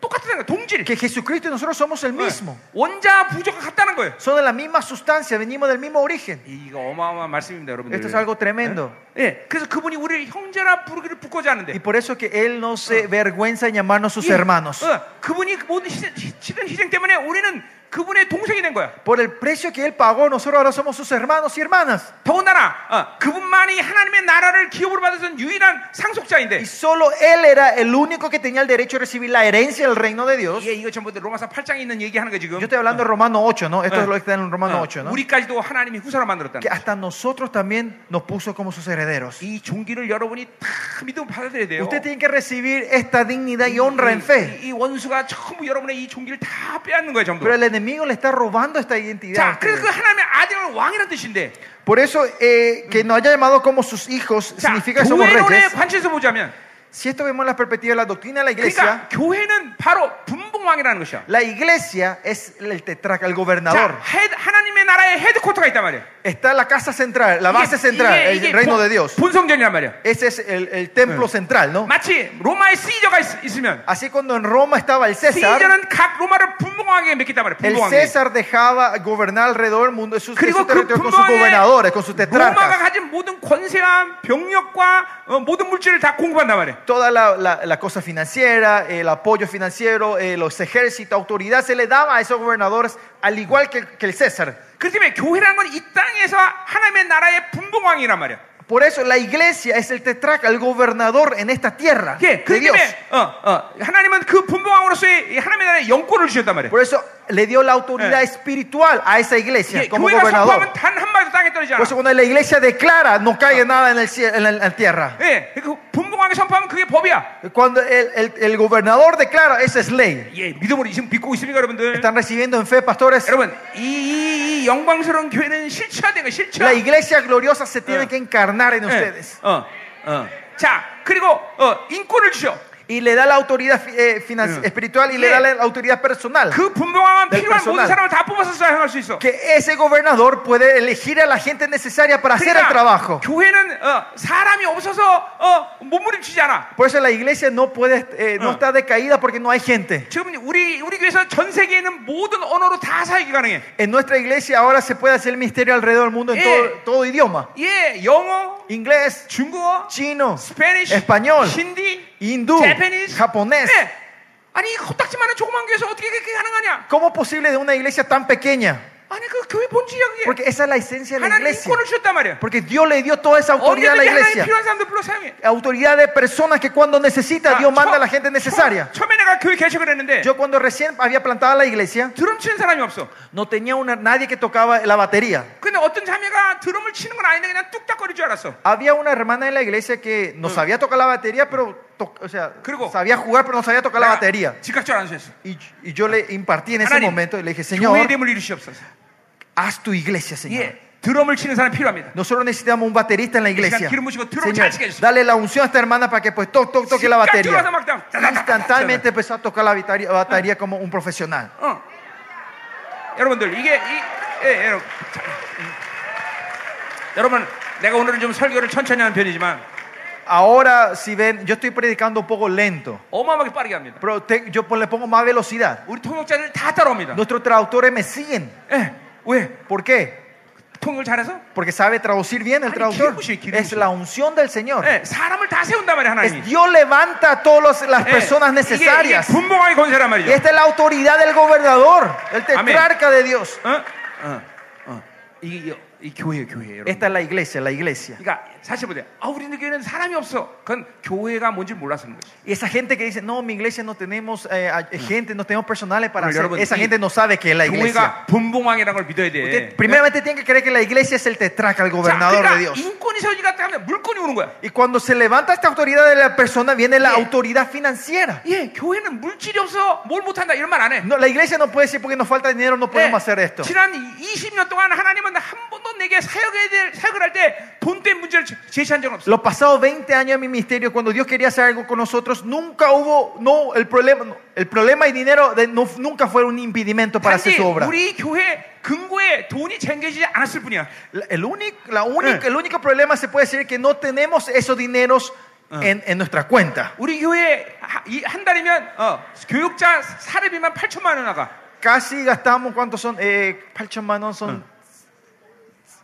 똑같은 거예요. 동질.
que Jesucristo y nosotros somos el
네.
mismo.
원자 부족 같다는 거예요.
Son de la misma sustancia, venimos del mismo origen.
이거 어마어마한 말씀입니다, 여러분들.
Esto es algo tremendo.
예, 그래서 그분이 우리를 형제라 부르기를 부끄지 않는데.
Y por eso que Él no se vergüenza en llamarnos sus hermanos.
예. 어, 그분이 그 모든 희생, 희생, 희생 때문에 우리는 그분의 동생이 된 거야.
Por el precio que Él pagó, nosotros ahora somos sus hermanos y hermanas.
더군다나 어, 그분만이 하나님의 나라를 기업으로 받은 유일한 상속자인데.
Y solo Él era el único que tenía el derecho de recibir la herencia del reino de Dios.
예, 이게 이거 전부 다 로마서 8장에 있는 얘기하는 거 지금.
Yo estoy hablando de Romano 8, ¿no? Esto
Eh.
es lo que está en Romano
어,
8, ¿no?
우리까지도 하나님이 후사로 만들었다는.
Que hasta nosotros también nos puso como sus herederos.
이 종기를 여러분이 다 믿음 받아들여야 돼요. 음,
Usted tiene que recibir esta dignidad y honra en fe.
이, 이 원수가 전부 여러분의 이 종기를 다 빼앗는 거예요, 전부.
Pero el enemigo le está robando esta identidad. a
자,
ustedes.
그래서 그 하나님의 아들을 왕이라는 뜻인데.
Por eso eh, que nos haya llamado como sus hijos
자,
significa que somos
교회론의
reyes.
관점에서 보자면
Si esto vemos en la perspectiva de la doctrina de la
그러니까
iglesia,
교회는 바로 분봉왕이라는 것이야.
la iglesia es el tetraca, el
자,
gobernador.
헤드- 하나님의 나라의 헤드코터가 있단 말이야.
Está la casa central, la base central, el reino
본-
de Dios.
본성전이란 말이야.
Ese es el, el templo central, ¿no?
마치 로마의 시저가 있, 있으면
Así cuando en Roma estaba
아,
el César,
시저는 각 로마를 분봉왕에게 맡겼단 말이야.
el
분봉왕에게.
César dejaba gobernar alrededor del mundo de sus, de
그리고
su
그
territorio con sus
분봉의
gobernadores, con sus
로마가
tetrarcas.
가진 모든 권세와 병력과 어, 모든 물질을 다 공급한단 말이야.
Toda la, la- la cosa financiera, el apoyo financiero, eh, los ejércitos, autoridad se le daba a esos gobernadores, al igual que, que el César.
그렇기 때문에 교회라는 건 이 땅에서 하나님의 나라의 분봉왕이란 말이야.
Por eso la iglesia es el tetraca, el gobernador en esta tierra
예,
de
그렇기
Dios.
때문에 어, 어, 하나님은 그 분봉왕으로서의 이 하나님의 나라의 영권을 주셨단 말이야.
Por eso le dio la autoridad
Eh.
espiritual a esa iglesia
예,
como
교회가
gobernador.
선포하면 단 한 마디도 땅에 떨어지지
Por
않아.
eso cuando la iglesia declara, no cae nada en, el cie- en la, en la tierra.
예, 그 분봉왕이 선포하면 그게 법이야.
Cuando el, el- el gobernador declara, esa es ley.
예, 믿음으로 지금 믿고 있으니까 여러분들.
Están recibiendo en fe, pastores.
여러분, 이, 이, 이 영광스러운 교회는 실체화된 거야, 실체화.
La iglesia gloriosa se tiene
Eh.
que encarnar en
예,
ustedes.
어, 어. 자, 그리고 어, 인권을 주셔.
Y le da la autoridad fi- eh, finan-
Eh.
espiritual y le
Eh.
da la autoridad personal.
그 분봉왕은
될
필요한 모든
personal.
사람을 다 뽑아서 사용할 수 있어.
Que ese gobernador puede elegir a la gente necesaria para hacer el
그러니까
trabajo.
교회는 어, 사람이 없어서 어, 몸부림치지 않아.
Por eso la iglesia no puede, eh, no
Ah.
está decaída porque no hay gente.
지금 우리 우리 교회에서 전 세계에 있는 모든 언어로 다 사역이 가능해.
En nuestra iglesia ahora se puede hacer el misterio alrededor del mundo en
Eh.
todo, todo idioma.
예, 영어,
Inglés,
중국어,
chino,
스페니쉬,
español,
힌디,
hindú,
Japanese. Eh.
japonés.
예. 아니 이 코딱지만한 조그만 교회에서 어떻게 그렇게 가능하냐?
¿Cómo es posible de una iglesia tan pequeña?
아니 그 교회 본질이야 그게.
Porque esa es la esencia de la
하나님
iglesia.
인권을 주셨단 말이야.
Porque Dios le dio toda esa autoridad a la
언제든지 하나님
iglesia.
필요한 사람들 불러 사용해.
Autoridad de personas que cuando necesita
자,
Dios manda a la
처-
gente necesaria.
처- 처음에 내가 교회 개척을 했는데
Yo cuando recién había plantado la iglesia
드럼 치는 사람이 없어.
no tenía una, nadie que tocaba la batería.
근데 어떤 자매가 드럼을 치는 건 아닌데 그냥 뚝딱거릴 줄 알았어.
Había una hermana en la iglesia que no
Mm.
sabía tocar la batería, pero to- o sea,
Creo.
sabía jugar, pero no sabía tocar la
내가
batería.
즉각적으로 안수했어.
Y, y yo le impartí en ese
하나님,
momento y le dije,
교회
Señor,
됨을 이루시옵소서.
haz tu iglesia, Señor.
예, 드럼을 치는 사람 이 필요합니다.
Nosotros necesitamos un baterista en la iglesia.
기름 부시고 드럼을 잘 치게
Señor,
해주세요.
dale la unción a esta hermana para que pues toc, toc, toque la
들어와서
batería.
막 그냥
Instantáneamente empezó a tocar la batería, batería como un profesional.
어. 여러분들 이게 이 예, 여러분. 자, 음. 여러분 내가 오늘은 좀 설교를 천천히 하는 편이지만
Ahora, si ven, yo estoy predicando un poco lento,
어마어마하게 빠르게 합니다.
pero te- yo pon- le pongo más velocidad.
우리 통역자들 다 따라옵니다.
Nuestros traductores me siguen.
예. 왜?
¿Por qué?
통역을 잘해서?
Porque sabe traducir bien el
Ay,
traductor.
Kirbushi, Kirbushi.
Es la unción del Señor.
예, 사람을 다 세운단 말이야, 하나님이.
Es Dios levanta a todas las
예,
personas
이게, 이게
necesarias.
분봉왕의 권세란
Y
말이죠.
esta es la autoridad del gobernador, el tetrarca de Dios.
어? 어. 어. 이, 이, 이 교회예요, 교회. 여러분.
Esta es la iglesia, la iglesia.
그러니까 사실 보세요. 아, 우리 교회는 사람이 없어. 그건 교회가 뭔지 몰라서 그런 거지.
Y esa gente que dice, no, mi iglesia no tenemos eh, a- gente, no tenemos personales para
Bueno,
hacer.
여러분,
Esa
이
gente no sabe que es la iglesia.
교회가 분봉왕이라는 걸 믿어야 돼.
Usted primeramente tiene que creer que la iglesia es el tetrarca, el
자,
gobernador
그러니까
de Dios.
인권이 세워지니까 때문에 물건이 오는 거야.
Y cuando se levanta esta autoridad de la persona, viene la
Yeah.
autoridad financiera.
예, 교회는 물질이 없어 뭘 못한다 이런 말 안 해.
No, la iglesia no puede decir porque nos falta dinero, no podemos hacer
예,
esto.
지난 20년 동안 하나님은 한 번도 내게 사역해야 될, 사역을 할 때 돈 때문에 문제를 제- 제시한 적은 없어.
Los pasados 20 años de mi ministerio, cuando Dios quería hacer algo con nosotros, nunca hubo, no, el problema, no, el problema y dinero de- no- nunca fue un impedimento para hacer
단지
su obra.
우리 교회 근거에 돈이 쟁겨지지 않았을 뿐이야.
La- El único, la única- el único problema se puede decir que no tenemos esos dineros en, en nuestra cuenta.
우리 교회 한 달이면 어, 교육자 사례비만 8천만 원 나가.
Casi gastamos, ¿cuántos son? Eh, Palchamanon son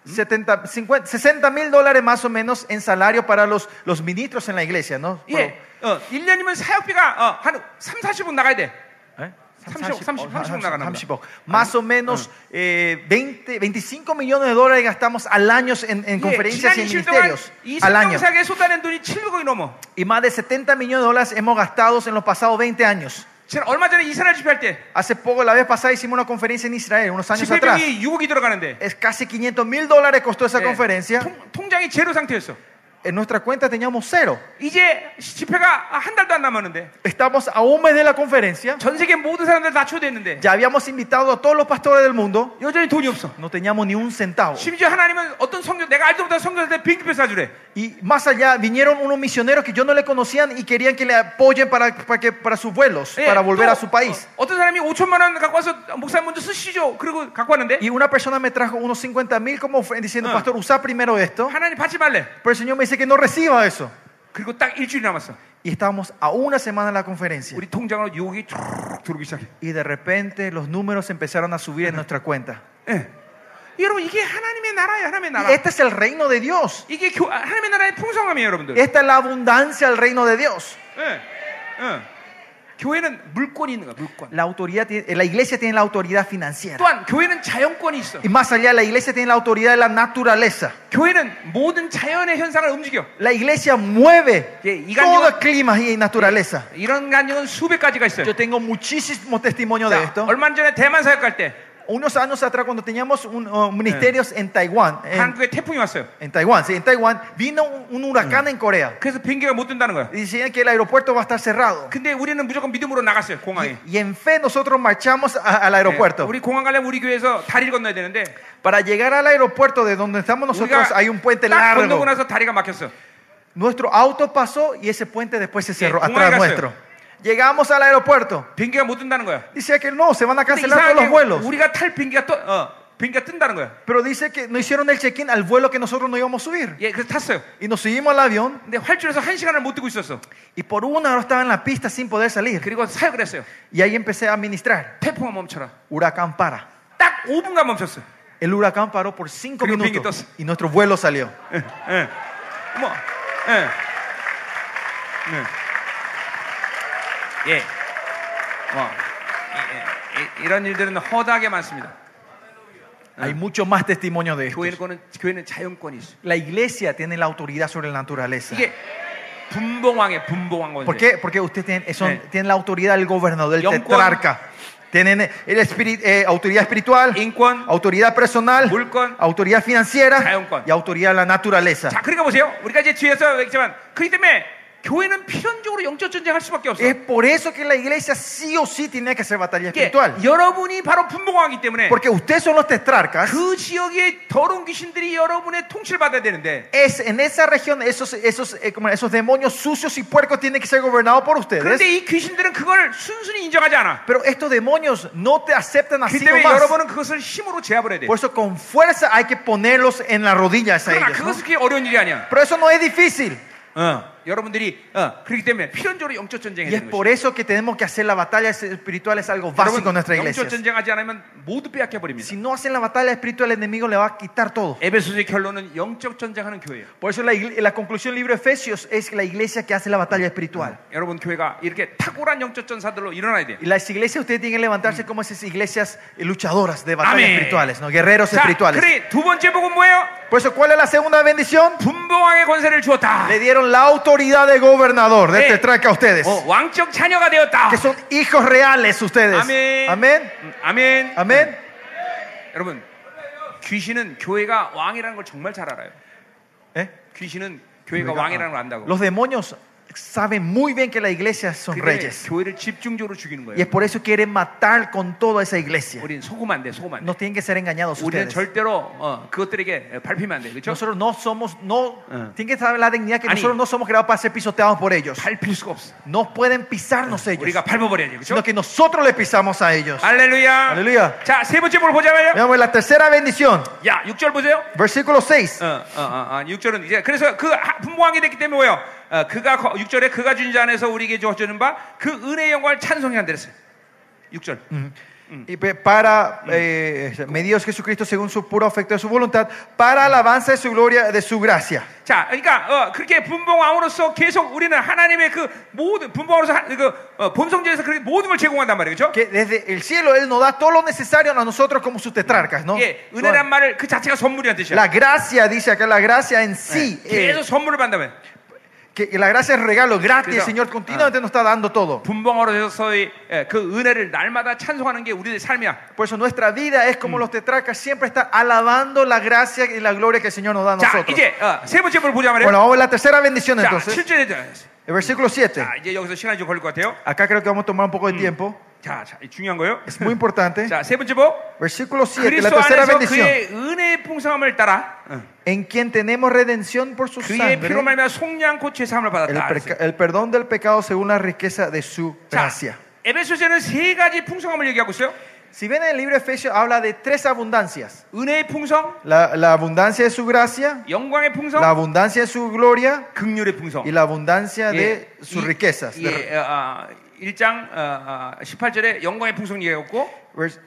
70, 50, 60 mil dólares más o menos en salario para los, los ministros en la iglesia, ¿no?
예. 어, 1년이면 사역비가 어, 한 3, 40억 나가야 돼.
Pero, ¿eh?
30, 30, 30, 나가는 거야.
30. Más o menos eh, 20, 25 millones de dólares gastamos al año en, en
예,
conferencias
지난
y en
20일 동안
ministerios.
이
Al año.
성경사에 쏟아낸 돈이 700억이 넘어.
Y más de 70 millones de dólares hemos gastado en los pasados 20 años.
지난 얼마 전에 이스라엘 집회할 때
Hace poco, la vez pasada, hicimos una conferencia en Israel, unos años atrás.
집회비이 6억이 들어가는데
Es casi 500 mil dólares costó esa
예,
conferencia.
통, 통장이 제로 상태였어.
En nuestra cuenta teníamos cero.
이제 집회가 한 달도 안 남았는데
Estamos a un mes de la conferencia.
전 세계 모든 사람들 다 초대했는데
Ya habíamos invitado a todos los pastores del mundo.
여전히 돈이 없어.
No teníamos ni un centavo.
심지어 하나님은 어떤 성교 내가 알도 못한 성교사한테 비행기표 사주래.
Y más allá, vinieron unos misioneros que yo no le conocían y querían que le apoyen para, para, que, para sus vuelos,
예,
para volver
또
a su país.
어, 어떤 사람이 5천만 원 갖고 와서 목사님 먼저 쓰시죠. 그리고 갖고 왔는데
Y una persona me trajo unos 50 mil como ofrenda diciendo, pastor, usa primero esto.
하나님 받지 말래.
Pero el Señor me dice que no reciba eso.
그리고 딱 일주일 남았어.
Y estábamos a una semana en la conferencia.
우리 통장으로 욕이 쭉 들어오기 시작해.
Y de repente los números empezaron a subir en nuestra cuenta.
예. 여러분 이게 하나님의 나라예요. 하나님의
Y
나라.
este es el reino de Dios.
이게 교, 아, 하나님의 나라의 풍성함이에요, 여러분들.
Esta es la abundancia del reino de Dios.
예. 예. 교회는 물권이 있는 거야, 물권.
La, autoridad, tiene- la iglesia tiene la autoridad financiera.
또한 교회는 자연권이 있어.
Y más allá, la iglesia tiene la autoridad de la naturaleza.
교회는 모든 자연의 현상을 움직여.
La iglesia mueve
예, 이
todo el
간증은
clima y naturaleza.
이런 간증은 수백 가지가 있어요.
Yo tengo muchísimos testimonios de
자,
esto.
얼마 전에 대만 사역 갈 때
Unos años atrás, cuando teníamos un, uh, ministerios en Taiwán, en,
한국에 태풍이 왔어요.
en Taiwán, sí, en Taiwán, vino un, un huracán en Corea.
그래서 비행기가 못 뜬다는 거야.
Y decían que el aeropuerto va a estar cerrado.
근데 우리는 무조건 믿음으로 나갔어요 공항에. 네.
Y en fe nosotros marchamos a- al aeropuerto.
우리 공항 가려면 우리 교회에서 다리를 건너야 되는데
Para llegar al aeropuerto de donde estamos nosotros
우리가
hay un 아, puente
딱
largo.
건너고 나서 다리가 막혔어.
Nuestro auto pasó y ese puente después se cerró
¿cómo
atrás
llegaste?
nuestro. Llegamos al aeropuerto.
비행기가 못 뜬다는 거야.
Dice que no, se van a
근데
cancelar todos los vuelos.
우리가 탈 비행기가 떠, 어, 비행기가 뜬다는 거야.
Pero dice que no hicieron el check-in al vuelo que nosotros no íbamos a subir.
예, 그래서 탔어요.
Y nos subimos al avión
근데 활주로에서 한 시간을 못 뜨고 있었어.
y por una hora estaba en la pista sin poder salir.
그리고 사역을 했어요.
Y ahí empecé a administrar.
태풍아 멈춰라.
Huracán para.
딱 5분간 멈췄어.
El huracán paró por cinco
Creo que
minutos
entonces-
y nuestro vuelo salió.
예, 예. 뭐, 예. 예. 예. 뭐, 이- 이- 이- 이런 일들은 허다하게 많습니다.
Hay mucho más testimonio de esto.
교회는, 거는, 교회는 자연권이 있어.
La iglesia tiene la autoridad sobre la naturaleza.
이게 분봉왕의 분봉왕
¿Por
건데.
qué? Porque usted tiene, son-
Eh.
tienen la autoridad del gobernador, del
Yonkwon.
tetrarca. Tienen el espiri- eh, autoridad espiritual,
Inkwon.
autoridad personal,
Mulkwon.
autoridad financiera
Jaeonkwon.
y autoridad de la naturaleza.
자, 그러니까 보세요. 우리가 이제 뒤에서 얘기지만 그렇기 때문에 교회는 필연적으로 영적 전쟁할 수밖에 없어.
Es por eso que la iglesia sí o sí tiene que hacer batalla
이게
espiritual.
여러분이 바로 분봉왕이기 때문에
Porque ustedes son los tetrarcas.
그 지역의 더러운 귀신들이 여러분의 통치를 받아야 되는데
Es, en esa región, esos, esos, eh, como esos demonios sucios y puercos tienen que ser gobernados por ustedes.
그런데 이 귀신들은 그걸 순순히 인정하지 않아.
Pero estos demonios no te aceptan
그
así
때문에
nomás.
여러분은 그것을 힘으로 제압을 해야 돼.
Por eso con fuerza hay que ponerlos en las rodillas a
그러나
ellos. ¿no?
그것은 그게 어려운 일이 아니야.
Pero eso no es difícil.
어. 여러분들이 어, 그렇기 때문에 필연적으로 영적 전쟁이
Y es
되는
por
거죠.
eso que tenemos que hacer la batalla espiritual, es algo básico en nuestra
여러분 영적
iglesia.
전쟁하지 않으면 모두 빼앗겨 버립니다.
Si no hacen la batalla espiritual, el enemigo le va a quitar todo.
에베소서의 결론은 영적 전쟁하는 교회예요.
Por eso la, igle- la conclusión del libro de Efesios es la iglesia que hace la batalla espiritual.
여러분 교회가 이렇게 탁월한 영적 전사들로 일어나야 돼요.
Y las iglesias, ustedes tienen que levantarse como esas iglesias eh, luchadoras de batallas
Amén.
espirituales, ¿no? guerreros
자,
espirituales.
그래 두 번째 복은 뭐예요?
Por eso, ¿cuál es la segunda bendición?
분봉왕의 권세를 주었다.
Le dieron la autoridad de gobernador, de
Eh.
tetraca a ustedes.
어, 왕적 자녀가 되었다.
Que son hijos reales ustedes.
아멘.
Amén.
음, 아멘.
Amén.
여러분 귀신은 교회가 왕이라는 걸 정말 잘 알아요.
¿Eh?
귀신은 교회가 왕이라는 걸 안다고.
Los demonios saben muy bien que la iglesia son
그게
reyes.
교회를 집중적으로 죽이는
Y
거예요.
es por eso quieren matar con toda esa iglesia.
우리는 속으면 안 돼, 속으면 안 돼.
No tienen que ser engañados
우리는
ustedes.
절대로 어, 그것들에게 밟히면 안 돼, 그렇죠?
Nosotros no somos, no,
Ah.
tienen que saber la dignidad que
Ani.
nosotros no somos creados para ser pisoteados por ellos.
밟힐 수가 없어.
No pueden pisarnos ellos,
우리가 밟아버려야 돼, 그렇죠?
sino que nosotros les pisamos a ellos.
할렐루야. 네.
할렐루야.
자, 세 번째 뭘 보자면요.
Veamos pues, la tercera bendición,
야, 6절 보세요. Ah.
versículo 6.
어, 어, 어, 어, 6절은 이제 그래서 그 하- 분봉왕이 됐기 때문에 뭐예요? 어, 그가 6절에 그가 주신 자 안에서 우리에게 주어주는 바 그 은혜의 영광을 찬송해야 한다 그랬어요. 6절.
Y pe- para,
Mm.
eh, medidos Jesucristo según su puro afecto de su voluntad, para alabanza de su gloria, de su gracia.
자, 그러니까 어, 그렇게 분봉왕으로서 계속 우리는 하나님의 그 모든 분봉왕으로서 하- 그 어, 본성전에서 그렇게 모든 걸 제공한단 말이에요. 그렇죠?
Que desde el cielo Él nos da todo lo necesario a nosotros como sus tetrarcas, ¿no?
예, 은혜란 말을 그 자체가 선물이란
La
뜻이야. 예,
gracia, dice acá, la gracia en sí, eh,
계속 선물을 받다면
que la gracia es regalo gratis, el
Cuidado.
Señor continuamente nos está dando todo.
분봉왕으로서의 예, 그 은혜를 날마다 찬송하는 게 우리의 삶이야.
Por eso nuestra vida es como los tetrarcas, siempre está alabando la gracia y la gloria que el Señor nos da a
자,
nosotros.
이제 어, 세 번째 걸 보자 말이에요.
Bueno, vamos a la tercera bendición
자,
entonces,
7절에
el versículo 7.
자, 이제 여기서 시간이 좀 걸릴 것 같아요.
Acá creo que vamos a tomar un poco de tiempo,
자, 자, 중요한 거예요.
es muy importante.
자, 세 번째 복.
Versículo 7, la
그리스도
tercera
안에서
bendición.
그의 은혜의 풍성함을 따라 어,
En quien tenemos redención por su
그의
sangre,
피로 말미암아 속량코 죄 사함을
el,
받았다.
perca- el perdón del pecado según la riqueza de su
자,
gracia.
에베소서는 세 가지 풍성함을 얘기하고 있어요.
Si ven en el libro de Efesios, habla de tres abundancias:
은혜의 풍성,
la, la abundancia de su gracia,
영광의 풍성,
la abundancia de su gloria
극률의 풍성.
y la abundancia de
예,
sus
이-
riquezas. De-
예, 어, 어, 1장 18절에 영광의 풍성 얘기했고
vers-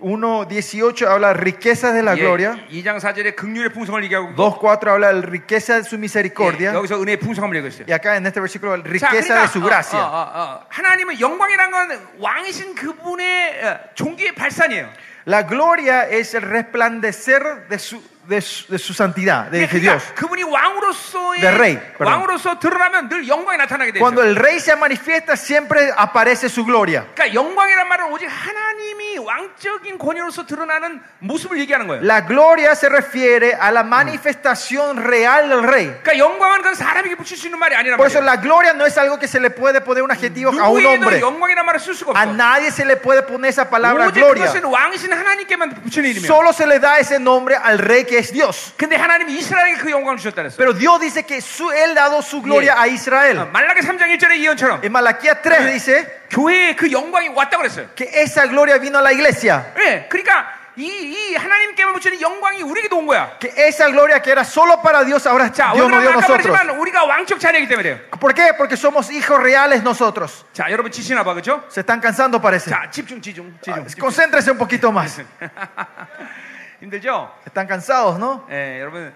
1.18 habla riquezas de la
예,
gloria,
2장 4절에 극률의 풍성을 얘기하고 있고,
2.4 habla de riqueza de su
예,
misericordia
여기서 은혜의 풍성함을 얘기했어요.
y acá en este versículo
자,
riqueza de su
어,
gracia.
어, 어, 어, 하나님은 영광이란 건 왕이신 그분의 어, 종기의 발산이에요.
La gloria es el resplandecer de su, de su, de su santidad, de, de 예, Dios.
그러니까 그분이 왕으로서의
The Rey, perdón.
왕으로서 드러나면 늘 영광이 나타나게 되죠.
Cuando el rey se manifiesta, siempre aparece su gloria.
그러니까 영광이란 말은 오직 하나님이 왕적인 권위로서 드러나는 모습을 얘기하는 거예요.
La gloria se refiere a la manifestación real del rey.
그러니까 영광은 그 사람에게 붙일 수 있는 말이 아니란
Por eso
말이에요.
la gloria no es algo que se le puede poner un adjetivo a un
누구에게도
hombre.
영광이란 말을 쓸 수가
A
없어.
nadie se le puede poner esa palabra
오직
gloria.
그것은 왕이신 하나님께만 붙이는 이름이에요.
Solo se le da ese nombre al rey que es Dios.
근데 하나님이 이스라엘에게 그 영광을 주셨다 그랬어요. 어,
Pero Dios dice que su, él dado su gloria a Israel.
말라기 3장 1절의 네. 예언처럼
En Malaquías 3 dice
교회에 그 영광이 왔다고 그랬어요.
que esa gloria vino a la iglesia.
예, 그러니까 이, 이 하나님께만 붙이는 영광이 우리에게도 온 거야.
Que esa gloria que era solo para Dios, ahora
자,
Dios nos
오늘은
dio a
아까
nosotros.
말했지만 우리가 왕적 자녀이기 때문에 그래요.
¿Por qué? Porque somos hijos reales nosotros.
자, 여러분 지시나 봐, 그죠?
Se están cansando, parece.
자, 집중, 집중,
Ah,
집중. 집중.
Concéntrese un poquito más.
힘들죠?
Están cansados, ¿no?
예, 여러분,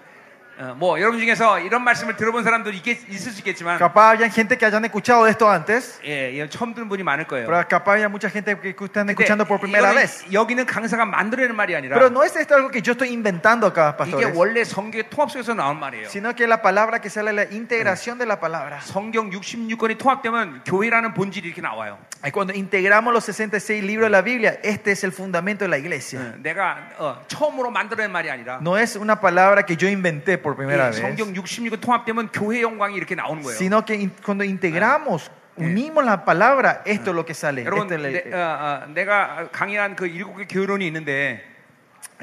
어, 뭐 여러분 중에서 이런 말씀을 들어본 사람도 있겠, 있을 수 있겠지만,
Capaz hayan gente que hayan escuchado esto antes,
예, 이건 처음 듣는 분이 많을 거예요.
pero capaz haya mucha gente que están
근데
escuchando por primera
이거는
vez.
여기는 강사가 만들어내는 말이 아니라
Pero no es esto algo que yo estoy inventando acá,
이게
pastores,
원래 성경의 통합 속에서 나온 말이에요.
sino que la palabra que sale la integración de la palabra.
성경 66권이 통합되면 교회라는 본질이 이렇게 나와요.
Y Cuando integramos los 66 libros de la Biblia, este es el fundamento de la iglesia.
예, 내가 어, 처음으로 만들어낸 말이 아니라
No es una palabra que yo inventé por primera
예,
vez,
성경 66권 통합되면 교회 영광이 이렇게 나오는 거예요.
sino que in- cuando integramos, unimos la palabra, esto es lo que sale.
여러분,
Esto es la-
내, 어, 어, 내가 강의한 그 일곱 개 교론이 있는데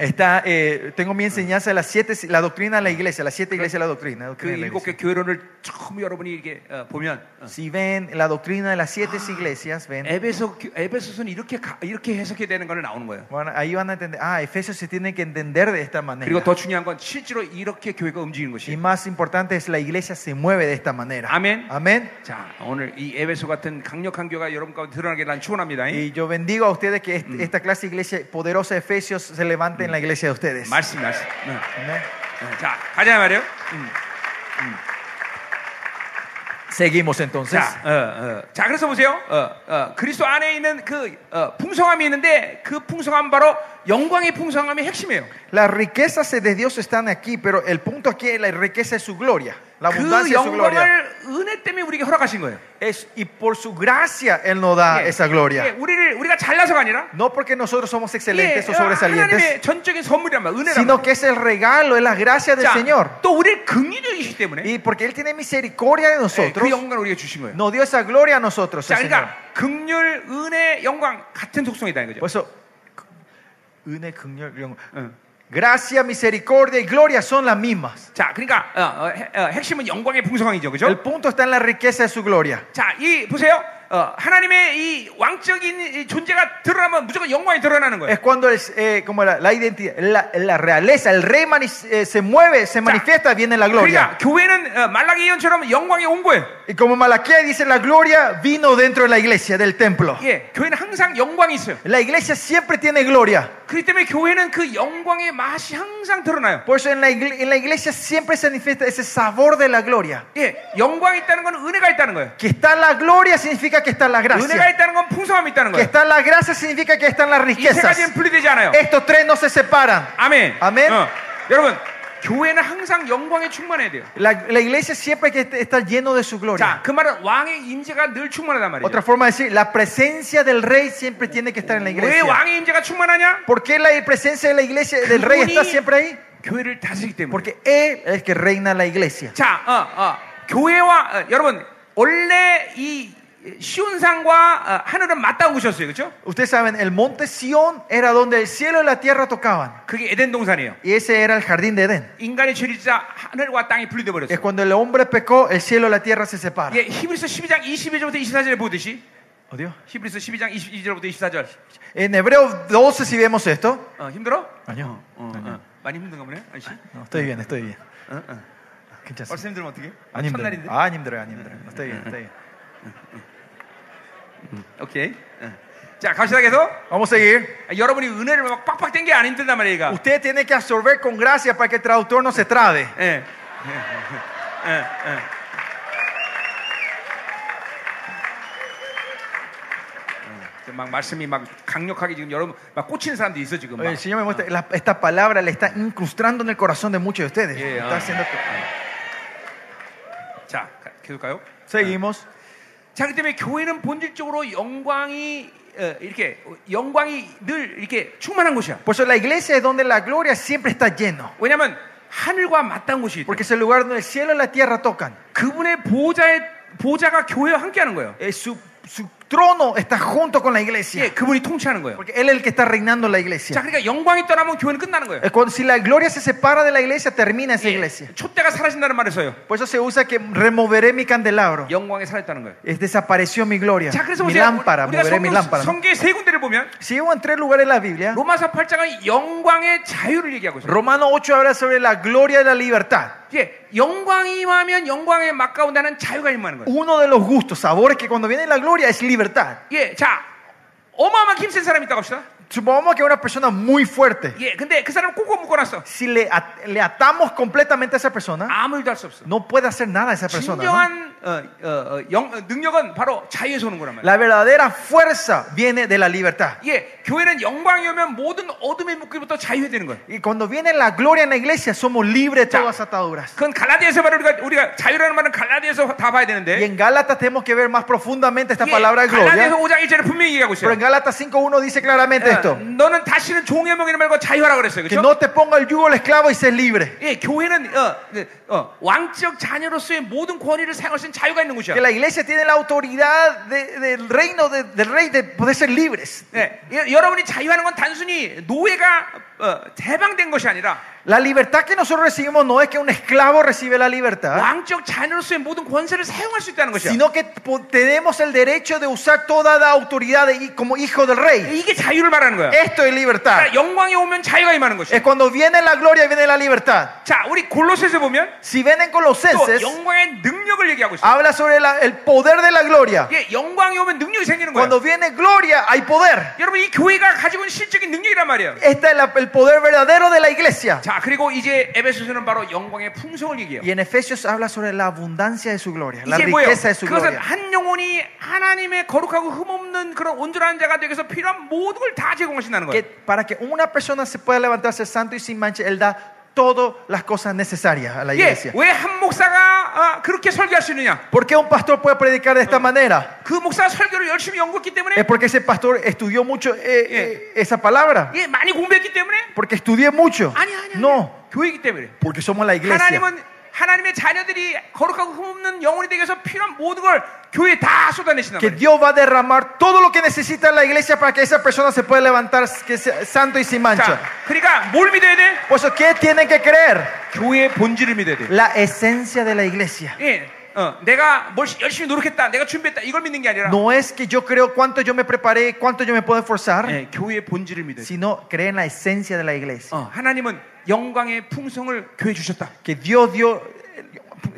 Está, eh, tengo mi enseñanza de las siete, la doctrina de la iglesia, las siete iglesias de la doctrina. la
그
doctrina de la
일곱 개
iglesia.
교회론을 처음 여러분이 이렇게 어, 보면 어,
Si ven la doctrina de las siete iglesias, ven,
에베소 교- 에베소서는 이렇게 가- 이렇게 해석이 되는 거는 나오는 거예요.
bueno, ahí van a entender. Ah, Efesios se tiene que entender de esta
그리고
manera.
더 중요한 건 실제로 이렇게 교회가 움직이는
Y
것이.
más importante es la iglesia se mueve de esta manera.
Amén.
Amén.
자 오늘 이 에베소 같은 강력한 교회가 여러분 가운데 드러나게 난 축원합니다.
Y yo bendigo a ustedes que este- esta clase de iglesia poderosa de Efesios se levante en la iglesia de ustedes.
말씀 말씀. 네.
Amén.
네. 자 가자 말이요.
Seguimos entonces.
자, 어, 어. 자 그래서 보세요. 어, 어, 그리스도 안에 있는 그 어, 풍성함이 있는데 그 풍성함 바로 영광의 풍성함이 핵심이에요.
Las riquezas de Dios están aquí, pero el punto aquí es la riqueza de su gloria, la
그
abundancia de su gloria.
영광을 은혜 때문에 우리에게 허락하신 거예요.
Es- y por su gracia Él nos da
예.
esa gloria.
예, 우리를 우리가 잘나서가 아니라
No porque nosotros somos
예,
excelentes o sobresalientes,
하나님의 전적인 선물이란 말, 은혜란
sino que es el regalo, es la gracia del
자,
Señor.
또 우리를 긍휼적이시기 때문에
Y porque Él tiene misericordia de
예, 그
nosotros,
영광을 우리가 주신 거예요.
nos dio esa gloria a nosotros.
자,
el Señor.
그러니까 긍휼, 은혜, 영광 같은 속성이다 이거죠.
Por eso, 은혜, 긍휼, 이런 거.
응.
gracia, misericordia y gloria son las mismas.
자, 그러니까 어, 어, 해- 어, 핵심은 영광의 풍성함이죠, 그죠
El punto está en la riqueza de su gloria.
자, 이 보세요. 어, 하나님의 이 왕적인 이 존재가 드러나면 무조건 영광이 드러나는 거예요.
Es cuando es, eh, como la, la identidad, la, la realeza, el rey mani- eh, se mueve, se manifiesta, viene la gloria.
그러니까 교회는 어, 말라기 예언처럼 영광이 온 거예요.
Y como Malaquía dice, la gloria vino dentro de la iglesia, del templo.
예, 교회는 항상 영광이 있어요.
La iglesia siempre tiene gloria.
그렇기 때문에 교회는 그 영광의 맛이 항상 드러나요.
Por eso en la, igle- en la iglesia siempre se manifiesta ese sabor de la gloria.
예, 영광이 있다는 건 은혜가 있다는 거예요.
Que está la gloria significa que está la
은혜가
gracia.
있다는 건 풍성함이 있다는
Que
거예요.
está la gracia significa que están las
이 세
riquezas.
가지는 분리되지 않아요.
Estos tres no se separan.
아멘.
아멘.
어, 여러분, 교회는 항상 영광에 충만해야 돼요.
La, la iglesia siempre que est- está lleno de su
자,
gloria.
그 말은 왕의 임재가 늘 충만하단 말이죠.
Otra forma de decir, la presencia del rey siempre tiene que estar en la
왜
iglesia.
왕의 임재가 충만하냐?
¿Por qué la presencia de la iglesia del rey está siempre ahí?
교회를 다스리기 때문에.
Porque él es el que reina la iglesia.
자, 어, 어, 교회와 어, 여러분 원래 이 시온산과 어, 하늘은 맞닿은 곳이었어요, 그렇죠?
Ustedes saben, el monte Sión era donde el cielo y la tierra tocaban.
그게 에덴 동산이에요.
Y ese era el jardín de Edén.
인간의 죄를 짓자 하늘과 땅이 분리돼
Es
버렸어요.
cuando el hombre pecó, el cielo y la tierra se separan.
예, 히브리서 12장 22절부터 24절에 보듯이
Oh, Dios.
히브리서 12장 22절부터 24절.
En Hebreo 12, si vemos esto.
어, 힘들어?
Año.
어, 어. 많이 힘든가 보네. 아저씨.
No, estoy bien, estoy bien.
어, 어.
Kinchasa.
벌써 힘들면 어떻게?
Ah, nimdre.
첫날인데.
Ah, nimdre, ah, nimdre. No, Estoy bien, estoy bien.
오케이. 어. 자, 갑시다 계속.
Vamos a seguir.
아, 여러분이 은혜를 막 빡빡 땡게 안 힘든단 말이에요, 얘가.
Usted tiene que absorber con gracia para que el traductor no se trabe.
예. 예, 예, 예, 예. 지금 예. 막 말씀이 막 강력하게 지금 여러분 막 꽂히는 사람도 있어 지금. 막.
El Señor me muestra, la- esta palabra le está incrustando en el corazón de muchos de ustedes.
Yeah,
Está
ah.
haciendo que-
자, 가- 계속 가요.
Seguimos.
자, 그 때문에 교회는 본질적으로 영광이 어, 이렇게 어, 영광이 늘 이렇게 충만한 곳이야.
Por eso la iglesia es donde la gloria siempre está lleno.
왜냐하면 하늘과 맞닿은 곳이 있다.
Porque es el lugar donde el cielo y la tierra tocan.
그분의 보좌의 보좌가 교회와 함께하는 거예요.
Eh, su, su trono está junto con la
예,
iglesia.
그분이 통치하는 거예요.
Porque Él es el que está reinando en la
자,
iglesia.
그러니까 영광이 떠나면 교회는 끝나는 거예요. 예,
Es cuando, si la gloria se separa de la iglesia, termina esa iglesia.
촛대가 사라진다는 말을 써요.
Por eso se usa que removeré mi candelabro.
영광이 사라졌다는 거예요.
Es, desapareció mi gloria.
자, 그래서
Mi
보세요.
lámpara,
우리가
moveré mi
성경,
lámpara.
성경의 세 군데를 보면
Si vemos en tres lugares en la Biblia,
로마서 8장은 영광의 자유를 얘기하고 있어요.
Romano 8 habla sobre la gloria de la libertad.
예, 영광이 임하면 영광에 막가운다는 자유가 임하는 거예요.
Uno de los gustos, sabores que cuando viene la gloria es libertad.
예, 자, 어마어마한 힘센 사람이 있다고 합시다.
Supongamos que una persona muy fuerte,
예, 근데 그 사람을 꼬꼬 묶어놨어.
si le, at- le atamos completamente a esa persona,
아무 일도 할 수 없어.
no puede hacer nada esa persona. ¿no?
진정한 어, 어, 어, 영, 어, 능력은 바로 자유에서 오는 거란 말이야.
La verdadera fuerza viene de la libertad.
예, 교회는 영광이 오면 모든 어둠의 묶기부터 자유해되는 거예요.
Y cuando viene la gloria en la iglesia, somos libres de todas las ataduras.
그건 갈라디아에서 바로 우리가, 우리가 자유라는 말은 갈라디아에서 다 봐야
Y
되는데.
en Gálatas tenemos que ver más profundamente esta
예,
palabra de gloria.
갈라디아서 5장 1절에 분명히 얘기하고
Pero
있어요.
en Gálatas 5.1 dice claramente
어,
esto.
너는 다시는 종의 명이라 말고 자유하라 그랬어요.
Que
그렇죠?
no te ponga el yugo el esclavo y seas libre.
예, 교회는 어, 어, 왕적 자녀로서의 모든 권위를 사용할 수 있는 자유가 있는 곳이야.
Que la iglesia tiene la autoridad de- del reino de- del rey de poder ser libres.
예, 예, 여러분이 자유하는 건 단순히 노예가 어, 해방된 것이 아니라
La libertad que nosotros recibimos no es que un esclavo recibe la libertad,
왕적 자녀로서의 모든 권세를 사용할 수 있다는 어? 것이야.
sino que po- tenemos el derecho de usar toda la autoridad de hi- como hijo del rey.
이게 자유를 말하는 거야.
Esto es libertad.
그러니까 영광이 오면 자유가 임하는 것이야.
Es cuando viene la gloria y viene la libertad.
자, 우리 골로새서 보면
Si ven en
또
Colosenses,
영광의 능력을 얘기하고 있어.
habla sobre la- el poder de la gloria.
예, 영광이 오면 능력이 생기는 거야.
Cuando viene gloria, hay poder.
여러분 이 교회가 가지고 있는 실적인 능력이란 말이야.
Este es la- el poder verdadero de la iglesia.
자, 그리고 이제 에베소서는 바로 영광의 풍성을 얘기해요.
Y en Efesios habla sobre la abundancia de su gloria, la
이게 뭐예요?
riqueza de su
그것은
gloria.
한 영혼이 하나님의 거룩하고 흠없는 그런 온전한 자가 되기 위해서 필요한 모든 걸 다 제공하신다는
Que
거예요.
para que una persona se pueda levantarse santo y sin mancha, Él da todas las cosas necesarias a la
예,
iglesia.
왜 한 목사가 아, 그렇게 설교할 수 있느냐?
¿Por qué un pastor puede predicar de esta manera?
그 목사 설교를 열심히 연구했기 때문에
Es porque ese pastor estudió mucho eh, eh, esa palabra.
예, 많이 공부했기 때문에
Porque estudié mucho.
아니 아니 아니
No,
교회이기 때문에
porque somos la iglesia.
하나님은 하나님의 자녀들이 거룩하고 흠없는 영혼이 되기 위해서 필요한 모든 걸 교회에 다 쏟아내신단
Que
말이에요.
Dios va a derramar todo lo que necesita la iglesia para que esa persona se pueda levantar que sea santo y sin
자,
mancha.
그러니까 뭘 믿어야 돼?
Por eso, ¿qué tienen que creer?
교회의 본질을 믿어야 돼.
La esencia de la iglesia.
예, 어, 내가 뭘 시- 열심히 노력했다, 내가 준비했다 이걸 믿는 게 아니라
No es que yo creo cuánto yo me preparé, cuánto yo me puedo esforzar,
예, 교회의 본질을 믿어요.
sino cree en la esencia de la iglesia.
어, 하나님은 영광의 풍성을 교회 주셨다.
Que Dios dio,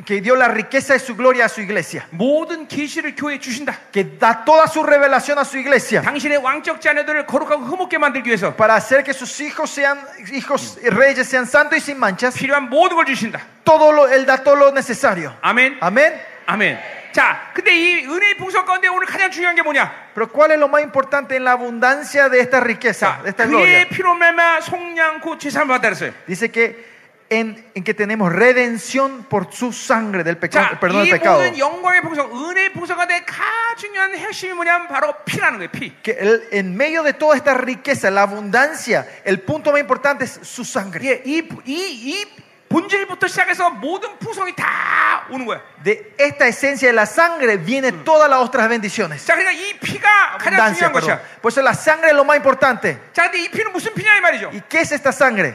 que dio la riqueza de su gloria a su iglesia.
모든 계시를 교회에 주신다.
Que da toda su revelación a su iglesia.
당신의 왕적 자녀들을 거룩하고 흐뭇게 만들기 위해서
Para hacer que sus hijos sean hijos reyes, sean santos y sin manchas.
필요한 모든 걸 주신다.
Todo lo, él da todo lo necesario.
아멘.
Amén.
아멘. 자, 근데 이 은혜의 풍성 가운데 오늘 가장 중요한 게 뭐냐?
Pero ¿cuál es lo más importante en la abundancia de esta riqueza,
자,
de esta
그의
gloria?
피로 말마 속량고 제사를 받다 그랬어요.
Dice que en, en que tenemos redención por su sangre del pecado,
자,
perdón
이
del pecado.
모든 영광의 풍성, 은혜의 풍성 가운데 가장 중요한 핵심이 뭐냐면 바로 피라는 거예요. 피.
Que el- en medio de toda esta riqueza, la abundancia, el punto más importante es su sangre.
예, 이, 부- 이, 이 본질부터 시작해서 모든 풍성이 다 오는 거야.
De esta esencia de la sangre viene todas las otras bendiciones.
자, 그러니까 이 피가 가장
Abundancia,
중요한
perdón.
것이야.
Por eso la sangre es lo más importante.
자, 근데 이 피는 무슨 피냐 이 말이죠.
¿Y qué es esta sangre?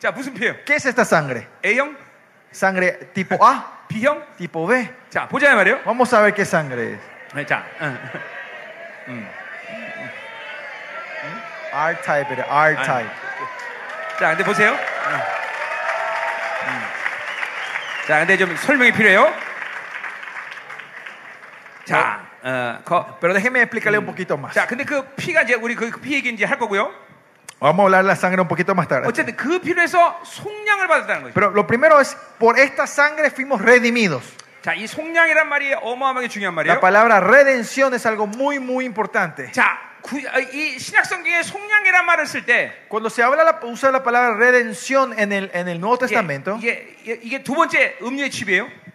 자, 무슨 피예요?
¿Qué es esta sangre?
A형,
Sangre tipo A,
B형.
tipo B.
자, 보자 이 말이에요.
Vamos a ver qué sangre es.
네, 자, 응.
R-type, era, R-type.
자, 근데 보세요. 응. 응. 자, 근데 좀 설명이 필요해요. 자, 어, 거,
Pero déjeme explicarle un poquito más.
자, 근데 그 피가 이제 우리 그 피 얘기 이제 할 거고요.
Vamos a hablar de la sangre un poquito más tarde.
어쨌든 그 피로 해서 속량을 받았다는 거죠.
Pero lo primero es, por esta sangre fuimos redimidos.
자, 이 속량이란 말이 어마어마하게 중요한 말이에요.
La palabra redención es algo muy, muy importante.
자, 구, 아, 이 신약성경에 속량이란 말을 쓸 때
Cuando se habla la, usa la palabra redención en el, en el Nuevo
이게,
Testamento,
이게, 이게- 이게 두 번째 음료의 칩이에요. 예,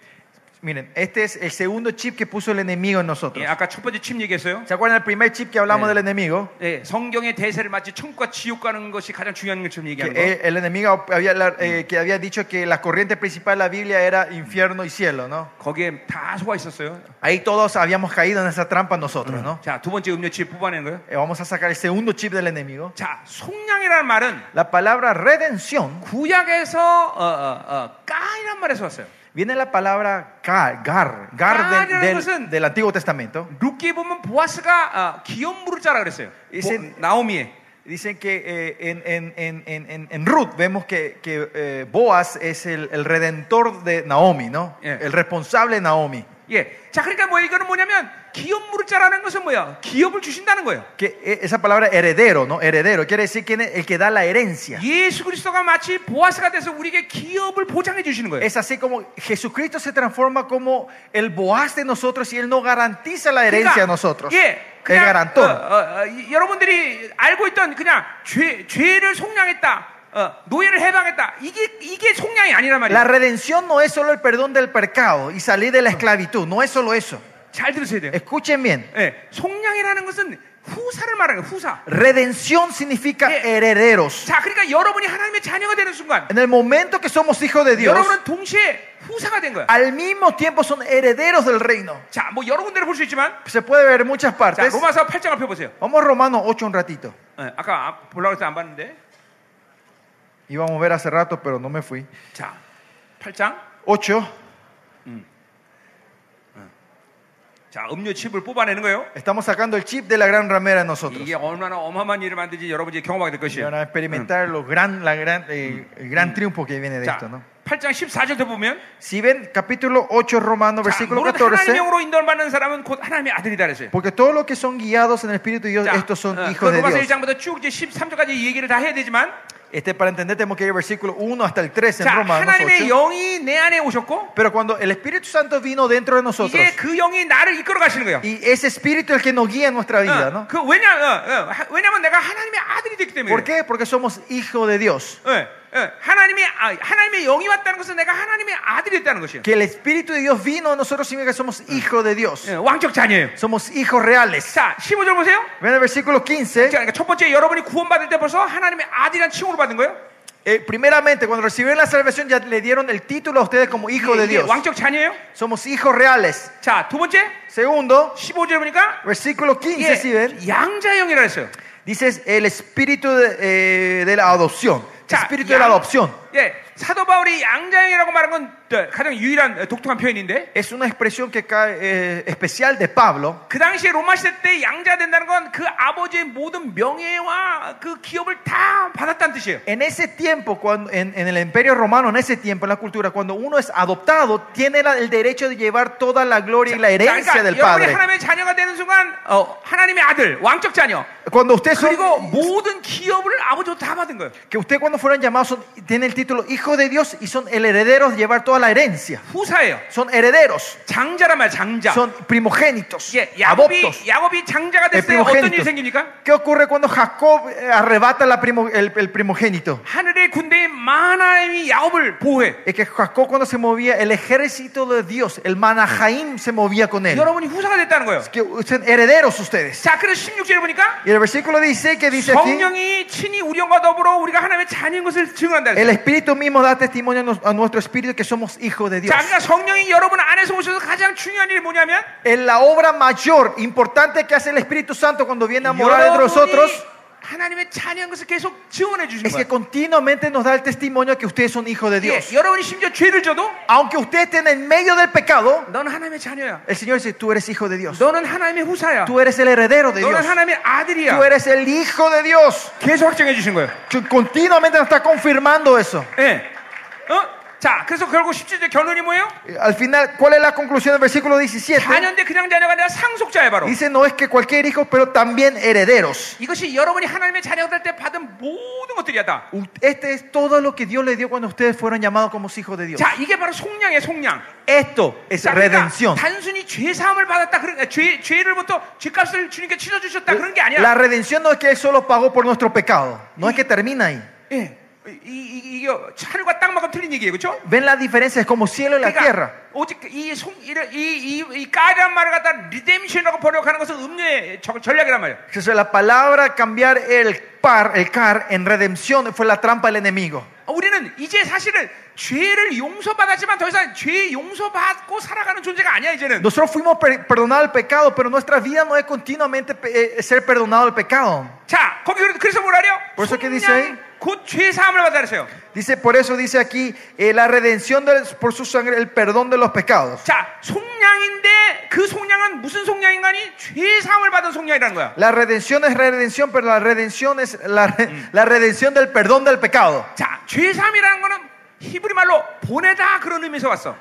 miren, este es el segundo chip que puso el enemigo en nosotros.
예, 아까 첫 번째 칩 얘기했어요.
¿Se acuerdan del primer chip que hablamos
네.
del enemigo?
예, 성경의 대세를 마치 천국과 지옥 가는 것이 가장 중요한 것처럼
Que
얘기하는 거.
el, el enemigo había, la- eh, que había dicho que la corriente principal de la Biblia era infierno y cielo, ¿no?
거기에 다 속아 있었어요.
Ahí todos habíamos caído en esa trampa nosotros, ¿no?
자, 두 번째 음료 칩 뽑아내는 거예요.
Eh, Vamos a 사car el segundo chip del enemigo.
자, 속량이라는 말은
La palabra redención
구약에서 어, 어, 어, 까이란 말에서 왔어요.
viene la palabra gar, gar, gar de-
Gar이라는
del,
것은-
del Antiguo Testamento.
룻기에 보면 보아스가 어, 기업무를 짜라 그랬어요.
이제-
보- 나오미에.
Dicen que eh, en, en, en, en, en- en Ruth vemos que, que, eh, Boaz es el, el redentor de Naomi, ¿no?
Yeah.
El responsable de Naomi.
예. 자, 그러니까 뭐 이거는 뭐냐면 기업무를 짜라는 것은 뭐야? 기업을 주신다는 거예요.
Que eh, esa palabra heredero, ¿no? Heredero quiere decir que el que da la herencia.
예수 그리스도가 마치 보아스가 돼서 우리에게 기업을 보장해 주시는 거예요.
Es así como Jesucristo se transforma como el Boaz de nosotros y él no garantiza la herencia a nosotros.
예,
el
그냥 어,
garantor.
어, 어, 이- 여러분들이 알고 있던 그냥 죄, 죄를 속량했다, 어, 노예를 해방했다. 이게 이게 속량이 아니란
La
말이에요.
redención no es solo el perdón del pecado y salir de la esclavitud, no es solo eso.
잘 들으셔야 돼요.
Escuchen bien.
예, 속량이라는 것은 후사를 말하는 거예요. 후사.
Redención significa
Eh.
herederos.
자, 그러니까 여러분이 하나님의 자녀가 되는 순간,
En el momento que somos hijos de Dios,
여러분은 동시에 후사가 된 거야.
al mismo tiempo son herederos del reino.
자, 뭐 여러 군데를 볼 수 있지만,
Se puede ver en muchas
자,
partes.
로마서 8장을 펴보세요.
Vamos a Romanos 8 un ratito.
예, 아까 아- 보려고 했는데 안 봤는데,
Íbamos a ver hace rato, pero no me fui.
자, 8장.
8.
자, 음료 칩을 뽑아내는 거예요.
Estamos sacando el chip de la gran ramera en nosotros.
이게 얼마나 어마어마한 일을 만든지 여러분이 경험하게 될
Y
것이에요.
van a experimentar lo gran, la gran, eh, el gran triunfo que viene de
자,
esto. ¿no?
8장 14절도 보면
Si ven capítulo 8 Romanos,
자,
versículo
무릇
14.
하나님 영으로 인도받는 사람은 곧 하나님의 아들이다 그랬어요.
Porque todos los que son guiados en el Espíritu de Dios,
자,
estos son
어, 그
hijos de
로마서
Dios.
1장부터 쭉 이제 13절까지 얘기를 다 해야 되지만
Este, para entender, tenemos que ir al versículo 1 hasta el 13 en
자,
Romanos
하나님의
8.
영이 내 안에 오셨고
Pero cuando el Espíritu Santo vino dentro de nosotros,
이제 그 영이 나를 이끌어 가시는 거예요.
y ese Espíritu es Ah, el que nos guía en nuestra vida,
어,
¿no?
그 왜냐, 어, 어, 하- 왜냐면 내가 하나님의 아들이 됐기 때문에.
¿Por
그래요.
qué? Porque somos hijos de Dios.
예, 예, 하나님의 아, 하나님의 영이 왔다는 것은 내가 하나님의 아들이 됐다는 것이에요.
Que el Espíritu de Dios vino a nosotros significa que somos hijos de Dios.
예, 왕적 자녀예요.
Somos hijos reales.
자, 15절 보세요.
Ven el versículo 15.
그러니까 첫 번째 여러분이 구원받을 때 벌써 하나님의 아들이란 칭호를 받은 거예요.
Eh, primeramente, cuando recibieron la salvación, ya le dieron el título a ustedes como hijos de
이게
Dios.
왕적 자녀예요.
Somos hijos reales.
자, 두 번째
Segundo,
15절 보니까
versículo 15, si ven.
이게 양자형이라 했어요.
Dices el espíritu de, eh, de la adopción.
자,
espíritu de la adopción.
예, 사도 바울이 양자형이라고 말한 건 또 가장 유일한 독특한 표현인데
Es una expresión que cae, eh, especial de Pablo.
그 당시에 로마 시대 때 양자가 된다는 건 그 아버지의 모든 명예와 그 기업을 다 받았다는 뜻이에요.
En ese tiempo, cuando, en, en el imperio romano, en ese tiempo, en la cultura, cuando uno es adoptado, tiene la- el derecho de llevar toda la gloria y la
자,
herencia del
그러니까 여러분이
Padre.
하나님의 자녀가 되는 순간 어, 하나님의 아들, 왕적 자녀
Cuando usted son-
그리고 모든 기업을 아버지도 다 받은 거예요.
que usted cuando fueron llamados son- tienen el título hijo de Dios y son el heredero de llevar toda la herencia.
후사예요.
Son herederos,
장자란 말 장자.
son primogénitos,
예,
adoptos.
야곱이 야곱이 장자가
El
됐을 때 어떤 일이
primogénito.
생깁니까?
¿Qué ocurre cuando Jacob eh, arrebata la primo- el, el primogénito?
하늘의 군대인 마나임이 야곱을 보호해.
Es que Jacob cuando se movía, el ejército de Dios, el Manahaim se movía con él.
여러분이 후사가 됐다는 거예요.
Que son herederos ustedes.
자, 그래서 16절에 보니까
Y el versículo dice que dice aquí,
성령이 친히 우리와 더불어 우리가 하나님의 자녀인 것을 증언한다.
el Espíritu mismo da testimonio a nos- a nuestro espíritu que somos hijos de Dios.
자, 그러니까 성령이 여러분 안에서 오셔서 가장 중요한 일이 뭐냐면
En la obra mayor, importante que hace el Espíritu Santo cuando viene a morar entre
여러분이
nosotros,
하나님의 자녀인 것을 계속 증언해 주신
es que
거예요.
continuamente nos da el testimonio que ustedes son hijos de
예,
Dios.
여러분이 심지어 죄를 져도
Aunque ustedes estén en medio del pecado,
넌 하나님의 자녀야.
el Señor dice, tú eres hijo de Dios.
너는 하나님의 후사야.
Tú eres el heredero de Dios.
너는 하나님의 아들이야.
Tú eres el hijo de Dios.
계속 확정해 주신 거예요.
Que Continuamente nos está confirmando eso.
예. 어? 자, 그래서 결국 17절 결론이 뭐예요?
Eh, Al final, ¿cuál es la conclusión del versículo 17?
자녀인데 그냥 자녀가 아니라 상속자예요, 바로.
Dice, no es que cualquier hijo, pero también herederos.
이것이 여러분이 하나님의 자녀가 될 때 받은 모든 것들이야 다.
U- Este es todo lo que Dios le dio cuando ustedes fueron llamados como hijos de Dios.
자, 이게 바로 속량이에요, 속량.
Esto es
자, 그러니까
redención.
단순히 죄 사함을 받았다. 그런 아, 죄 죄를부터 죄값을 주님께 치러 주셨다. 그런 게
La
아니야.
redención no es que Él solo pagó por nuestro pecado. No es que termina ahí.
예. 이, 이, 이- 이게 하늘과 땅만큼 틀린 얘기예요. 그렇죠?
¿Ven la diferencia? Es como cielo y la tierra.
그러니까 오직 이송이이 까란 말을 갖다 리뎀션이라고 번역하는 것은 음료의 저- 전략이란 말이야.
Entonces, la palabra cambiar el par, el car, en redención fue la trampa del enemigo.
어, 우리는 이제 사실은 죄를 용서받았지만 더 이상 죄 용서받고 살아가는 존재가 아니야 이제는.
Nosotros fuimos per- perdonados el pecado, pero nuestra vida no es continuamente pe- eh, ser perdonado el pecado.
자 거기 그래- 그래서 뭐라 그래요?
벌써 이렇게 돼
속량,
있어요?
곧 죄사함을 받아 그랬어요.
Dice, por eso dice aquí, eh, la redención del- por su sangre, el perdón de los pecados.
자 속량인데 그 속량은 무슨 속량인가니 죄사함을 받은 속량이라는 거야.
La redención es redención, pero la redención es la, re- la redención del perdón del pecado.
자 죄사함이라는 거는 히브리 말로 보내다 그런 의미에서 왔어.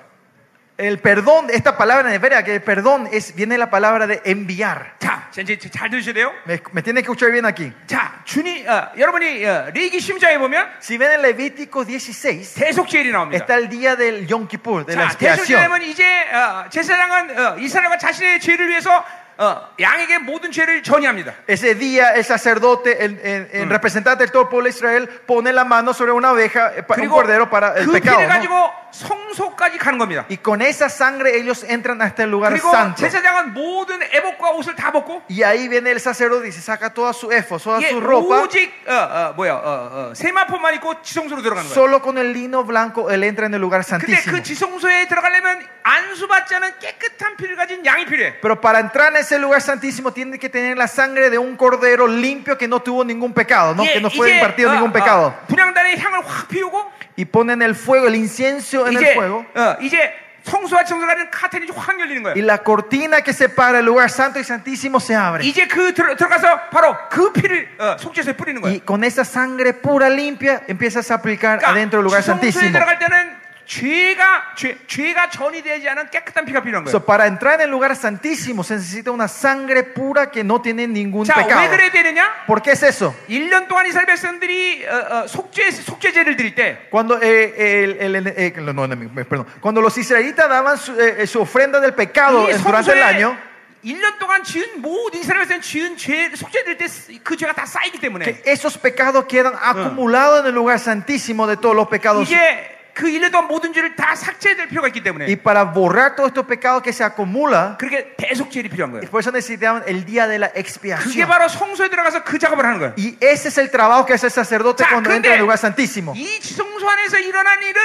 El perdón, esta palabra en hebrea, que el perdón es, viene la palabra de enviar.
자 이제 잘 들으셔야 돼요.
Me, me tiene que escuchar bien aquí.
자 주님 어, 여러분이 어, 레이기 심자에 보면
Si ven en Levítico 16,
대속죄일이 나옵니다.
está el día del Yom Kippur, de la
자,
expiación.
대속죄라면 이제 어, 제사장은 어, 이스라엘과 자신의 죄를 위해서 어, 양에게 모든 죄를 전이합니다.
Ese día el sacerdote, el, el- el representante del todo el pueblo de Israel, pone la mano sobre una oveja, eh, pa- un
그리고
cordero para el
그
pecado.
피를
¿no?
가지고 성소까지 가는 겁니다.
Y con esa sangre ellos entran hasta el lugar
그리고
santo.
제사장은 모든 애복과 옷을 다 벗고
Y ahí viene el sacerdote y se saca toda su efos, toda
예,
su ropa.
오직 어, 어, 뭐야 어, 어, 세마포만 입고 지성소로 들어가는 거예요.
Solo con el lino blanco él entra en el lugar
근데
santísimo.
그 지성소에 들어가려면 안수받지 않은 깨끗한 피를 가진 양이 필요해.
Pero para entrar en ese lugar santísimo tiene que tener la sangre de un cordero limpio que no tuvo ningún pecado, ¿no?
예,
que ah, no fue impartido
어,
ningún pecado.
어, 분향단에 향을 확 피우고
Y ponen el fuego, el incienso en el
이제
fuego.
어, 이제 성소와 지성소 가는 카텐이 확 열리는 거예요.
Y la cortina que separa el lugar santo y santísimo se abre.
이제 그 들어, 들어가서 바로 그 피를 어, 속죄소에 뿌리는 거예요.
Y con esa sangre pura, limpia, empiezas a aplicar adentro del lugar
성소에
santísimo.
들어갈 때는 죄가 죄, 죄가 전이 되지 않은 깨끗한 피가 필요한 거예요.
So, para entrar en el lugar santísimo se necesita una sangre pura que no tiene ningún
자, 왜
pecado.
그래야 되느냐?
¿Por qué es eso?
1년 동안 이스라엘 백성들이 어, 어, 속죄 속죄제를 드릴 때
Cuando, eh, el- el- el- eh, no, no, me- perdón. Cuando los israelitas daban su, eh, eh, su ofrenda del pecado
이
eh, durante el
성소에
año,
1년 동안 지은 모든 이스라엘 백성 지은 죄 속죄 드릴 때 그 죄가 다 쌓이기 때문에
que esos pecados quedan acumulados en el lugar santísimo de todos los pecados.
이제 그 1년 동안 모든 죄를 다 삭제될 필요가 있기
Y
때문에
para borrar todos estos pecados que se acumulan,
그렇게 대속죄를 필요한 거예요.
por eso necesitaban el día de la
그게
expiación.
바로 성소에 들어가서 그 작업을 하는 거예요.
Y ese es el trabajo que hace el sacerdote
자,
cuando
근데
entra al lugar santísimo.
이 지성소 안에서 일어난 일은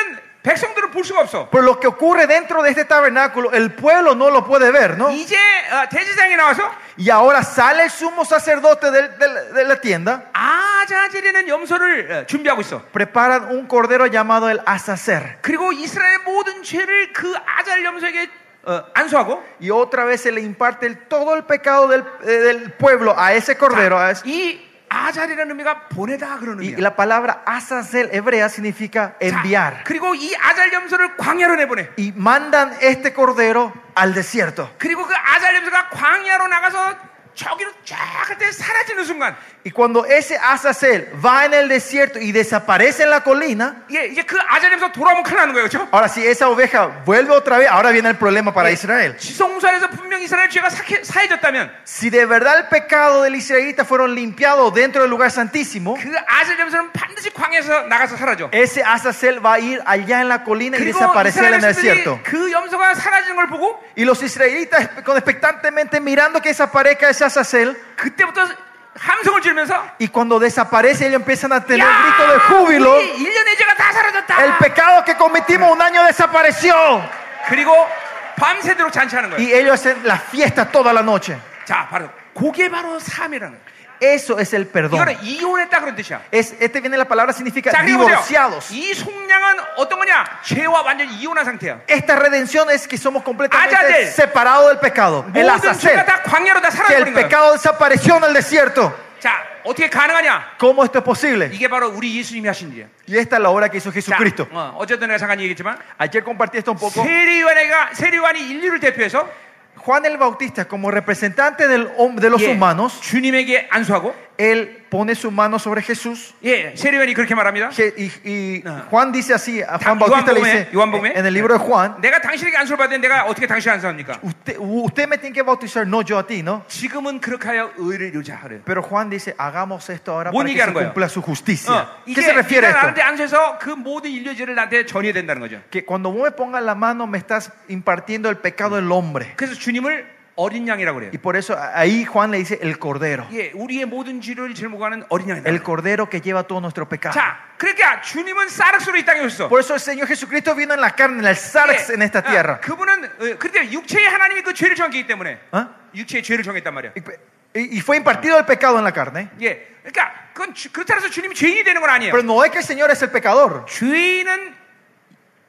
백성들을 볼 수가 없어.
Pero lo que ocurre dentro de este tabernáculo, el pueblo no lo puede ver, ¿no?
이제 어, 대제사장이 나와서
Y ahora sale el sumo sacerdote del- del- de la tienda,
아자젤에는 염소를 어, 준비하고 있어.
preparan un cordero llamado el asacer.
그리고 이스라엘 모든 죄를 그 아잘 염소에게 어, 안수하고
Y otra vez se le imparte el- todo el pecado del, eh, del pueblo a ese cordero. a ese-
아, 이 아잘이라는 의미가 보내다 그런
y
의미야.
la palabra asacer hebrea significa
자,
enviar.
그리고 이 아잘 염소를 광야로 내보내.
Y mandan este cordero al desierto.
그리고 그 아잘 염소가 광야로 나가서 저기로 쫙 할 때 사라지는 순간,
Y cuando ese asacer va en el desierto y desaparece en la colina,
예, 이제 그 아잘 염소 돌아오면 큰일 나는 거예요, 그렇죠?
Ahora, si esa oveja vuelve otra vez, ahora viene el problema para Israel.
지성소에서 분명 이스라엘 죄가 삭해- 사해졌다면
Si de verdad el pecado del israelita fueron limpiados dentro del lugar santísimo,
그 아잘 염소는 반드시 광야에서 나가서 사라져.
ese Azazel va a ir allá en la colina y
그리고
desaparecer
이스라엘
en el desierto.
백성들이 그 염소가 사라지는 걸 보고
Y los israelitas, con expectantemente mirando que desaparezca ese Azazel,
그때부터 함성을 지르면서
y cuando desaparece, ellos empiezan a tener
야,
grito de
그
júbilo.
우리 일련의 죄가 다 사라졌다.
El pecado que cometimos un año desapareció.
그리고 밤새도록 잔치하는 거예요.
Y ellos hacen la fiesta toda la noche.
자, 바로 그게 바로 삶이라는 거예요.
Eso es el perdón.
이거는 이혼했다 그런 뜻이야.
Es, este viene la palabra significa
자, 그러니까 그리고 보세요.
divorciados.
이 속량은 어떤 거냐? 죄와 완전히 이혼한 상태야.
Esta redención es que somos completamente
Azazel.
separados del pecado. El
모든
azazel,
죄가 다 광야로 다
que el
사라져버린 거야.
pecado desapareció en el desierto.
자, 어떻게 가능하냐?
¿Cómo esto es posible?
이게 바로 우리 예수님이 하신 일이야.
Y esta es la obra que hizo
자,
Jesucristo.
어, 어제도 내가 잠깐 얘기했지만
Ayer compartí esto un
뭐,
poco.
세례요한이가 세례요한이 인류를 대표해서
Juan el Bautista, como representante del hom- de los
예,
humanos,
주님에게 안수하고
él pone su mano sobre Jesús.
예, 세례요한이 그렇게 말합니다.
Je- Y, y
Ah.
Juan dice así, a Juan
Juan
Bautista le
Baume,
dice
Juan Baume.
en el libro de Juan,
내가 당신에게 안수를 받은 내가 어떻게 당신 안수합니까?
usted, usted me tiene que bautizar, no yo a ti, ¿no?
지금은 그렇게 하여 의를 이루자 하래.
Pero Juan dice, hagamos esto ahora para
Buen
que
llegaron,
se
güey.
cumpla su justicia.
어,
¿Qué
이게
se refiere a
네가
esto?
나한테 안수해서 그 모든 인류의 죄를 나한테 전해야 된다는 거죠.
que cuando vos me pongas la mano me estás impartiendo el pecado del hombre.
그래서 주님을 어린 양이라고 그래요.
Y por eso a- ahí Juan le dice el cordero.
예, 우리의 모든 죄를 짊어가는 어린 양이다.
El cordero que lleva todo nuestro pecado.
자, 그러니까 주님은 싸락스로 이 땅에 오셨어.
Por eso el Señor Jesucristo vino en la carne, en el sarx
예,
en esta
아,
tierra.
그분은 어, 그때 육체의 하나님이 그 죄를 정했기 때문에
¿Ah?
육체의 죄를 정했단 말이야.
Y, y fue impartido el pecado en la carne.
예, 그러니까 그건 주- 그렇다고 해서 주님이 죄인이 되는 건 아니에요.
Pero no es que el Señor es el pecador.
죄인은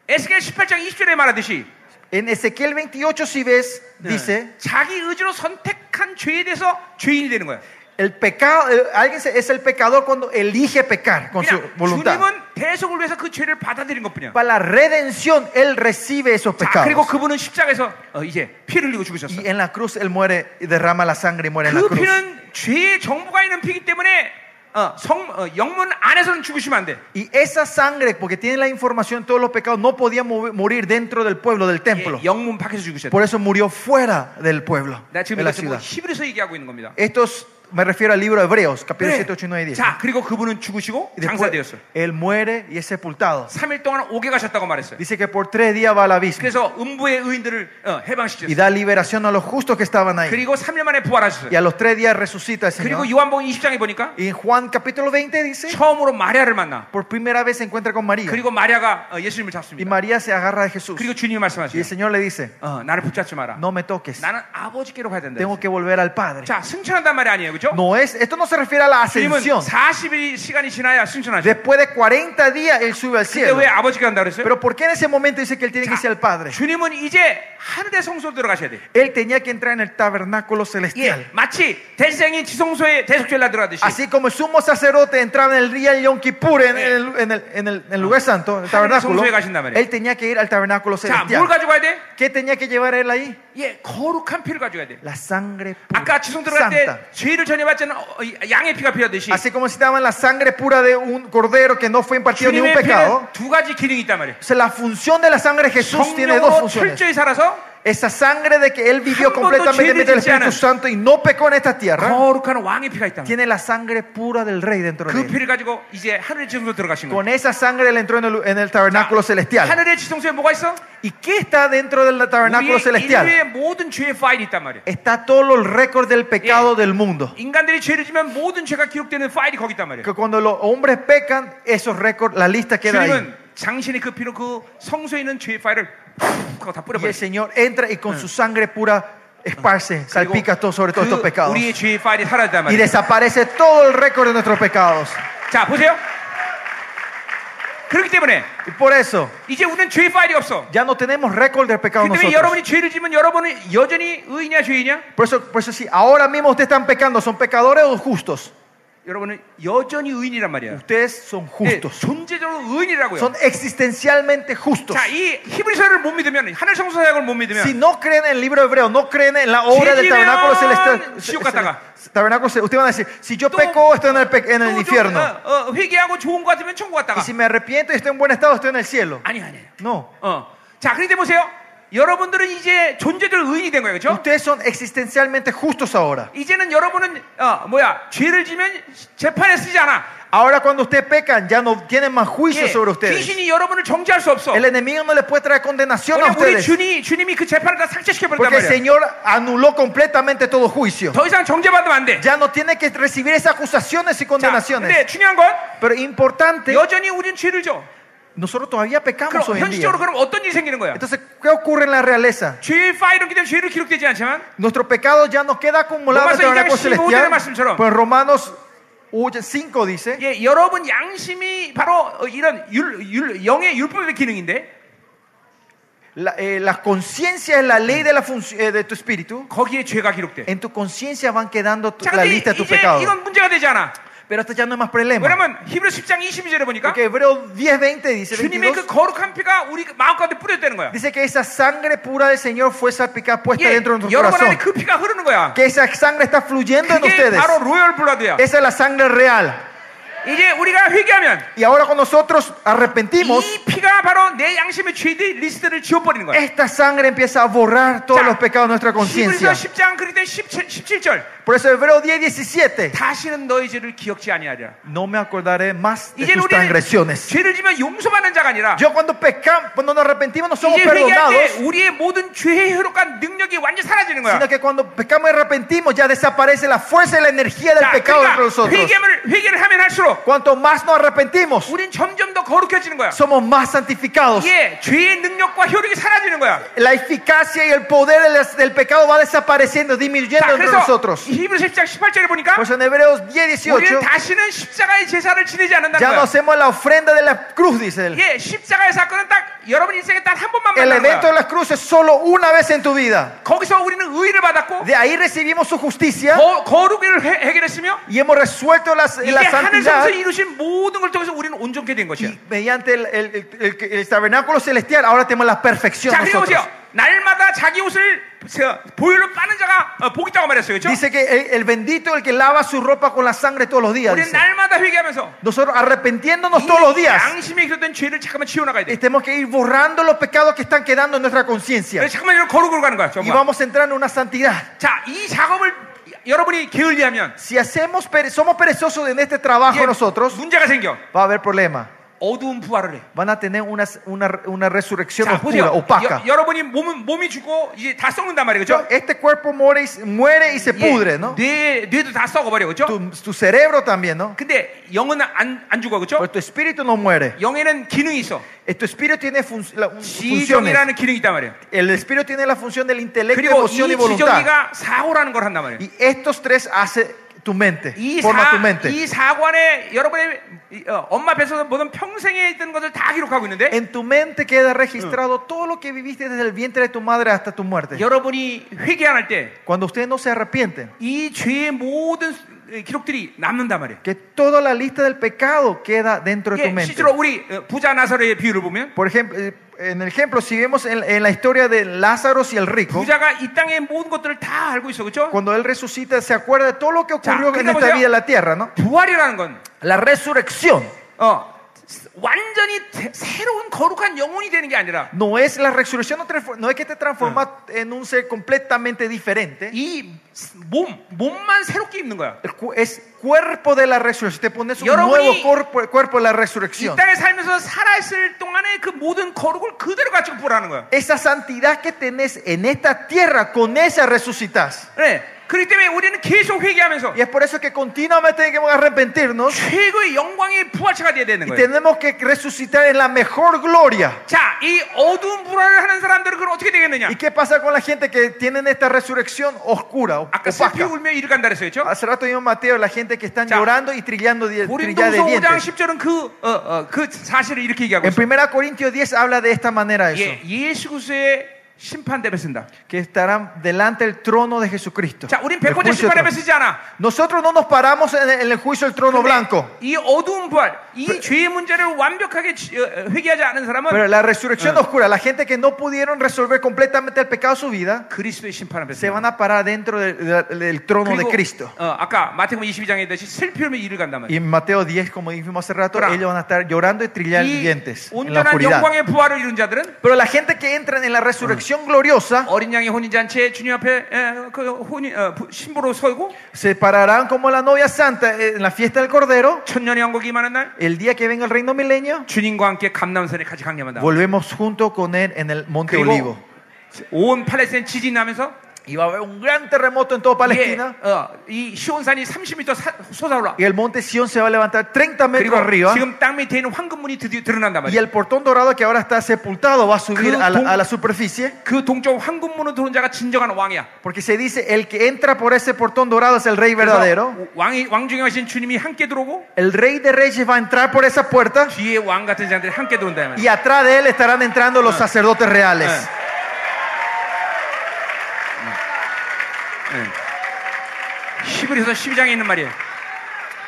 에스겔 18장 20절에 말하듯이
En Ezequiel 28 si ves, 네. dice,
자기 의지로 선택한 죄에 대해서 죄인이 되는 거야.
el pecado, eh, alguien se- es el pecador cuando elige pecar con su
그냥
voluntad.
주님은 대속을 위해서 그 죄를 받아들인 것뿐이야.
Para la redención, Él recibe esos
자, 그리고
pecados.
그분은 십자가에서 어, 이제 피를 흘리고 죽으셨어.
Y en la cruz Él muere, y derrama la sangre y muere en la
그
cruz.
피는 죄의 정보가 있는 피이기 때문에 어, 성, 어, 영문 안에서는 죽으시면 안 돼.
Y esa sangre, porque tiene la información, todos los pecados, no podía mover- morir dentro del pueblo, del
예,
templo.
영문 밖에서 죽으셔야 돼.
Por eso murió fuera del pueblo,
나 지금
de la
이것을 뭐
ciudad.
히브리서 얘기하고 있는 겁니다.
Esto es- me refiero al libro de Hebreos, capítulo
그래.
7, 8, 9 y 10.
자, 그리고 그분은 죽으시고
Y después,
장사되었어요.
él muere y es sepultado.
3일 동안 옥에 가셨다고 말했어요.
Dice que por tres días va al abismo
그래서 음부의 의인들을 어,
y
해방시켰어요.
da liberación a los justos que estaban ahí.
그리고 3일 만에 부활하셨어요.
Y a los tres días resucita el Señor.
그리고 요한복음 20장에 보니까
Y en Juan capítulo 20 dice,
처음으로 마리아를 만나.
por primera vez se encuentra con María.
그리고 마리아가 어,
Y
예수님을 잡습니다.
María se agarra de Jesús.
그리고 주님이
Y
말씀하세요.
el Señor le dice,
어, 나를 붙잡지 마라.
no me toques,
나는 아버지께로 가야 된다.
tengo que volver al Padre.
자, 승천한단 말이 아니에요. 그죠?
No es, esto no se refiere a la
주님은
ascensión.
40일 시간이 지나야 승천하죠.
Después de 40 días él sube al
근데
cielo.
왜 아버지께 간다 그랬어요?
Pero ¿por qué en ese momento dice que él tiene que irse al Padre?
주님은 이제 하늘의 성소 들어가셔야 돼.
Él tenía que entrar en el tabernáculo
예,
celestial.
마치 대생이 지성소에 대속죄를 들어가듯이
Así como el sumo sacerdote entraba en el día de Yom Kippur en el, en el- en el- en el lugar santo, en el tabernáculo, él tenía que ir al tabernáculo
자, 뭘
celestial.
가지고 가야 돼?
¿Qué tenía que llevar él ahí?
예, 거룩한 피를 가져가야 돼.
La sangre pura,
아까 지성 들어갈
santa.
때 죄를 전해봤자는 어, 이 양의 피가 필요하듯이
Así como necesitaban la sangre pura de un cordero que no fue impartido ni un
주님의
pecado.
피는 두 가지 기능이 있단 말이에요.
O sea, la función de la sangre de Jesús tiene dos
성령으로
funciones.
철저히 살아서
Esa sangre de que él vivió
한 번도
completamente del
죄를
Espíritu
짓지 않은-
Santo y no pecó en esta tierra,
거룩한 왕의 피가 있다.
tiene la sangre pura del Rey dentro de
그
él.
피를 가지고 이제 하늘의 지성소 들어가신 거예요.
Con esa sangre él entró en el, en el tabernáculo celestial.
하늘의 지성소에 뭐가 있어?
¿Y qué está dentro del tabernáculo
우리의
celestial?
인류의 모든 죄의 파일이 있단 말이야.
Está todo el récord del pecado del mundo.
인간들이 죄를 지면 모든 죄가 기록되는 파일이 거기 있단 말이야.
Que cuando los hombres pecan, esos récords, la lista queda ahí.
주님은 장신의 그 피로 그 성소에 있는 죄의 파일을 하고
Y
다
el
뿌려버렸어.
Señor entra y con su sangre pura esparce, salpica todo sobre todos estos
그
pecados.
우리의 죄의 파일이 사라지단
Y
말이야.
desaparece todo el récord de nuestros pecados.
자 보세요. 그렇기 때문에
Y por eso,
이제 우리는 죄의 파일이 없어.
ya no tenemos récord del pecado
그 때문에
nosotros.
여러분이 죄를 지면 여러분은 여전히 의냐 죄이냐?
Por eso, por eso si ahora mismo ustedes están pecando, ¿son pecadores o justos?
여러분은 여전히 의인이란 말이야.
Ustedes son
네,
justos.
존재적으로 의인이라고요.
Son existencialmente justos.
자, 이 히브리서를 못 믿으면 하늘 성소 사역을 못 믿으면
Si no creen en el libro hebreo, no creen en la obra del
지면
tabernáculo celestial.
지옥 갔다가.
celestial- Tabernáculo celestial. Ustedes van a decir, si yo
Tú-
peco, estoy en el, pe- en
또
el
좀,
infierno.
어, 어, 회개하고 좋은 거 같으면 천국 갔다가
Y si me arrepiento y estoy en buen estado, estoy en el cielo.
아니 아니에요.
No.
어. 자, 그런데 보세요. 여러분들은 이제 존재들 의인이 된 거예요. 그렇죠?
Ustedes son existencialmente justos ahora.
이제는 여러분은 어, 뭐야? 죄를 지면 재판에 쓰지 않아.
Ahora cuando ustedes pecan, ya no tienen más juicio
예,
sobre ustedes.
귀신이 여러분을 정죄할 수 없어.
El enemigo no les puede traer condenación a
왜냐면 우리
ustedes.
주님, 주님이 그 재판을 다 삭제시켜 버린단
Porque el
말이야.
Señor anuló completamente todo juicio.
더 이상 정죄받으면 안 돼.
Ya no tiene que recibir esas acusaciones y
자,
condenaciones.
근데 중요한 건
Pero importante,
여전히 우리는 죄를 져.
nosotros todavía pecamos
그럼
hoy en día.
현실적으로 그럼 어떤 일이 생기는 거야?
Entonces, ¿qué ocurre en la realeza?
죄의 파일은 그냥 죄로 기록되지 않지만
Nuestro pecado ya no queda acumulado en el
Romanos
tabernáculo
15, 15
celestial.
말씀처럼.
Pues en Romanos 5 dice.
예, 여러분 양심이 바로 어, 이런 율, 율, 영의 율법의 기능인데
La, eh, la conciencia es la ley de, la func- eh, de tu espíritu.
거기에 죄가 기록돼.
En tu conciencia van quedando tu-
자,
la
근데
lista de tus
이제
pecados.
이건 문제가 되지 않아.
Pero esto ya no es más
음.
problema.
왜냐면 히브리 10장 22절에 보니까
Porque Hebreo 10:20 dice,
주님의 그
22,
거룩한 피가 우리 그 마음 가운데 뿌려졌다는 거야.
dice que esa sangre pura del Señor fue salpicada, puesta
예,
dentro de nuestro
여러분 안에
corazón.
그 피가 흐르는 거야.
Que esa sangre está fluyendo en
그게
ustedes.
바로 로열 블러드야.
Esa es la sangre real.
이제 우리가 회개하면
Y ahora cuando nosotros arrepentimos,
이뭐 피가 바로 내 양심의 죄들 리스트를 지워버리는 거야.
esta sangre empieza a borrar todos
자,
los pecados de nuestra
히브리서
conciencia.
10장 그리때 17, 17절
Por eso Hebreo 10:17,
다시는 너희 죄를 기억지 아니하리라.
no me acordaré más de
이제
tus
우리는
transgresiones.
죄를 지면 용서받는 자가 아니라
Yo cuando pecamos, cuando nos arrepentimos no somos
이제 회개할
perdonados,
때 우리의 모든 죄의 효력과 능력이 완전히 사라지는 거야.
sino que cuando pecamos y arrepentimos ya desaparece la fuerza y la energía del
자,
pecado entre
그러니까
nosotros.
회개를, 회개를 하면 할수록
Cuanto más nos arrepentimos,
우린 점점 더 거룩해지는 거야.
somos más santificados.
예, 죄의 능력과 효력이 사라지는 거야.
La eficacia y el poder del, del pecado va desapareciendo, disminuyendo
자,
entre
네, 그래서
nosotros.
히브리 10장 18절에 보니까
Por eso en Hebreos 10, 18,
우리는 다시는 십자가의 제사를 지내지 않는다는
ya no
거야.
hacemos la ofrenda de la cruz, dice él.
예, 십자가의 사건은 딱 여러분 인생에 딱 한 번만
El
만나는
evento de
거야.
la cruz es solo una vez en tu vida.
거기서 우리는 의의를 받았고
De ahí recibimos su justicia
거, 거룩을 해- 해결했으며
y hemos resuelto la,
이게
la
하늘에서
santidad.
이루신 모든 걸 통해서 우리는 온전케 된 것이야.
Y mediante el, el- el- el- el tabernáculo celestial, ahora tenemos la perfección
자 그리고
nosotros.
보세요 날마다 자기 옷을 저, 보혈로 빠는 자가 어, 복이 있다고 말했어요 그렇죠?
Dice que el, el bendito el que lava su ropa con la sangre todos los días.
우리는
dice.
날마다 회개하면서
Nosotros
이
arrepentiéndonos todos los días.
양심에 기록된 죄를 잠깐만 치워나가야 돼
Y tenemos que ir borrando los pecados que están quedando en nuestra conciencia.
그래서 잠깐만 예. 이런 거룩으로 가는 거야
Y
정말
vamos a entrar en una santidad.
자이 작업을 여러분이 게을리하면
Si hacemos pere- somos perezosos en este trabajo
이게
nosotros,
문제가 생겨
va a haber problema.
어두운 부활을 해
Van a tener una, una, una resurrección
자,
oscura,
보세요.
opaca.
여, 여러분이 몸은, 몸이 죽고 이제 다 썩는단 말이에요. 그죠? 예.
Este cuerpo muere y, muere y se pudre, ¿no?
뇌, 뇌도 다 썩어버려. 그죠?
Tu, tu cerebro también, ¿no?
근데 영은 안, 안 죽어. 그죠?
Pero tu espíritu no muere.
영에는 기능이 있어.
Eh, Tu espíritu tiene fun- la- un- funciones.
지정이라는 기능이 있단 말이에요.
El espíritu tiene la función del intelecto,
그리고 이
emoción y voluntad.
지정이가 사고라는 걸 한단 뭐 말이에요.
Y estos tres hace tu mente,
이,
forma tu
사,
mente.
이 사관에 여러분의 이, 어, 엄마 뱃속에서 모든 평생에 있던 것을 다 기록하고 있는데
En tu mente queda registrado todo lo que viviste desde el vientre de tu madre hasta tu muerte.
여러분이 회개 안 할
Cuando ustedes no se arrepienten,
때 이 죄의 모든 수- 에, 기록들이 남는단 말이에요.
que toda la lista del pecado queda dentro de tu
예,
mente.
실제로 우리 어, 부자 나사로의 비유를 보면
Por ejemplo, eh, en el ejemplo, si vemos en, en la historia de Lázaro y el rico,
부자가 이 땅의 모든 것들을 다 알고 있어, 그렇죠?
cuando él resucita, se acuerda de todo lo que ocurrió
Ya,
en
¿qué
esta
cosa?
vida en la tierra, ¿no?
부활이라는 건
La resurrección
어, 완전히 대- 새로운 거룩한 영혼이 되는 게 아니라
No es la resurrección, no, transfor- no es que te transforma en un ser completamente diferente.
이 몸, 몸만 새롭게 입는 거야.
El cu- es cuerpo de la resurrección. Te pones un
여러분이
nuevo cuerpo, cuerpo de la
이
resurrección.
땅에 살면서 살아있을 동안에 그 모든 거룩을 그대로 가지고 보라는 거야.
Esa santidad que tenés en esta tierra, con esa resucitas.
네. 그렇기 때문에 우리는 계속 회개하면서
Y es por eso que continuamente tenemos que arrepentirnos
최고의 영광의 부활체가 돼야 되는
y
거예요.
tenemos que resucitar en la mejor gloria.
자, 이 어두운 불화를 하는 사람들은 그럼 어떻게 되겠느냐?
¿Y qué pasa con la gente que tienen esta resurrección oscura, o-
아까 슬피
opaca?
울며 이를 간다 그랬어요. 그렇죠?
Hace rato vimos Mateo, la gente que están
Ya.
llorando y trillando di- trillada de
고린도서 5장
dientes.
10절은 그, 어, 어, 그 사실을 이렇게 얘기하고
En
있어요.
1 Corintios 10 habla de esta manera eso,
예, 예수 그리스도의 심판대에 쓴다.
que estarán delante del trono de Jesucristo.
자, 우린
del
백번째
juicio
심판대에
trono.
쓰지 않아.
Nosotros no nos paramos en el, en el juicio del trono blanco,
이 어두운 부활, 이 죄의 문제를 완벽하게 지- 어, 어, 회개하지 않은
pero
사람은
la resurrección oscura, la gente que no pudieron resolver completamente el pecado de su vida,
그리스도의 심판 앞에
se
쓴다.
van a parar dentro de- de- del trono de
그리고,
Cristo.
어, 아까 마태복음 22장에 있듯이 슬피 울며 이를 간단 말이야.
Y en Mateo 10, como dijimos hace rato,
Ahora,
ellos van a estar llorando y trillar
이
dientes en la
온전한
oscuridad.
영광의 부활을 이룬 자들은
Pero la gente que entra en la resurrección gloriosa
어린 양의 혼인잔치에 주님 앞에 에, 그 혼인, 어, 부- 신부로 서고
se pararán como la novia santa en la fiesta del Cordero.
천년의 왕국이 임하는 날
El día que venga el reino milenio,
주님과 함께 감남산에 같이 강림한다.
volvemos junto con él en el Monte Olivo.
그리고 온 팔레스타인 지진이 나면서
Y va a haber un gran terremoto en toda
이게,
Palestina.
어, 이 시온산이 30m 사, 솟아올라.
Y el monte Sión se va a levantar 30 metros
그리고
arriba.
지금 땅 밑에 있는 황금문이 드디어
Y
드러난단 말이야.
el portón dorado que ahora está sepultado va a subir
그
a
동-
la, a la superficie.
그 동쪽 황금문으로 들어온 자가 진정한 왕이야.
Porque se dice, el que entra por ese portón dorado es el rey
그래서
verdadero.
왕이 왕 중에 하신 주님이 함께 들어오고
El rey de reyes va a entrar por esa puerta.
뒤에 왕 같은 자들이 함께 들어온다 말이야.
Y atrás de él estarán entrando los sacerdotes reales.
예. 히브리서 12장에 있는 말이에요.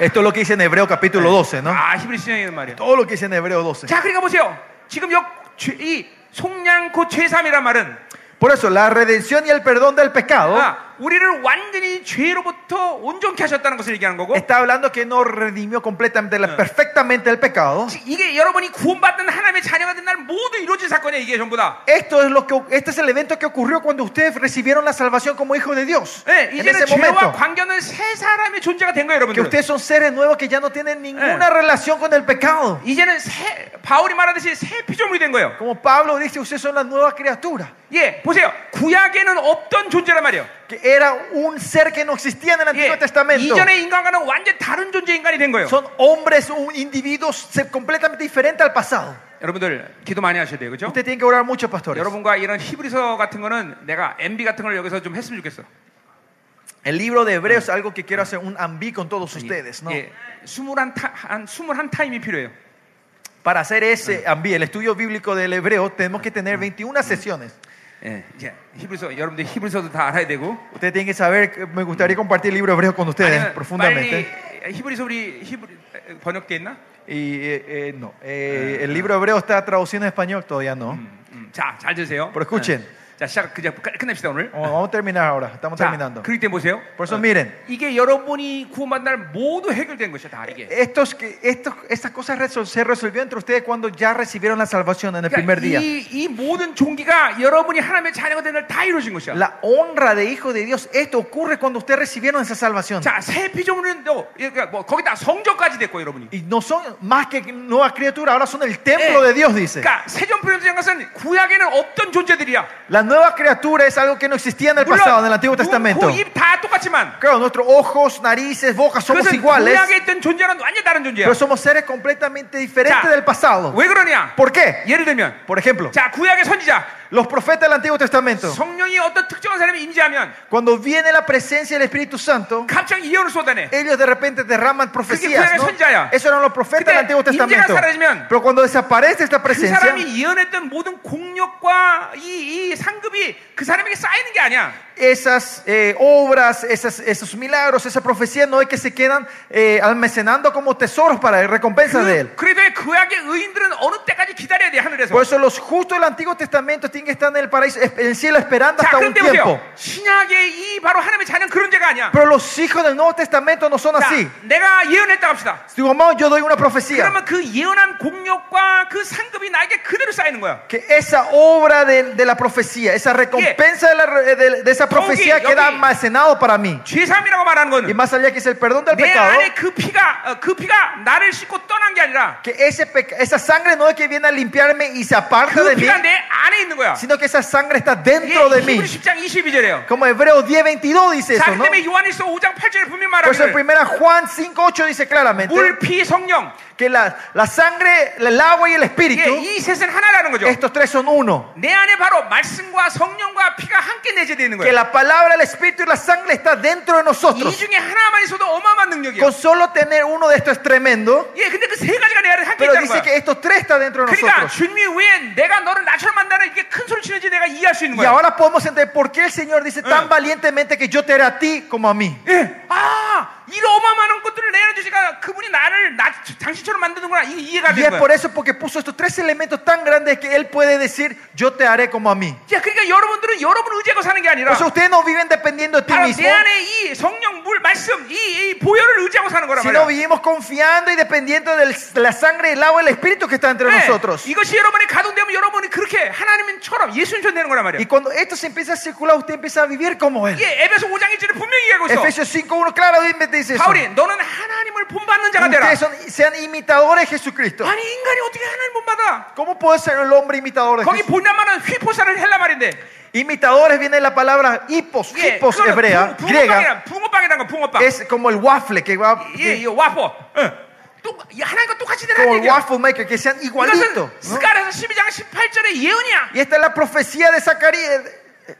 Esto es lo que dice en Hebreo capítulo 12, ¿no?
아, 히브리서 12장에 있는 말이에요.
Todo lo que dice en Hebreo 12.
자, 그러니까 보세요. 지금 역, 죄- 이 속량코 죄삼이란 말은
Por eso, la redención y el perdón del pecado
아, 우리를 완전히 죄로부터 온전케 하셨다는 것을 얘기하는 거고
está hablando que no redimió completamente, la- perfectamente el pecado.
지- 이게 여러분이 구원받는 하나님의 자녀가 된 날 모두 이루어진 사건이야 이게 전부 다
Esto es lo que, este es el evento que ocurrió cuando ustedes recibieron la salvación como hijos de Dios.
예,
en
이제는
ese
죄와
momento.
관계는 새 사람의 존재가 된 거예요
Que
여러분들
ustedes son seres nuevos que ya no tienen ninguna relación con el pecado.
이제는 새, 바울이 말하듯이 새 피조물이 된 거예요
Como Pablo dice, ustedes son la nueva criatura.
예, 보세요 구약에는 없던 존재란 말이에요
Que era un ser que no existía en el
예,
Antiguo Testamento.
이전의 인간과는 완전히 다른 존재 인간이 된 거예요
Son hombres, un individuos se- completamente diferente al pasado.
여러분들 기도 많이 하셔야 돼요 그죠?
Ustedes tienen que orar mucho, pastores.
여러분과 이런 히브리서 같은 거는 내가 MB 같은 걸 여기서 좀 했으면 좋겠어
El libro de Hebreos es algo que quiero hacer un ambí con todos ustedes, ¿no?
예, 21, 타, 한 21타임이 필요해요
Para hacer ese ambí, el estudio bíblico del hebreo, tenemos que tener 21 sesiones.
예, 이제 히브리서 여러분들 히브리서도 다 알아야 되고
Ustedes tienen que saber, que me gustaría compartir el libro hebreo con ustedes
아니면 빨리
profundamente.
히브리서 우리 히브리 번역돼 있나?
Y eh, eh, no, eh, el libro hebreo está traducido en español, todavía no.
음, 자, 잘 드세요.
Pero escuchen.
예. 자, 시작 그냥 끝- 끝냅시다 오늘.
Vamos vamos a terminar ahora, estamos terminando.
그럴 때 보세요.
Por eso
어,
miren,
이게 여러분이 구원받은 날 모두 해결된 것이야, 다 이게.
estos, que- estos, estas cosas resol- se resolvió entre ustedes cuando ya recibieron la salvación en el primer día.
그러니까 이, 이 모든 종기가 여러분이 하나님의 자녀가 된 날 다 이루어진 것이야.
La honra de hijo de Dios, esto ocurre cuando ustedes recibieron esa salvación.
자, 새 피조물은 또 그러니까 뭐 거기다 성전까지 됐고 여러분이.
Y no son más que nuevas criaturas, ahora son el templo
Eh,
de Dios, dice.
그러니까 세전표현된 것은 구약에는 없던 존재들이야.
La nueva criatura es algo que no existía en el pasado, en el Antiguo Testamento.
입다 똑같지만
Claro, nuestros ojos, narices, bocas somos
그것은
iguales,
구약에 있던 존재랑 완전 히 다른 존재야.
pero somos seres completamente
자,
diferentes del pasado.
왜 그러냐?
¿Por qué?
예를 들면
Por ejemplo,
자 구약의 선지자
los profetas del Antiguo Testamento,
성령이 어떤 특정한 사람이 임재하면
cuando viene la presencia del Espíritu Santo,
갑자기 예언을 쏟아내. 그
ellos de repente derraman profecías. ¿no?
선지자야.
Eso eran los profetas del
근데
Antiguo Testamento.
임재가 사라지면
Pero cuando desaparece esta
그
presencia,
사람이 예언했던 모든 공력과 이, 이 상급이 그 사람에게 쌓이는 게 아니야.
esas eh, obras, esas- esos milagros, esa profecía no es que se quedan eh, almacenando como tesoros para recompensa de él.
그, 그래도 구약의 의인들은 어느 때까지 기다려야 돼 하늘에서.
Por eso los justos del Antiguo Testamento festín que está en el paraíso, en el cielo esperando
자,
hasta un
그런데
tiempo.
보세요. 신약의 이 바로 하나님의 자녀는 그런 죄가 아니야.
Pero los hijos del Nuevo Testamento no son
자,
así.
내가 예언했다 합시다.
Digo, "Mamá, yo doy una profecía.
그러면 그 예언한 공력과 그 상급이 나에게 그대로 쌓이는 거야.
Que esa obra de, de la profecía, esa recompensa de, la re- de- de esa profecía
Yogi,
queda
yogi.
almacenado para mí.
죄삼이라고 말하는
Y
건
más allá que es el perdón del
내
pecado,
안에 그 피가 어, 그 피가 나를 씻고 떠난 게 아니라
que ese peca- esa sangre no es que viene a limpiarme y se aparta
그
de mí,
피가 내 안에 있는 거야.
sino que esa sangre está
이게
dentro de mí.
히브리 10장 22절이에요.
Como Hebreos 10:22 dice
자,
eso,
그
¿no?
때문에 요한일서 5장 8절에 분명히
Por eso en
말하기를
1 Juan 5:8 dice claramente
물, 피, 성령
que la, la sangre, el agua y el espíritu,
예, 이 셋은 하나라는 거죠.
estos tres son uno.
내 안에 바로 말씀과 성령과 피가 함께 내재되어 있는
Que
거예요.
la palabra, el espíritu y la sangre está dentro de
이
nosotros.
중에 하나만 있어도 어마어마한 능력이에요.
Con solo tener uno de estos es tremendo,
예, 근데 그 세 가지가 내 안에 함께
pero
있다는
dice
거야.
que estos tres están dentro de
그러니까
nosotros.
주님이 왜 내가 너를 나처럼 만나는 이게 큰 소리 치는지 내가 이해할 수 있는
Y
거야.
ahora podemos entender por qué el Señor dice tan valientemente que yo te haré a ti como a mí.
예, 아, 이런 어마어마한 것들을 내 안에 주시니까 그분이 나를 나, 당신처럼 만드는구나 이, 이해가
Y es
되는
por
거야.
eso porque puso estos tres elementos tan grandes que Él puede decir, yo te haré como a mí.
자, 그러니까 여러분들은 여러분 의지하고 사는 게
O
아니라
sea, ustedes no viven dependiendo de ti
바로
mismo,
내 안에 이 성령, 물, 말씀 이, 이 보혈을 의지하고 사는 거란
sino
말이야.
vivimos confiando y dependiendo del- de la sangre, el agua y el espíritu que está entre
네,
nosotros.
이것이 여러분이 가동되면 여러분이 그렇게 하나님처럼 예수님처럼 되는 거란 말이야.
Y cuando esto se empieza a circular, usted empieza a vivir como Él.
이게 에베소 5장 1절에 분명히 얘기하고 있어.
Efesios 5.1 claramente dice eso.
바울이 너는 하나님을 본받는 자가 되라.
Ustedes son- sean imitadores de Jesucristo.
아니 인간이 어떻게 하나님 본받아?
¿Cómo puede ser el hombre imitador de
거기
Jesucristo?
보냐면은 휘포사를 헬라 말인데.
Imitadores viene la palabra hipos,
이게
hipos hebrea, griega.
붕어빵이란 붕어빵이란 거 붕어빵.
Es como el waffle, que va,
예,
que-
이 와퍼. 응. 또 이 하나님과 똑같이 되는
como el
얘기야.
waffle maker, que sean igualitos.
이것은
¿no?
스가랴서 12장 18절의 예언이야.
Y esta es la profecía de Zacarías,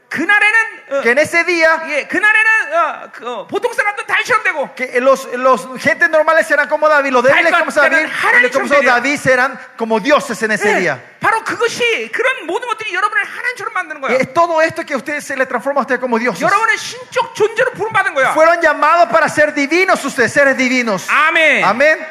그날에는 어,
que en ese día
예, 그날에는 어, 그, 어, 보통 사람들 다이처럼 되고
que los, los gentes normales serán como David, los débiles
Ay,
como David,
Haran
los como
son de-
David serán como dioses en ese día.
예, 바로 그것이 그런 모든 것들이 여러분을 하나님처럼 만드는
Y
거야.
es todo esto que a ustedes se le transforma a ustedes como dioses.
여러분은 신적 존재로 부름받은 거야.
Fueron llamados para ser divinos ustedes, seres divinos.
아멘.
Amén.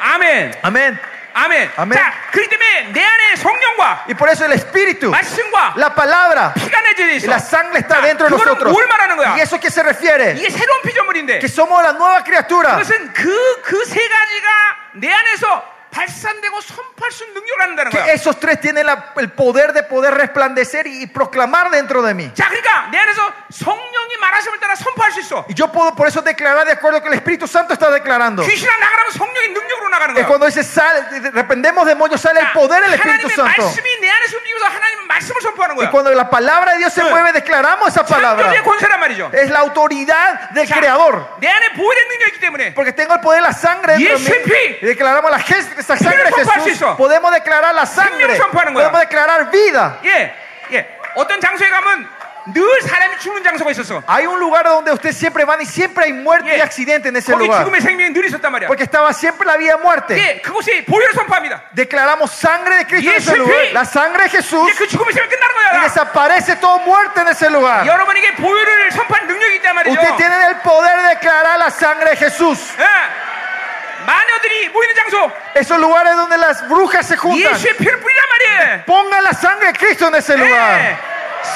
아멘.
Amén.
아멘. 예.
아멘.
자, 그렇기 때문에 내 안에 성령과
Y por eso el Espíritu,
말씀과
la palabra
피가 내재돼
y
있어.
la sangre está dentro de
그거는
nosotros.
뭘 말하는 거야?
¿Y eso que se refiere?
이게 새로운 피조물인데
Que somos la nueva criatura.
그것은 그 그 세 가지가 내 안에서 발산되고 선포할 수 있는 능력을 한다는
Que
거야.
esos tres tienen la- el poder de poder resplandecer y, y proclamar dentro de mí.
자, 그러니까 내 안에서 성령이 말하심을 따라 선포할 수 있어.
Y yo puedo por eso declarar de acuerdo que el Espíritu Santo está declarando.
귀신아 나가라면 성령의 능력으로 나가는
Es
거야.
cuando dice, sale, reprendemos demonios, sale el
자,
poder del Espíritu
하나님의
Santo.
말씀이 내 안에서 움직이면서 하나님의 말씀을 선포하는
Y
거야.
cuando la palabra de Dios se
Sí.
mueve, declaramos esa palabra.
창조주의 권세란 말이죠.
Es la autoridad del
자,
Creador.
내 안에 보혈의 능력이 있기 때문에
Porque tengo el poder de la sangre dentro de mí.
예수피.
Y declaramos la ges- esa sangre de
피를 선포할 수
Jesús.
있어.
Podemos declarar la sangre.
생명을 선포하는 거야.
Podemos declarar vida.
예, 예. 어떤 장소에 가면 늘 사람이 죽는 장소가 있었어.
Hay un lugar donde usted siempre van y siempre hay muerte
예.
y accidente en ese
거기
lugar.
죽음의 생명이 늘 있었단 말이야.
Porque estaba siempre la vida y muerte.
예, 그곳이 보혈 선포합니다.
Declaramos sangre de Cristo en ese
예수피.
lugar. La sangre de Jesús.
이제 그 죽음의 생명 끝나는
Y
거야.
desaparece toda muerte en ese lugar.
여러분에게 보혈을 선포하는 능력이 있단 말이죠.
Usted tiene el poder de declarar la sangre de Jesús.
예. 마녀들이 모이는 장소
Esos lugares donde las brujas se juntan.
예수의 피를 뿌리란 말이에요.
Pongan la sangre de Cristo en ese
네.
lugar.
예.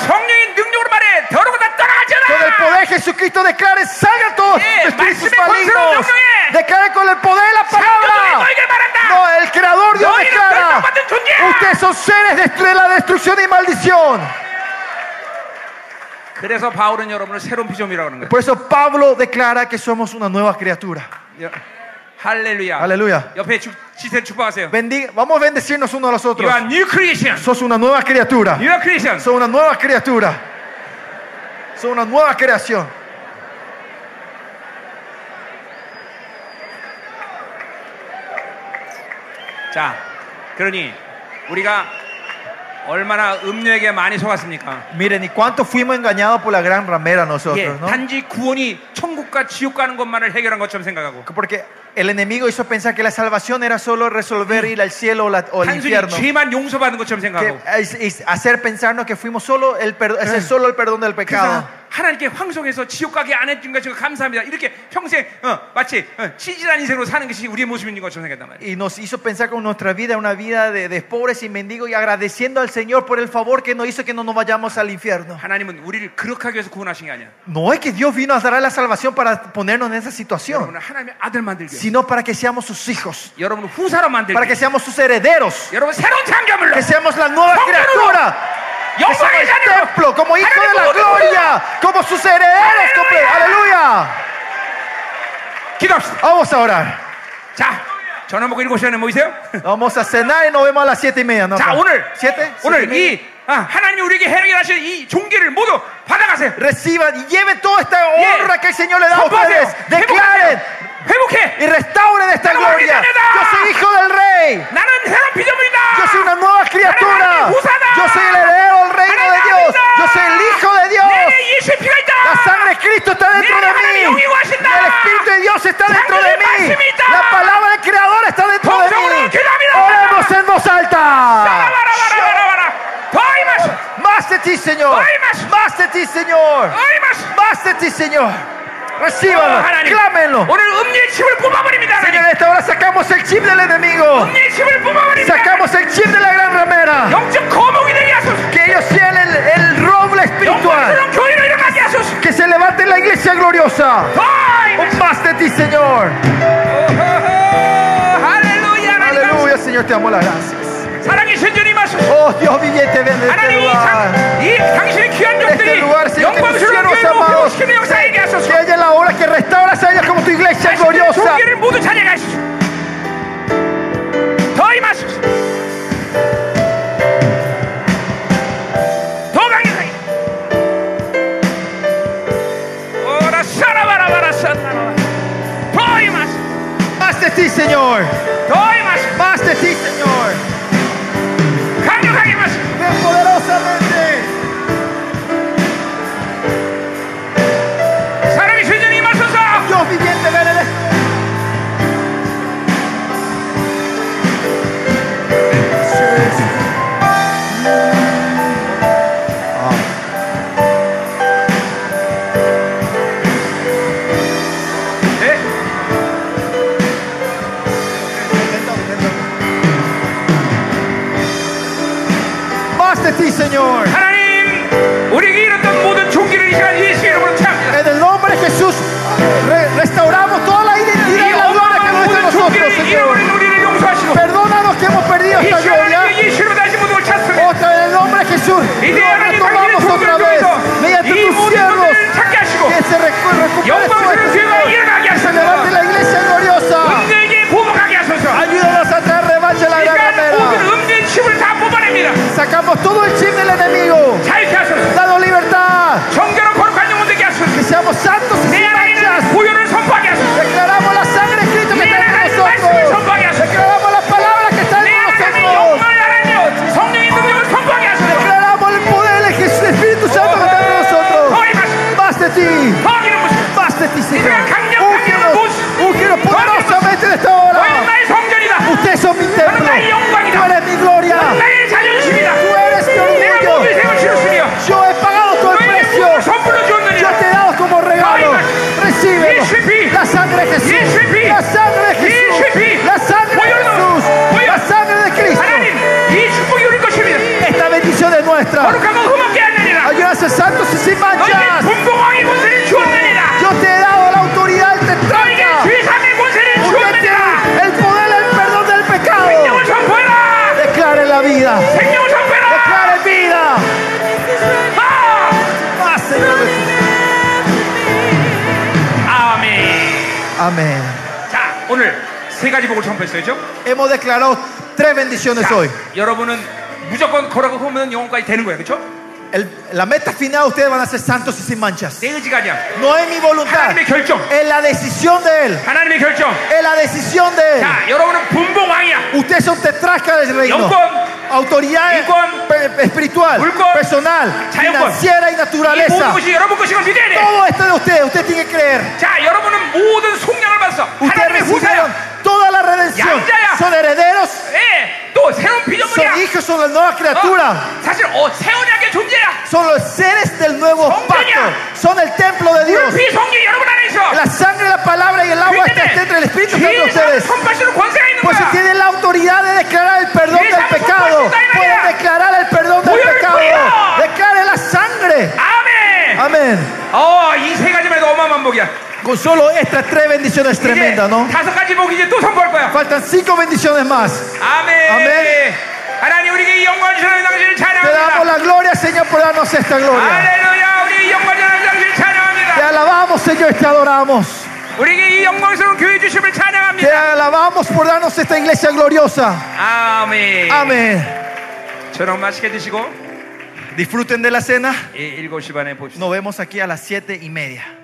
성령의 능력으로 말해 더러고 다
Con el
떠나가잖아.
poder de Jesucristo declare, salgan todos
Sí,
los espíritus
máxime control,
malignos.
yo, yo.
Declare con el poder de la
창조주의
palabra.
너에게 말한다.
No, el creador Dios
너희는
declara.
멸망받은 존재야.
Ustedes son seres de de la destrucción y maldición.
그래서 바울은 여러분을 새로운 피조물이라고 하는 거예요.
Por eso Pablo declara que somos una nueva criatura.
할렐루야. 네,
Aleluya.
옆에 주, 지세를 축복하세요.
Bendiga- vamos a bendecirnos unos a los
You
otros.
are new creation.
Sos una nueva criatura.
You are creation.
Sos una nueva criatura. Sos una nueva creación.
자, 그러니 우리가 얼마나 음료에게 많이 속았습니까?
Miren, ¿y cuánto fuimos engañados por la gran ramera
예,
nosotros? ¿no?
단지 구원이 천국과 지옥 가는 것만을 해결한 것처럼 생각하고
Porque el enemigo hizo pensar que la salvación era solo resolver ir al cielo o, la- o al
단순히
infierno.
죄만 용서받는 것처럼
Que
생각하고
es- es hacer pensarnos que fuimos solo el, per- hacer solo el perdón del
그래서
pecado.
하나님께 황송해서 지옥 가게 안 해준 것을 감사합니다. 이렇게 평생 어, 마치 어, 치질한 인생으로 사는 것이 우리의 모습인 것처럼 생각단 말이에요.
Y nos hizo pensar con nuestra vida una vida de, de pobres y mendigos y agradeciendo al Señor por el favor que nos hizo que no nos vayamos al infierno.
하나님은 우리를 그렇게 하기 위해서 구원하신 게 아니야.
No es que Dios vino a dar la salvación para ponernos en esa situación,
여러분은 하나님의 아들 만들기 위해서
sino para que seamos sus hijos,
여러분은 후사로 만들기
para que
위해서
seamos sus herederos,
여러분 새로운 창조물로
que seamos la nueva criatura, que somos
영광의
el
자녀로
templo, como hijo de la
하나님의
gloria, como sus herederos. comple- Aleluya.
기도합시다.
Vamos a orar.
자, 전화 먹고 일곱 시간에 모이세요.
Vamos a cenar y nos vemos a las siete y media. ¿no?
자, 오늘
¿Siete? ¿Siete y
오늘
media?
이 아, 하나님이 우리에게 해결하신 이 종기를 모두 받아가세요.
Reciban y lleven toda esta honra que el Señor le da a
선포하세요.
ustedes. Declaren
회복해.
y restauren esta gloria. Yo soy hijo del Rey.
나는 새로운 피조물이다.
Yo soy una nueva criatura. Yo soy el heredero del reino de Dios. Yo soy el hijo de Dios.
내 예수의 피가 있다.
La sangre de Cristo está dentro de mí. El Espíritu de Dios está dentro de mí. La palabra del Creador está dentro de mí. Oremos en voz alta.
바라바라바라바라. 더이마스.
Más de ti, Señor. Más de ti, Señor.
더이마스.
Más de ti, Señor. Recíbanlo.
하나님.
Clámenlo.
오늘 음리의 칩을 뽑아버립니다.
Señor,
하나님.
en esta hora sacamos el chip del enemigo.
음리의 칩을 뽑아버립니다.
Sacamos el chip de la gran ramera.
영적 거목이 되게 하소서.
Que ellos sean el, el roble espiritual.
영광스러운 교회로 일어나게 하소서.
Que se levante la iglesia gloriosa.
더이마스.
Un más de ti, Señor.
할렐루야. 하나님
Aleluya, Señor, te amo las gracias.
감사- 사랑의 신전이 마소서.
Oh Dios viviente, ven de este
하나님 이,
lugar.
상, 이 당신의 귀한
Este
종들이
lugar, Señor, que nos
영광스러운
nos
교회로
amados.
회복시키는 역사에게 하소서
Que haya la obra que restauras a ellos como tu iglesia
자신들의
gloriosa.
종교를 모두 찾아가시소 더 임하소서 더 강력하게 오라 사라바라바라 산나라 더 임하소서
Más de ti, Señor.
더 임하소서
Más de ti, Señor.
강력하게 임하소서
Ven poderosamente.
사랑의 세전이 임하소서
Dios viviente, ven en este
네.
Más de ti, Señor.
하나님 우리에게 이뤘던 모든 종기를 이 시간 예수 이름으로 채합니다
En el nombre de Jesús re- restauramos toda la identidad y
이
la gloria que
어마어마한
nos
모든
de nosotros,
종기를
Señor.
잃어버린 우리를 용서하시고
Perdónanos que hemos perdido
이
esta gloria.
시간에 예수로 다시 모두 찾습니다.
Otra en el nombre de Jesús.
이제
Lo
하나님 당신의
retomamos otra vez
종들을
mediante
위해서 이
tus
모든
siervos.
것들을 찾게 하시고
Que se recu- recupere todo
영광스러운
esto,
교회가
Señor.
일어나게
Que se levante
하소서
la iglesia gloriosa.
음료에게 보복하게 하소서
Ayúdanos a traer revancha a la gran
이간 모든
ramera.
음료의 힘을 다 뽑아냅니다
Sacamos todo el chip del enemigo.
자유케 하소서
Danos libertad.
정결한 거룩한 영혼 되게 하소서
Que seamos santos y
내
sin
안에
manchas.
있는 고요를 선포하게 하소서
Declaramos la sangre de Cristo que
내 안에
está en
하나님 말씀을
nosotros.
선포하게 하소서
Declaramos la palabra que está
내
en
안에 하나님의
nosotros.
영광을 하나님 성령의 능력을 선포하게 하소서
Declaramos el poder del Jesús- del Espíritu Santo que está en nosotros.
더 임하소서
Más de ti,
더 기름 부시고
más de ti, Señor. Úngenos, úngenos poderosamente en esta
너희는
hora.
나의 성전이다
Ustedes son mi templo. Tú eres mi gloria.
나의 자존심이다
Tú eres mi
내가 모든
orgullo.
생을 치렀으며
Yo he pagado todo el
너에게
precio.
모든 선물로
Yo
주었느니라
te he dado como regalo. Recíbelo. La sangre de Jesús. La sangre de Jesús. La sangre de Jesús. La sangre de Cristo.
하나님 이 축복이 우리 것입니다
Esta bendición es nuestra.
거룩하고 흠없게 하느니라
Ayúdanos a ser santos y sin
너에게
manchas.
분봉왕의 권세를 주었느니라
Yo te he dado la autoridad del
너에게
tetrarca.
죄삼의 권세를
Usted
주었느니라
tiene el poder del perdón del pecado.
생명을 선포해라
Declare la vida.
생명을 선포해라
Declare vida.
아!
Más, Señor.
아멘
Amén.
자 오늘 세 가지 복을 선포했어요 그죠?
Hemos declarado tres bendiciones
자,
hoy.
여러분은 무조건 거라고 보면 영혼까지 되는 거예요, 그렇죠?
El- la meta final ustedes van a ser santos y sin manchas.
내 의지가 아니야.
No es mi voluntad.
하나님의 결정.
Es la decisión de Él.
하나님의 결정.
Es la decisión de Él.
자, 여러분은 분봉 왕이야.
Ustedes son tetrasca del reino.
영권,
Autoridad
Igual.
pe- espiritual,
Igual.
personal,
Chayocual.
financiera y
이 모든
naturaleza.
것이 여러분 것이걸 믿어야 돼.
Todo esto de ustedes. Usted tiene que creer.
자, 여러분은 모든 속량을 받았어.
Ustedes
하나님의
recibieron
후사야.
toda la redención.
Yangaya.
Son herederos.
예, 또 새로운
Son
피조물이야.
hijos, son
Oh.
la nueva criatura.
어, 사실 어, 새언약의 존재야.
Son los seres del nuevo
Son
pacto.
Yangaya.
son el templo de
우리
Dios.
피 성령 그 여러분 안에 있어.
La sangre, la palabra y el agua
그렇기
está dentro del
때문에
Espíritu Santo de
죄의
ustedes.
사함 선발시는 권세가 있는
Pues si
거야.
tienen la autoridad de declarar el perdón del pecado, pueden declarar el perdón del pecado. Declare la sangre.
아멘.
Amén.
어, 이 세 가지만 해도 어마어마한 복이야.
Con solo estas tres bendiciones
이제
tremendas, ¿no?
다섯 가지 복 이제 또 선포할 거야.
Faltan cinco bendiciones más.
아멘.
아멘.
하나님 우리에게 이 영광 주시는 당신을
Te damos
찬양합니다.
la gloria, Señor, por darnos esta gloria.
할렐루야. 우리 이 영광 주시는 당신을
Te
찬양합니다.
alabamos, Señor, te adoramos.
우리에게 이 영광스러운 교회 주심을
Te
찬양합니다.
alabamos por darnos esta iglesia gloriosa.
아멘.
Amén.
저녁 맛있게 드시고
Disfruten de la cena.
예, 7시 반에 봅시다.
Nos vemos aquí a las siete y media.